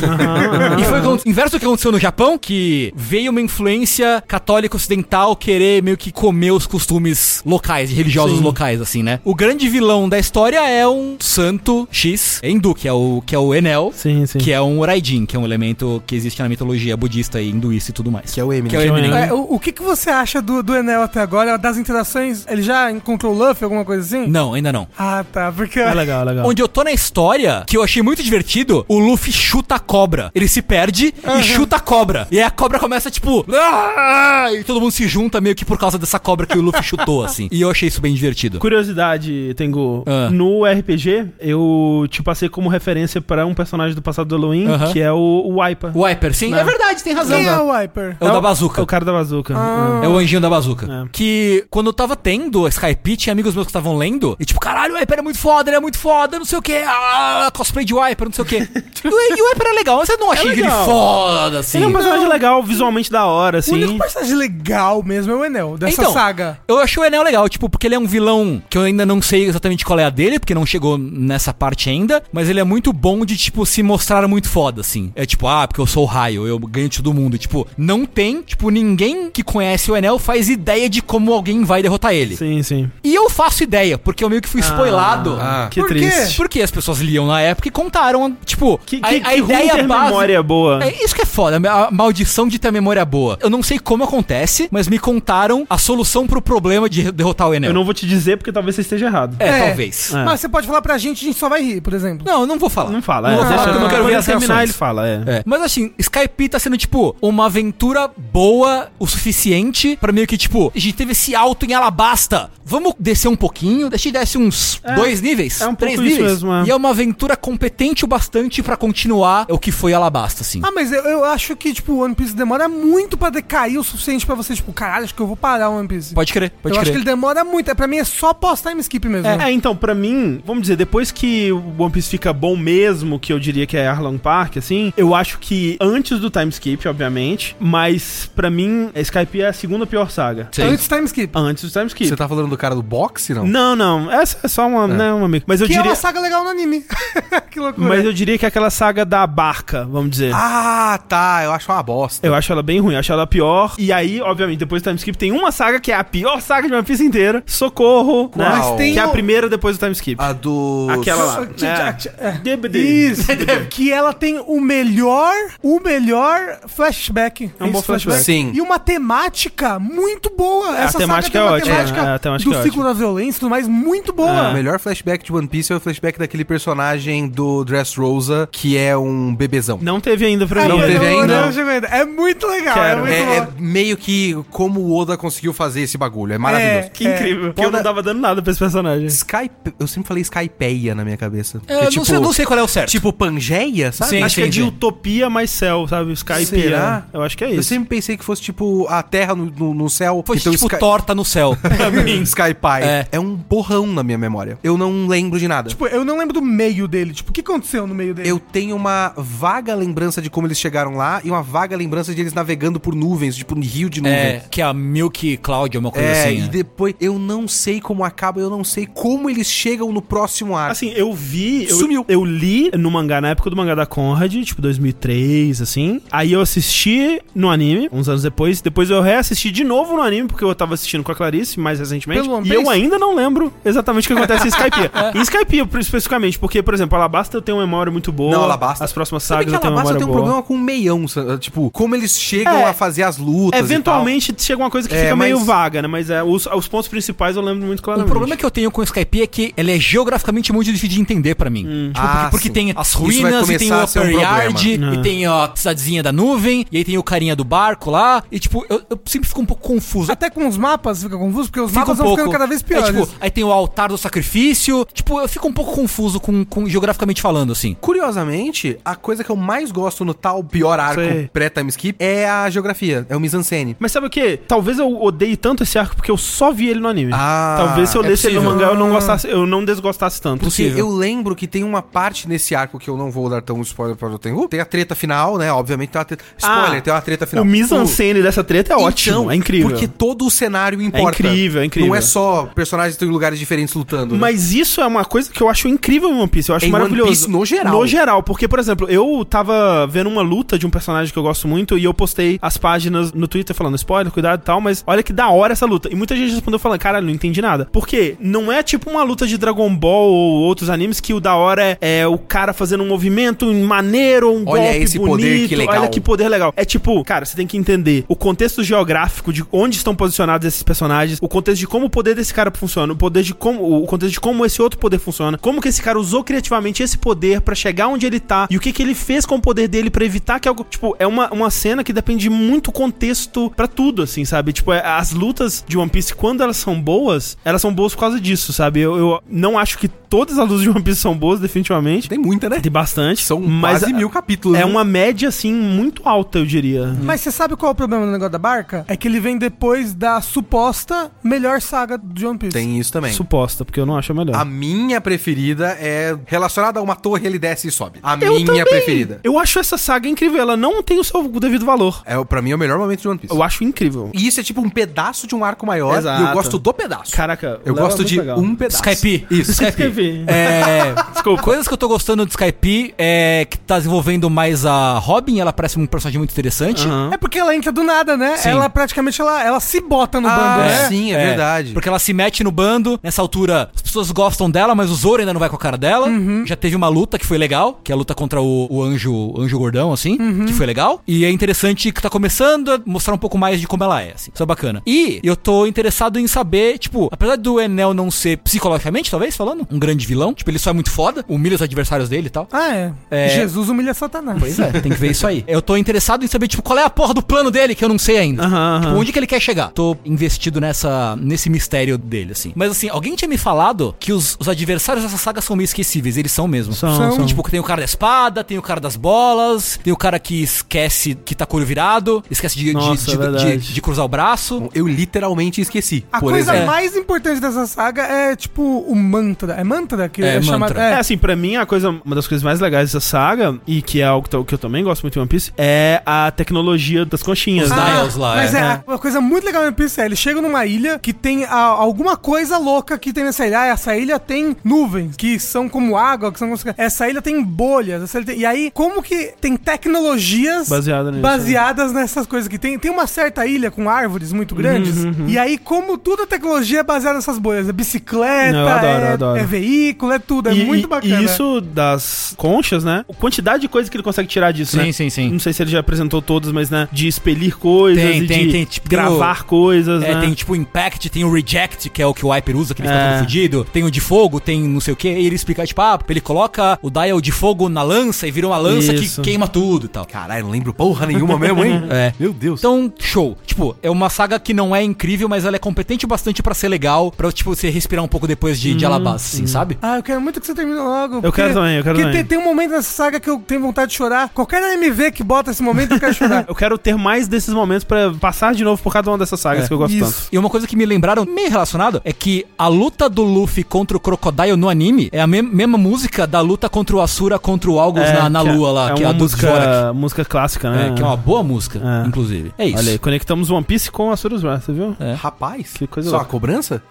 Speaker 3: e foi o inverso do que aconteceu no Japão, que veio uma influência católica ocidental querer meio que comer os costumes locais, e religiosos
Speaker 1: Sim.
Speaker 3: locais, assim, né? O grande vilão da história é um santo X, hindu, que é o, que é o Enel.
Speaker 1: Sim, sim.
Speaker 3: Que é um Raijin, que é um elemento que existe na mitologia budista e hinduísta e tudo mais.
Speaker 4: Que é o Eminem.
Speaker 3: Que é o Eminem.
Speaker 2: É, o, o que, que você acha do, do Enel até agora? É Das interações, ele já encontrou o Luffy, alguma coisa assim?
Speaker 3: É, Não, ainda não.
Speaker 2: Ah, tá, porque...
Speaker 1: É legal, é legal.
Speaker 3: Onde eu tô na história, que eu achei muito divertido, o Luffy chuta a cobra. Ele se perde e chuta a cobra. E aí a cobra começa, tipo, "Ah!" e todo mundo se junta meio que por causa dessa cobra que o Luffy chutou, assim. E eu achei isso bem divertido.
Speaker 1: Curiosidade, Tengu.
Speaker 3: Ah.
Speaker 1: No RPG, eu te passei como referência pra um personagem do passado do Halloween,
Speaker 3: Aham.
Speaker 1: que é o, o Wipa.
Speaker 3: O Wiper, sim, é verdade, tem razão.
Speaker 2: Quem é
Speaker 3: É o,
Speaker 2: o Wiper?
Speaker 3: da bazuca.
Speaker 1: É o cara da bazuca.
Speaker 3: É o anjinho da bazuca.
Speaker 1: É.
Speaker 3: Que quando eu tava tendo a Skype, tinha amigos meus que estavam lendo, e tipo, caralho, o Wiper é muito foda, ele é muito foda, não sei o quê, ah, cosplay de Wiper, não sei o quê. e, o- e o Wiper é legal, mas eu não achei ele
Speaker 1: legal.
Speaker 3: foda, assim.
Speaker 1: Ele é um personagem legal, visualmente da hora,
Speaker 2: O
Speaker 1: assim.
Speaker 2: único personagem legal mesmo é o Enel, dessa
Speaker 3: Então,
Speaker 2: saga.
Speaker 3: Eu achei o Enel legal, tipo, porque ele é um vilão que eu ainda não sei exatamente qual é a dele, porque não chegou nessa parte ainda, mas ele é muito bom de, tipo, se mostrar muito foda, assim. É tipo, ah, porque eu sou o raio, eu ganho de todo mundo. E, tipo, não tem, tipo, ninguém que conhece o Enel faz ideia de como alguém vai derrotar ele.
Speaker 1: Sim, sim.
Speaker 3: E eu faço ideia, porque eu meio que fui spoilado.
Speaker 4: Ah.
Speaker 1: Que
Speaker 2: Por quê?
Speaker 1: triste.
Speaker 3: Porque as pessoas liam na época e contaram, tipo,
Speaker 1: Que, que, que ruim ter
Speaker 3: base-
Speaker 1: memória boa.
Speaker 3: é isso que é foda, a maldição de ter memória boa. Eu não sei como acontece, mas me contaram a solução pro problema de derrotar o Enel.
Speaker 1: Eu não vou te dizer porque talvez você esteja errado.
Speaker 3: É,
Speaker 2: É.
Speaker 3: talvez.
Speaker 1: É.
Speaker 2: Mas você pode falar pra gente, a gente só vai rir, por exemplo.
Speaker 3: Não, eu não vou falar.
Speaker 1: Não fala, é.
Speaker 3: Não vou falar, porque eu não quero
Speaker 1: Quando
Speaker 3: ver
Speaker 1: ele
Speaker 3: as
Speaker 1: terminar,
Speaker 3: reações.
Speaker 1: ele fala, é.
Speaker 3: É. Mas assim, Skype tá sendo, tipo, uma aventura boa o suficiente pra meio que, tipo, a gente teve esse alto em Alabasta. Vamos descer um pouquinho, deixa eu descer uns
Speaker 1: É,
Speaker 3: dois níveis,
Speaker 1: é um
Speaker 3: três
Speaker 1: pouco isso
Speaker 3: níveis.
Speaker 1: mesmo, é.
Speaker 3: E é uma aventura competente o bastante pra continuar o que foi Alabasta, assim.
Speaker 2: Ah, mas eu, eu acho que, tipo, o One Piece demora muito pra decair o suficiente pra você, tipo, caralho, acho que eu vou parar o One Piece.
Speaker 3: Pode crer, pode
Speaker 2: eu
Speaker 3: crer.
Speaker 2: acho que ele demora muito. É, pra mim é só pós-time skip mesmo.
Speaker 4: Uhum.
Speaker 1: É, então, pra mim, vamos dizer, depois que o One Piece fica bom mesmo, que eu diria que é Arlong Park, assim, eu acho que antes do Time Skip, obviamente, mas pra mim, a Skype é a segunda pior saga.
Speaker 3: Sim.
Speaker 2: Antes do time skip.
Speaker 1: Antes do Time Skip.
Speaker 4: Você tá falando do cara do boxe, não?
Speaker 1: Não, não, essa é só uma, né, uma amiga. Mas eu
Speaker 2: que é
Speaker 1: diria.
Speaker 2: uma saga né? legal no anime. que loucura.
Speaker 1: Mas eu diria que é aquela saga da barca, vamos dizer.
Speaker 4: Ah, tá. Eu acho uma bosta.
Speaker 1: Eu acho ela bem ruim, eu acho ela a pior. E aí, obviamente, depois do Time Skip tem uma saga que é a pior saga de One Piece inteira. Socorro, né?
Speaker 4: Mas
Speaker 2: tem
Speaker 1: que é a
Speaker 2: o-
Speaker 1: primeira depois do Time Skip.
Speaker 4: A do.
Speaker 1: Aquela lá.
Speaker 2: Só-
Speaker 1: É.
Speaker 2: tch- tch- é.
Speaker 1: DBD.
Speaker 2: Isso. É, que ela tem o melhor, o melhor flashback.
Speaker 1: É um bom
Speaker 2: Isso,
Speaker 1: flashback.
Speaker 4: Sim.
Speaker 2: E uma temática muito boa.
Speaker 1: a temática
Speaker 2: tem
Speaker 1: é
Speaker 2: uma
Speaker 1: ótima,
Speaker 2: temática
Speaker 1: é, a temática
Speaker 2: do
Speaker 1: é
Speaker 2: ciclo da violência e tudo mais, muito boa.
Speaker 4: O melhor flashback de One Piece é o flashback daquele personagem do Dressrosa, que é um bebezão.
Speaker 1: Não teve ainda pra
Speaker 2: Ah,
Speaker 1: mim.
Speaker 4: Não teve
Speaker 2: não,
Speaker 4: ainda?
Speaker 2: não chegou ainda. É muito legal.
Speaker 1: Quero.
Speaker 2: É muito
Speaker 4: É, é
Speaker 2: bom.
Speaker 4: meio que como o Oda conseguiu fazer esse bagulho. É maravilhoso.
Speaker 1: Que
Speaker 4: É,
Speaker 1: incrível. Porque eu não tava dando nada pra esse personagem.
Speaker 4: Skype. Eu sempre falei Skypeia na minha cabeça.
Speaker 3: É, eu não, sei, não sei qual é o certo.
Speaker 4: Tipo Pangeia, sabe?
Speaker 3: Sim,
Speaker 1: acho que é de utopia mais céu, sabe? Skype.
Speaker 4: Será?
Speaker 1: Eu acho que é
Speaker 4: Eu
Speaker 1: isso.
Speaker 4: sempre pensei que fosse tipo a terra no, no- no céu. Então,
Speaker 3: Foi tipo
Speaker 4: Sky-
Speaker 3: torta no céu.
Speaker 4: Sky Pie.
Speaker 3: É.
Speaker 4: É. um porrão na minha memória. Eu não lembro de nada.
Speaker 2: Tipo, eu não lembro do meio dele. Tipo, o que aconteceu no meio dele?
Speaker 4: Eu tenho uma vaga lembrança de como eles chegaram lá e uma vaga lembrança de eles navegando por nuvens, tipo um rio de
Speaker 3: é,
Speaker 4: nuvens.
Speaker 3: que é a Milk Cloud, alguma coisa
Speaker 4: É,
Speaker 3: assim.
Speaker 4: e
Speaker 3: né?
Speaker 4: depois eu não sei como acaba, eu não sei como eles chegam no próximo arco.
Speaker 1: Assim, eu vi. Eu,
Speaker 4: Sumiu.
Speaker 1: Eu li no mangá, na época do mangá da Conrad, tipo 2003, assim. Aí eu assisti no anime, uns anos depois. Depois eu reassisti de novo no anime, porque eu tava assistindo com a Clarice mais recentemente.
Speaker 2: Pelo One
Speaker 1: e
Speaker 2: Piece?
Speaker 1: eu ainda não lembro exatamente o que acontece em Skypiea.
Speaker 4: É.
Speaker 1: Em Skypiea, especificamente, porque, por exemplo, Alabasta eu tenho uma memória muito boa.
Speaker 4: Não, Alabasta-
Speaker 1: As próximas
Speaker 4: Sabe
Speaker 1: sagas
Speaker 4: que
Speaker 1: eu
Speaker 4: a
Speaker 1: tenho uma
Speaker 4: Alabasta
Speaker 1: memória
Speaker 4: tem um
Speaker 1: boa.
Speaker 4: problema com o meião, sa- tipo, como eles chegam
Speaker 1: É.
Speaker 4: a fazer as lutas. e
Speaker 1: Eventualmente chega uma coisa que
Speaker 4: É,
Speaker 1: fica
Speaker 4: mas-
Speaker 1: meio vaga, né? Mas é, os, os pontos principais eu lembro muito
Speaker 3: O
Speaker 1: claramente.
Speaker 3: problema que eu tenho com o Skype é que ele é geograficamente muito difícil de entender pra mim. Tipo,
Speaker 4: Ah,
Speaker 3: porque, porque
Speaker 4: sim.
Speaker 3: tem as
Speaker 4: Isso vai
Speaker 3: ruínas, e tem
Speaker 4: começar
Speaker 3: o
Speaker 4: a ser um
Speaker 3: Upper Yard,
Speaker 4: problema.
Speaker 3: e tem a cidadezinha da nuvem, e aí tem o carinha do barco lá. E tipo, eu, eu sempre fico um pouco confuso.
Speaker 2: Até com os mapas fica confuso, porque os
Speaker 3: Fico
Speaker 2: mapas
Speaker 3: um
Speaker 2: vão
Speaker 3: pouco.
Speaker 2: ficando cada vez piores.
Speaker 3: É, tipo, aí tem o altar do sacrifício. Tipo, eu fico um pouco confuso com, com- geograficamente falando, assim.
Speaker 4: Curiosamente, a coisa que eu mais gosto no tal pior arco
Speaker 1: Sei.
Speaker 4: pré-time skip é a geografia, é o mise-en-scène.
Speaker 1: Mas sabe o que? Talvez eu odeie tanto esse arco porque eu só vi ele no anime.
Speaker 4: Ah,
Speaker 1: Talvez se eu
Speaker 3: é
Speaker 1: lesse ele no
Speaker 3: possível.
Speaker 1: mangá eu não gostasse, eu não desgostasse tanto.
Speaker 4: Porque
Speaker 3: Possível.
Speaker 4: eu lembro que tem uma parte nesse arco que eu não vou dar tão spoiler pra Tengu. Tem a treta final, né? Obviamente tem uma treta. Spoiler,
Speaker 1: Ah,
Speaker 4: tem uma treta final.
Speaker 1: O mise-en-scène dessa treta é
Speaker 4: Então,
Speaker 1: ótimo, é incrível.
Speaker 4: Porque todo o cenário importa.
Speaker 1: incrível, é incrível.
Speaker 4: Não é só personagens em lugares diferentes lutando. né?
Speaker 1: Mas isso é uma coisa que eu acho incrível em One Piece. Eu acho
Speaker 4: Em One
Speaker 1: maravilhoso.
Speaker 4: Piece no geral.
Speaker 1: No geral, porque, por exemplo, eu tava vendo uma luta de um personagem que eu gosto muito e eu postei as páginas no Twitter falando spoiler, cuidado e tal, mas olha que da hora essa luta. E muita gente respondeu falando, caralho, não entendi nada. Porque não é tipo uma luta de Dragon Ball ou outros animes que o da hora é, é o cara fazendo um movimento maneiro, um
Speaker 4: Olha
Speaker 1: golpe
Speaker 4: esse
Speaker 1: bonito.
Speaker 4: poder, que legal.
Speaker 1: Olha que poder legal. É tipo, cara, você tem que entender o contexto geográfico de onde estão posicionados esses personagens, o contexto de como o poder desse cara funciona, o poder de como o contexto de como esse outro poder funciona, como que esse cara usou criativamente esse poder pra chegar onde ele tá e o que que ele fez com o poder dele pra evitar que algo, tipo, é uma, uma cena que depende de muito contexto pra tudo, assim, sabe? Tipo, é- as lutas de One Piece, quando elas são boas, elas são boas por causa disso, sabe? Eu, eu não acho que todas as lutas de One Piece são boas, definitivamente.
Speaker 4: Tem muita, né?
Speaker 1: Tem bastante.
Speaker 4: São
Speaker 1: mas
Speaker 4: quase
Speaker 1: a-
Speaker 4: mil capítulos.
Speaker 1: É
Speaker 4: né?
Speaker 1: uma média, assim, muito alta, eu diria.
Speaker 2: Mas você sabe qual é o problema do negócio da barca? É que ele vem depois da suposta melhor saga de One Piece.
Speaker 4: Tem isso também.
Speaker 1: Suposta, porque eu não acho a melhor.
Speaker 4: A minha preferida é relacionada a uma torre, ele desce e sobe. A
Speaker 1: Eu
Speaker 4: minha
Speaker 1: também.
Speaker 4: preferida.
Speaker 1: Eu acho essa saga incrível. Ela não tem o seu devido valor.
Speaker 4: É, pra mim é o melhor momento de One Piece.
Speaker 1: Eu acho incrível.
Speaker 4: E isso é tipo um pedaço de um arco maior.
Speaker 1: Exato.
Speaker 4: E eu gosto do pedaço.
Speaker 1: Caraca,
Speaker 4: eu
Speaker 1: Léo é
Speaker 4: gosto
Speaker 1: muito
Speaker 4: de
Speaker 1: legal.
Speaker 4: um pedaço.
Speaker 3: Skype.
Speaker 4: Isso.
Speaker 1: Skype.
Speaker 3: É,
Speaker 1: Desculpa.
Speaker 3: coisas que eu tô gostando de Skype é que tá desenvolvendo mais a Robin, ela parece um personagem muito interessante.
Speaker 1: Aham.
Speaker 2: É porque ela entra do nada, né?
Speaker 3: Sim.
Speaker 2: Ela praticamente ela, ela se bota no
Speaker 4: Ah,
Speaker 2: bando, né?
Speaker 4: sim, é verdade.
Speaker 3: Porque ela se mete no bando, nessa altura as pessoas gostam dela, mas o Zoro ainda não vai com a cara dela.
Speaker 4: Uhum.
Speaker 3: Já teve uma luta que foi legal, que é a luta contra o, o anjo anjo gordão, assim,
Speaker 4: Uhum.
Speaker 3: que foi legal. E é interessante que tá começando a mostrar um pouco mais de como ela é, assim. Isso é bacana. E eu tô interessado em saber, tipo, apesar do Enel não ser psicologicamente, talvez, falando, um grande vilão, tipo, ele só é muito foda, humilha os adversários dele e tal.
Speaker 2: Ah, é.
Speaker 3: É.
Speaker 2: Jesus humilha Satanás.
Speaker 3: Pois é, tem que ver isso aí. Eu tô interessado em saber, tipo, qual é a porra do plano dele que eu não sei ainda.
Speaker 1: Aham,
Speaker 3: Tipo,
Speaker 1: aham.
Speaker 3: onde que ele quer chegar? Tô investido nessa, nesse mistério dele, assim. Mas assim, alguém tinha me falado que os, os adversários dessa saga são meio esquecíveis. Eles são mesmo.
Speaker 1: São,
Speaker 2: São,
Speaker 1: são.
Speaker 3: Tipo, que tem o cara da espada, tem o cara das bolas, tem o cara que esquece que tá couro virado, esquece de, de-
Speaker 1: Nossa,
Speaker 3: de-
Speaker 1: é
Speaker 3: de-
Speaker 1: verdade.
Speaker 3: de cruzar o braço.
Speaker 4: Eu literalmente esqueci.
Speaker 2: A
Speaker 4: por
Speaker 2: coisa
Speaker 4: exemplo.
Speaker 2: mais importante dessa saga é, tipo, o mantra. É mantra que
Speaker 3: É,
Speaker 2: é, chamado.
Speaker 3: mantra.
Speaker 1: É,
Speaker 2: É.
Speaker 1: assim, pra mim, a coisa, uma das coisas mais legais dessa saga, e que é algo que eu- que eu também gosto muito em One Piece, é a tecnologia das conchinhas.
Speaker 3: Os
Speaker 1: né?
Speaker 3: Ah, dials lá,
Speaker 2: mas
Speaker 3: é.
Speaker 2: é, uma coisa muito legal no One Piece é, eles chegam numa ilha que tem a- alguma coisa louca que tem nessa ilha. Ah, essa ilha tem nuvens, que são como água, que são como... Essa ilha tem bolhas, essa ilha tem- E aí, como que tem tecnologias
Speaker 1: Baseada nisso,
Speaker 2: baseadas nessas coisas que tem? Tem uma certa ilha com árvores muito grandes,
Speaker 1: Uhum,
Speaker 2: e aí, como toda a tecnologia é baseada nessas bolhas? É bicicleta,
Speaker 1: Não, eu adoro,
Speaker 2: é,
Speaker 1: eu adoro.
Speaker 2: é veículo, é tudo, é
Speaker 1: E-
Speaker 2: muito
Speaker 1: e-
Speaker 2: bacana.
Speaker 1: E isso das conchas, né? A quantidade de coisa que ele consegue tirar disso, né?
Speaker 3: sim, sim.
Speaker 1: Não sei se ele já apresentou todas, mas, né? De expelir coisas,
Speaker 3: Tem,
Speaker 1: e
Speaker 3: tem,
Speaker 1: de
Speaker 3: tem, tipo,
Speaker 1: gravar coisas,
Speaker 3: É,
Speaker 1: né?
Speaker 3: tem tipo o Impact, tem o Reject, que é o que o Wiper usa, que ele fica
Speaker 1: É.
Speaker 3: todo fudido. Tem o de fogo, tem não sei o que. E ele explica, tipo, ah, ele coloca o dial de fogo na lança e vira uma lança
Speaker 1: Isso.
Speaker 3: que queima tudo e tal.
Speaker 4: Caralho, não lembro porra nenhuma mesmo, hein?
Speaker 3: É.
Speaker 4: Meu Deus.
Speaker 3: Então, show. Tipo, é uma saga que não é incrível, mas ela é competente o bastante pra ser legal, pra, tipo, você respirar um pouco depois de,
Speaker 1: Uhum,
Speaker 3: de Alabasta, assim, sabe?
Speaker 2: Ah, eu quero muito que você termine logo. porque-
Speaker 1: quero também, eu quero
Speaker 2: porque
Speaker 1: também.
Speaker 2: Tem, tem um momento nessa saga que eu tenho vontade de chorar. Qualquer MV que bota esse momento, eu quero chorar.
Speaker 1: Eu quero ter mais desses momentos pra passar de novo por cada uma dessas sagas
Speaker 3: É,
Speaker 1: que eu gosto
Speaker 2: isso.
Speaker 1: tanto.
Speaker 3: E uma coisa que me lembraram, meio relacionado, é que a luta do Luffy contra o Crocodile no anime é a me- mesma música da luta contra o Asura contra o Algus
Speaker 1: É,
Speaker 3: na, na
Speaker 1: que é-
Speaker 3: lua lá,
Speaker 1: é
Speaker 3: que é a
Speaker 1: uma
Speaker 3: do Zorak.
Speaker 1: música, música clássica, né?
Speaker 3: É, que é uma boa música,
Speaker 1: É.
Speaker 3: inclusive. É isso.
Speaker 1: Olha aí, conectamos One Piece com a Suru's Wrath, você viu?
Speaker 4: Rapaz,
Speaker 1: né? Que coisa
Speaker 4: só
Speaker 1: louca.
Speaker 4: a cobrança?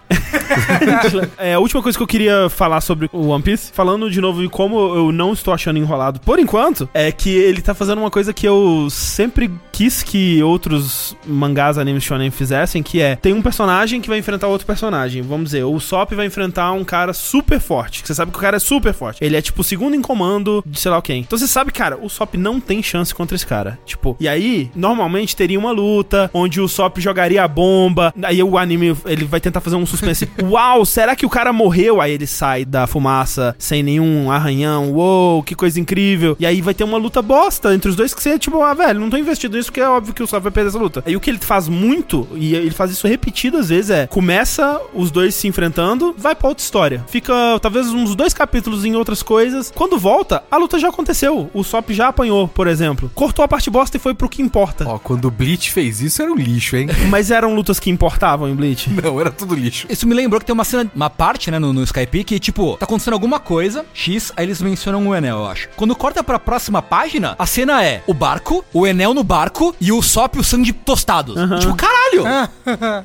Speaker 1: É, a última coisa que eu queria falar sobre o One Piece, falando de novo de como eu não estou achando enrolado por enquanto, é que ele tá fazendo uma coisa que eu sempre quis que outros mangás, animes shonen fizessem, que é, tem um personagem que vai enfrentar outro personagem, vamos dizer, o Sop vai enfrentar um cara super forte, que você sabe que o cara é super forte, ele é tipo o segundo em comando de sei lá quem. Então você sabe, cara, o Sop não tem chance contra esse cara, tipo, e aí, normalmente teria uma luta onde o Sop jogaria a bomba, aí o anime, ele vai tentar fazer um suspense, uau, será que o cara morreu? Aí ele sai da fumaça sem nenhum arranhão. Uou, que coisa incrível. E aí vai ter uma luta bosta entre os dois que você é tipo, ah, velho, não tô investido nisso porque é óbvio que o Sop vai perder essa luta. Aí o que ele faz muito, e ele faz isso repetidas vezes, é começa os dois se enfrentando, vai pra outra história. Fica talvez uns dois capítulos em outras coisas. Quando volta, a luta já aconteceu. O Sop já apanhou, por exemplo. Cortou a parte bosta e foi pro que importa.
Speaker 4: Ó, quando o Bleach fez isso, era um lixo, hein?
Speaker 1: Mas eram lutas que importavam em Bleach.
Speaker 4: Não, era tudo lixo.
Speaker 3: Isso me lembrou que tem uma cena, uma parte, né, no, no Skype que, tipo, tá acontecendo alguma coisa, X, aí eles mencionam o Enel, eu acho. Quando corta pra próxima página, a cena é o barco, o Enel no barco e o Sop e o Sandy tostados. Tipo, caralho!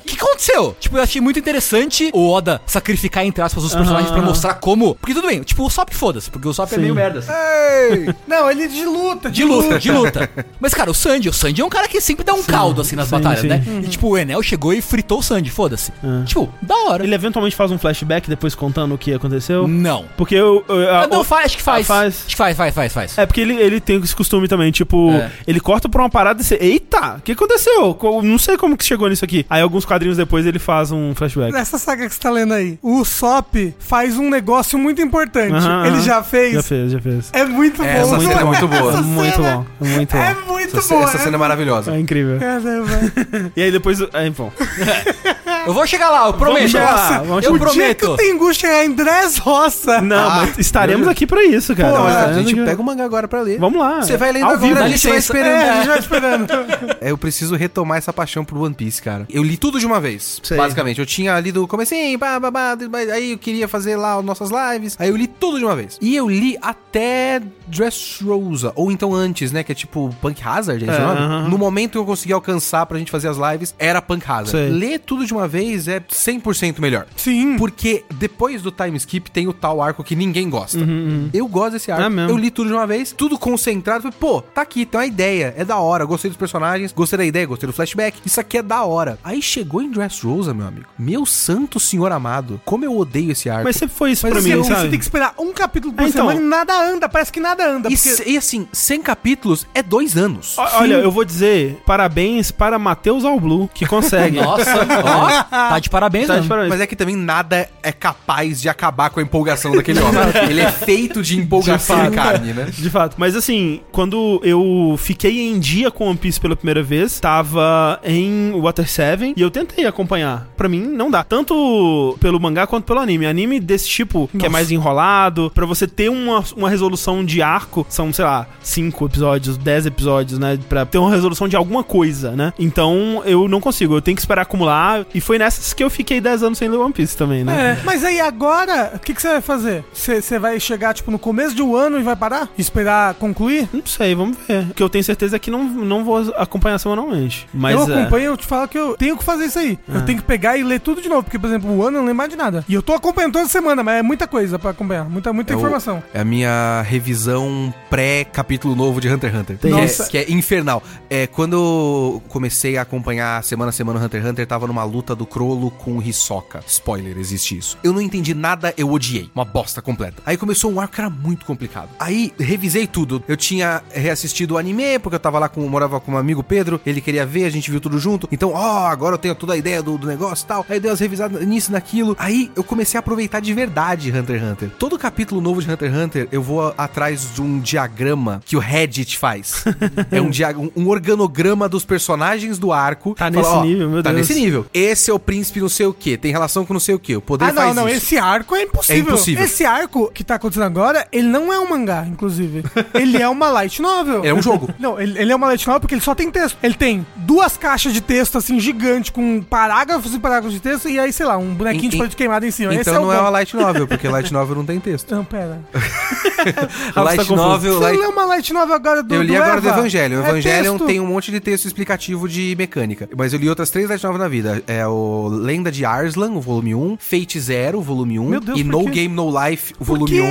Speaker 3: O que aconteceu? Tipo, eu achei muito interessante o Oda sacrificar, entre aspas, os personagens pra mostrar como. Porque tudo bem, tipo, o Sop foda-se, porque o Sop é meio merda, assim.
Speaker 2: Ei! Não, ele é de luta,
Speaker 3: De luta, de luta. Mas, cara, o Sandy, o Sandy é um cara que sempre dá um caldo, assim, nas
Speaker 1: sim,
Speaker 3: batalhas,
Speaker 1: sim. Uhum. Ah.
Speaker 3: né? E, tipo, o Enel chegou e fritou o Sandy, foda-se. Tipo, da hora.
Speaker 1: Ele eventualmente faz um flashback depois contando o que aconteceu.
Speaker 4: Hum.
Speaker 3: Não.
Speaker 1: Porque eu. eu- a-
Speaker 3: Ah, não,
Speaker 1: o-
Speaker 3: faz, acho que faz.
Speaker 1: Ah, faz.
Speaker 3: Acho que faz, faz, faz, faz.
Speaker 1: É porque ele, ele tem esse costume também, tipo,
Speaker 3: É.
Speaker 1: ele corta pra uma parada e você. Eita, o que aconteceu? Co- Não sei como que chegou nisso aqui? Aí alguns quadrinhos depois ele faz um flashback.
Speaker 2: Nessa saga que você tá lendo aí, o Sop faz um negócio muito importante.
Speaker 1: Aham,
Speaker 2: Ele
Speaker 1: aham.
Speaker 2: já fez.
Speaker 1: Já fez, já fez.
Speaker 2: É muito
Speaker 4: É,
Speaker 2: bom.
Speaker 4: essa
Speaker 2: não
Speaker 4: cena é muito boa.
Speaker 2: Essa
Speaker 1: Muito
Speaker 2: cena
Speaker 1: bom, muito
Speaker 2: É
Speaker 1: bom.
Speaker 2: muito
Speaker 4: Essa,
Speaker 2: boa.
Speaker 4: essa cena é maravilhosa.
Speaker 1: É incrível.
Speaker 2: Caramba.
Speaker 1: E aí depois. Aí, bom.
Speaker 3: Eu vou chegar lá, eu prometo.
Speaker 1: chegar lá, vamos
Speaker 3: eu
Speaker 1: chegar
Speaker 2: O dia que
Speaker 3: prometo.
Speaker 2: o Tengu chegar em Dress Roça.
Speaker 1: Não, mas estaremos aqui pra isso, cara.
Speaker 4: Não, Ah, a
Speaker 1: Estaremos
Speaker 4: gente
Speaker 1: aqui-
Speaker 4: pega o mangá agora pra ler.
Speaker 1: Vamos lá.
Speaker 4: Você vai lendo
Speaker 1: Ao
Speaker 4: agora,
Speaker 1: vivo.
Speaker 4: a
Speaker 3: dá
Speaker 4: gente vai
Speaker 3: licença.
Speaker 4: esperando.
Speaker 2: É, a gente vai esperando.
Speaker 4: É, Eu preciso retomar essa paixão por One Piece, cara. Eu li tudo de uma vez,
Speaker 1: Sei.
Speaker 4: basicamente. Eu tinha lido o comecinho, pá, pá, pá, mas aí eu queria fazer lá as nossas lives. Aí eu li tudo de uma vez. E eu li até Dressrosa, ou então antes, né, que é tipo Punk Hazard, é esse
Speaker 1: É,
Speaker 4: o nome?
Speaker 1: aham.
Speaker 4: No momento que eu consegui alcançar pra gente fazer as lives, era Punk Hazard.
Speaker 1: Sei.
Speaker 4: Ler tudo de uma vez é 100% melhor.
Speaker 2: Sim.
Speaker 4: Porque depois do time skip tem o tal arco que ninguém gosta. Eu gosto desse arco.
Speaker 1: Uhum, É mesmo.
Speaker 4: eu li tudo de uma vez, tudo concentrado. Falei, pô, tá aqui, tem uma ideia. É da hora. Gostei dos personagens, gostei da ideia, gostei do flashback. Isso aqui é da hora. Aí chegou em Dressrosa, meu amigo. Meu santo senhor amado. Como eu odeio esse arco.
Speaker 1: Mas é sempre foi isso
Speaker 4: Mas assim,
Speaker 1: pra
Speaker 2: Você,
Speaker 1: mim,
Speaker 2: você
Speaker 1: sabe?
Speaker 2: tem que esperar um capítulo por
Speaker 1: Ah, então.
Speaker 2: semana e nada anda. Parece que nada anda.
Speaker 4: E,
Speaker 2: porque-
Speaker 4: se- e assim, 100 capítulos é dois anos.
Speaker 1: O- Olha, eu vou dizer parabéns para Matheus Alblu, que consegue.
Speaker 3: Nossa, ó, tá de parabéns,
Speaker 1: Tá de
Speaker 3: mano.
Speaker 1: parabéns.
Speaker 4: Mas é que também nada é capaz de acabar com a empolgação daquele homem. Ele é feito de empolgação
Speaker 1: De
Speaker 4: e carne, né?
Speaker 1: De fato. Mas assim, quando eu fiquei em dia com One Piece pela primeira vez, tava em Water 7 e eu tentei acompanhar. Pra mim, não dá. Tanto pelo mangá quanto pelo anime. Anime desse tipo, que é mais enrolado, pra você ter uma, uma resolução de arco, são, sei lá, cinco episódios, 10 episódios, né? Pra ter uma resolução de alguma coisa, né? Então eu não consigo. Eu tenho que esperar acumular. E foi nessas que eu fiquei 10 anos sem ler One Piece também, né?
Speaker 2: É, Mas aí agora, o que, que você vai fazer? Você você vai chegar, tipo, no começo de um ano e vai parar? E Esperar concluir?
Speaker 1: Não sei, vamos ver. O que eu tenho certeza é que não, não vou acompanhar semanalmente. Mas
Speaker 2: eu
Speaker 1: é.
Speaker 2: acompanho, eu te falo que eu tenho que fazer isso aí.
Speaker 4: Ah.
Speaker 2: Eu tenho que pegar e ler tudo de novo, porque, por exemplo, o ano eu não lembro mais de nada. E eu tô acompanhando toda semana, mas é muita coisa pra acompanhar, muita, muita
Speaker 4: É o-
Speaker 2: informação.
Speaker 4: É a minha revisão pré-capítulo novo de Hunter x Hunter. Que é,
Speaker 2: Nossa.
Speaker 4: que é infernal. É, quando eu comecei a acompanhar semana a semana Hunter x Hunter, tava numa luta do Crollo com o Hisoka. Spoiler, existe isso. Eu não entendi nada, eu odiei. Uma bosta completa. Aí começou um arco que era muito complicado. Aí revisei tudo. Eu tinha reassistido o anime, porque eu tava lá com. morava com um amigo Pedro, ele queria ver, a gente viu tudo junto. Então, ó, agora eu tenho toda a ideia do, do negócio e tal. Aí eu dei umas revisadas nisso, naquilo. Aí eu comecei a aproveitar de verdade Hunter x Hunter. Todo capítulo novo de Hunter x Hunter, eu vou a- atrás de um diagrama que o Reddit faz. é um, dia- um- um organograma dos personagens do arco.
Speaker 1: Tá nesse nível, meu
Speaker 4: tá
Speaker 1: Deus.
Speaker 4: Tá nesse nível. Esse é o príncipe não sei o quê, tem relação com não sei o quê. O poder
Speaker 2: Ah, não,
Speaker 4: faz
Speaker 2: não,
Speaker 4: isso.
Speaker 2: esse arco é impossível.
Speaker 4: É impossível.
Speaker 2: Esse arco que tá acontecendo agora, ele não é um mangá, inclusive. ele é uma light novel.
Speaker 4: É um jogo.
Speaker 2: Não, ele, ele é uma light novel porque ele só tem texto. Ele tem duas caixas de texto, assim, gigante, com parágrafos e parágrafos de texto, e aí, sei lá, um bonequinho
Speaker 4: Em-
Speaker 2: de
Speaker 4: em-
Speaker 2: parede queimada em cima. Esse
Speaker 4: Então
Speaker 2: é o
Speaker 4: não é
Speaker 2: bom.
Speaker 4: uma light novel, porque light novel não tem texto.
Speaker 2: Não, pera.
Speaker 1: tá
Speaker 4: light
Speaker 1: confuso.
Speaker 4: novel,
Speaker 2: Você
Speaker 4: light
Speaker 2: leu uma light novel agora do
Speaker 4: Eu li
Speaker 2: do
Speaker 4: agora do
Speaker 2: Eva?
Speaker 4: Evangelho. O
Speaker 2: É
Speaker 4: Evangelion
Speaker 2: texto.
Speaker 4: tem um monte de texto explicativo de mecânica. Mas eu li outras três light novas na vida. É o Lenda de Arslan, o volume 1, Fate Zero, o volume 1,
Speaker 2: Meu Deus,
Speaker 4: e
Speaker 2: por
Speaker 4: No
Speaker 2: quê?
Speaker 4: Game No Life, o volume
Speaker 2: quê?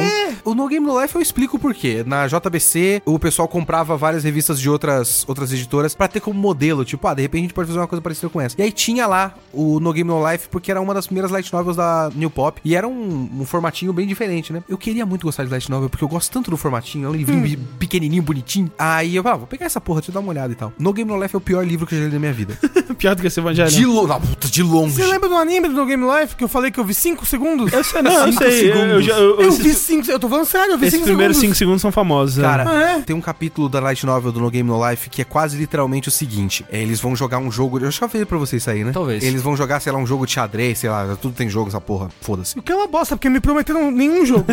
Speaker 4: 1. O No Game No Life eu explico por quê. Na JBC, o pessoal comprava várias revistas de outras, outras editoras pra ter como modelo. Tipo, ah, de repente a gente pode fazer uma coisa parecida com essa. E aí tinha lá o No Game No Life, porque era uma das primeiras light novels da New Pop. E era um, um formatinho bem diferente, né? Eu queria muito gostar de light novel, porque eu gosto tanto do formatinho. É um
Speaker 2: Hum.
Speaker 4: livrinho bi- pequenininho, bonitinho. Aí eu, ah, vou pegar essa porra, deixa eu dar uma olhada e tal. No Game No Life é o pior livro que eu já li na minha vida.
Speaker 1: Pior do que esse evangelho.
Speaker 4: de, lo... não, puta, de longe.
Speaker 2: É, Você lembra do anime do No Game Life que eu falei que eu vi 5 segundos? Eu,
Speaker 1: Não, eu sei. Eu, eu, já- eu, esses,
Speaker 2: vi 5 Eu tô falando sério, eu vi
Speaker 1: esses
Speaker 2: 5
Speaker 1: primeiros 5
Speaker 2: segundos.
Speaker 1: segundos são famosos.
Speaker 4: Cara,
Speaker 1: é.
Speaker 2: Ah, é?
Speaker 4: tem um capítulo da Light Novel do No Game No Life que é quase literalmente o seguinte: é, eles vão jogar um jogo. Eu já falei pra vocês isso aí, né?
Speaker 3: Talvez.
Speaker 4: Eles vão jogar, sei lá, um jogo de xadrez, sei lá, tudo tem jogo essa porra. Foda-se.
Speaker 2: O que é uma bosta, porque me prometeram nenhum jogo.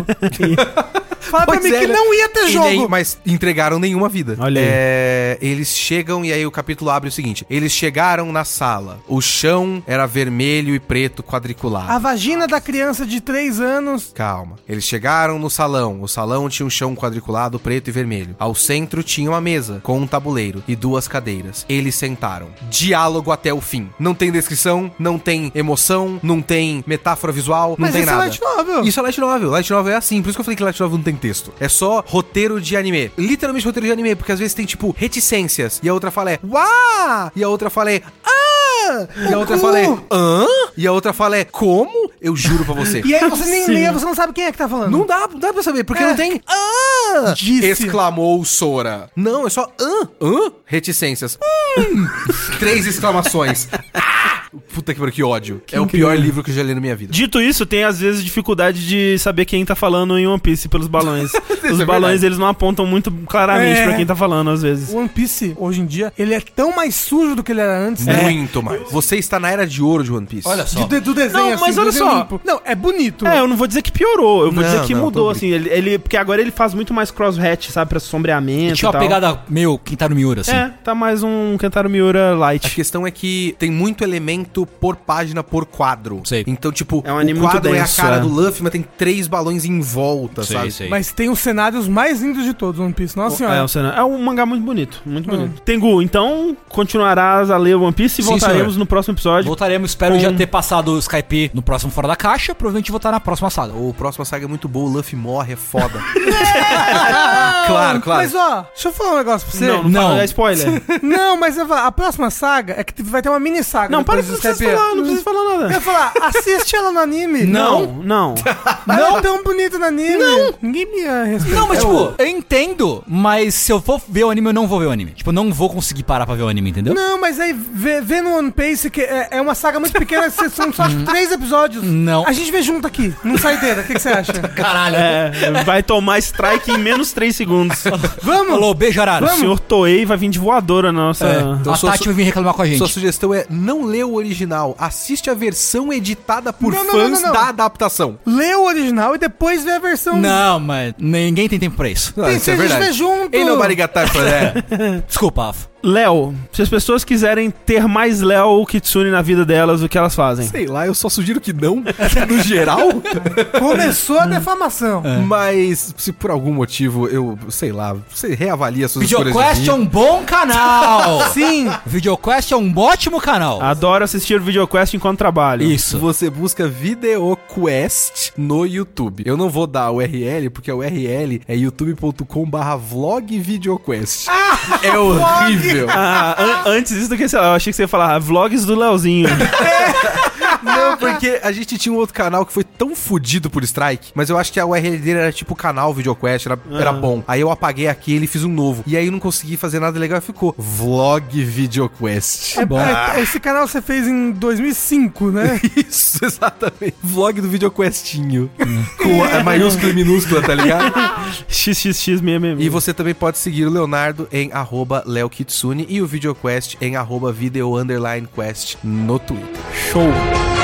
Speaker 2: Fala pra
Speaker 4: Pois
Speaker 2: mim
Speaker 4: é,
Speaker 2: que
Speaker 4: né?
Speaker 2: não ia ter
Speaker 4: E
Speaker 2: jogo.
Speaker 4: nem- mas entregaram nenhuma vida.
Speaker 1: Olha aí.
Speaker 4: É, eles chegam e aí o capítulo abre o seguinte: eles chegaram na sala. O chão era vermelho e preto quadriculado.
Speaker 2: A vagina da criança de 3 anos.
Speaker 4: Calma. Eles chegaram no salão. O salão tinha um chão quadriculado preto e vermelho. Ao centro tinha uma mesa com um tabuleiro e duas cadeiras. Eles sentaram. Diálogo até o fim. Não tem descrição, não tem emoção, não tem metáfora visual, não
Speaker 2: Mas
Speaker 4: tem
Speaker 2: isso é
Speaker 4: nada.
Speaker 2: light novel.
Speaker 4: Isso é light novel. Light novel é assim. Por isso que eu falei que light novel não tem texto. É só roteiro de anime. Literalmente roteiro de anime, porque às vezes tem tipo reticências e a outra fala é "Uá!" e a outra fala é "Ah!" E a outra
Speaker 2: cu!
Speaker 4: fala é "Hã?" E a outra fala é "Como?" Eu juro pra você.
Speaker 2: E aí você nem
Speaker 1: Sim.
Speaker 2: lê, você não sabe quem é que tá falando.
Speaker 4: Não dá, não dá pra saber, porque
Speaker 2: É.
Speaker 4: não tem. Ah!
Speaker 2: Disse.
Speaker 4: Exclamou Sora. Não, é só. Ah! Hã? Reticências. Hum! Três exclamações. Ah! Puta que pariu, que ódio. é o
Speaker 1: incrível.
Speaker 4: pior livro que eu já li na minha vida.
Speaker 1: Dito isso, tem às vezes dificuldade de saber quem tá falando em One Piece pelos balões. Os
Speaker 4: é
Speaker 1: balões,
Speaker 4: verdade.
Speaker 1: eles não apontam muito claramente
Speaker 2: É.
Speaker 1: pra quem tá falando às vezes.
Speaker 2: O One Piece, hoje em dia, ele é tão mais sujo do que ele era antes, né?
Speaker 4: Muito mais. Você está na era de ouro de One Piece.
Speaker 3: Olha
Speaker 2: De-
Speaker 3: só.
Speaker 2: de- do desenho,
Speaker 1: Não,
Speaker 2: assim,
Speaker 1: mas
Speaker 2: do
Speaker 1: olha
Speaker 2: desenho
Speaker 1: só.
Speaker 2: limpo. Não, é bonito.
Speaker 1: É, eu não vou dizer que piorou, eu vou
Speaker 4: Não,
Speaker 1: dizer que
Speaker 4: não,
Speaker 1: mudou,
Speaker 4: tô
Speaker 1: assim. Ele, ele- porque agora ele faz muito mais crosshatch, sabe? Pra sombreamento e
Speaker 3: Tinha uma
Speaker 1: tal.
Speaker 3: pegada meio Kentaro Miura, assim.
Speaker 1: É, tá mais um Kentaro Miura
Speaker 4: A
Speaker 1: light.
Speaker 4: questão é que tem muito elemento por página, por quadro.
Speaker 3: Sei.
Speaker 4: Então, tipo,
Speaker 1: É um anime
Speaker 4: o quadro
Speaker 1: muito
Speaker 4: é
Speaker 1: denso,
Speaker 4: a cara
Speaker 1: é.
Speaker 4: do Luffy, mas tem três balões em volta, sabe?
Speaker 2: Mas tem os cenários mais lindos de todos, One Piece. Nossa senhora.
Speaker 1: É, o cenário- é um mangá muito bonito, muito bonito. Tengu, então continuarás a ler One Piece e
Speaker 3: Sim,
Speaker 1: voltaremos
Speaker 3: senhor.
Speaker 1: no próximo episódio.
Speaker 3: Voltaremos, espero
Speaker 1: Com-
Speaker 3: já ter passado o Skype no próximo Fora da Caixa. Provavelmente vou estar na próxima saga.
Speaker 4: O próximo saga é muito boa, o Luffy morre, é foda. claro, claro.
Speaker 2: Mas ó, deixa eu falar um negócio pra você.
Speaker 1: Ah, Não, não,
Speaker 3: Não.
Speaker 1: fala, é spoiler.
Speaker 2: Não, mas eu vou falar, a próxima saga é que vai ter uma mini saga.
Speaker 1: não, para
Speaker 2: depois
Speaker 1: que não
Speaker 2: do
Speaker 1: precisa
Speaker 2: Skype.
Speaker 1: falar, não precisa falar
Speaker 2: Eu ia
Speaker 1: nada.
Speaker 2: falar, assiste ela no anime.
Speaker 1: Não, não.
Speaker 2: Ela é tão bonita no anime. Não. Ninguém me ah, respeita.
Speaker 3: Não, mas tipo, eu entendo, mas se eu for ver o anime, eu não vou ver o anime. Tipo, eu não vou conseguir parar pra ver o anime, entendeu?
Speaker 2: Não, mas aí vê, vê no One Piece que é, é uma saga muito pequena, vocês são só três episódios.
Speaker 3: Uhum. Não.
Speaker 2: A gente vê junto aqui, não sai dele. O que que você acha?
Speaker 3: Caralho.
Speaker 1: É, vai tomar strike em menos 3 segundos.
Speaker 2: Vamos? Ah.
Speaker 3: Falou, beijo, Arara.
Speaker 1: O senhor Toei vai vir de voadora na nossa.
Speaker 3: É,
Speaker 4: Então,
Speaker 3: a
Speaker 4: sua-
Speaker 3: Tati vai vir reclamar com a gente.
Speaker 4: Sua sugestão é não lê o original, assiste a versão editada por
Speaker 2: Não, não, não,
Speaker 4: fãs
Speaker 2: não, não.
Speaker 4: da adaptação.
Speaker 2: Lê o original e depois vê a versão.
Speaker 3: Não, mas ninguém tem tempo pra isso.
Speaker 4: Ah,
Speaker 2: Tem que a gente vê junto.
Speaker 4: é Ei, é nobody got time for that.
Speaker 3: Desculpa, Af.
Speaker 1: Léo, se as pessoas quiserem ter mais Léo ou Kitsune na vida delas, o que elas fazem?
Speaker 4: Sei lá, eu só sugiro que não, no geral.
Speaker 2: Começou
Speaker 3: Hum.
Speaker 2: a defamação.
Speaker 3: É.
Speaker 4: É. Mas se por algum motivo eu, sei lá, você reavalia suas
Speaker 3: VideoQuest é
Speaker 4: vida.
Speaker 3: um bom canal.
Speaker 2: Sim.
Speaker 3: VideoQuest é um ótimo canal.
Speaker 1: Adoro assistir VideoQuest enquanto trabalho.
Speaker 3: Isso.
Speaker 4: Você busca VideoQuest no YouTube. Eu não vou dar a URL, porque a URL é youtube.com barra vlog videoquest. é horrível.
Speaker 1: Ah, an- antes disso do que sei lá, eu achei que você ia falar ah, vlogs do Léozinho.
Speaker 4: Não, porque a gente tinha um outro canal que foi tão fudido por strike, mas eu acho que a URL dele era tipo canal VideoQuest, era, era bom. Aí eu apaguei aquele e fiz um novo. E aí eu não consegui fazer nada legal e ficou Vlog VideoQuest.
Speaker 2: É, é, esse canal você fez em 2005, né?
Speaker 4: Isso, exatamente. Vlog do VideoQuestinho. Com a maiúscula e minúscula, tá ligado?
Speaker 1: XXX meme.
Speaker 4: E você também pode seguir o Leonardo em arroba Leo Kitsune e o VideoQuest em arroba Video Underline Quest no Twitter.
Speaker 1: Show.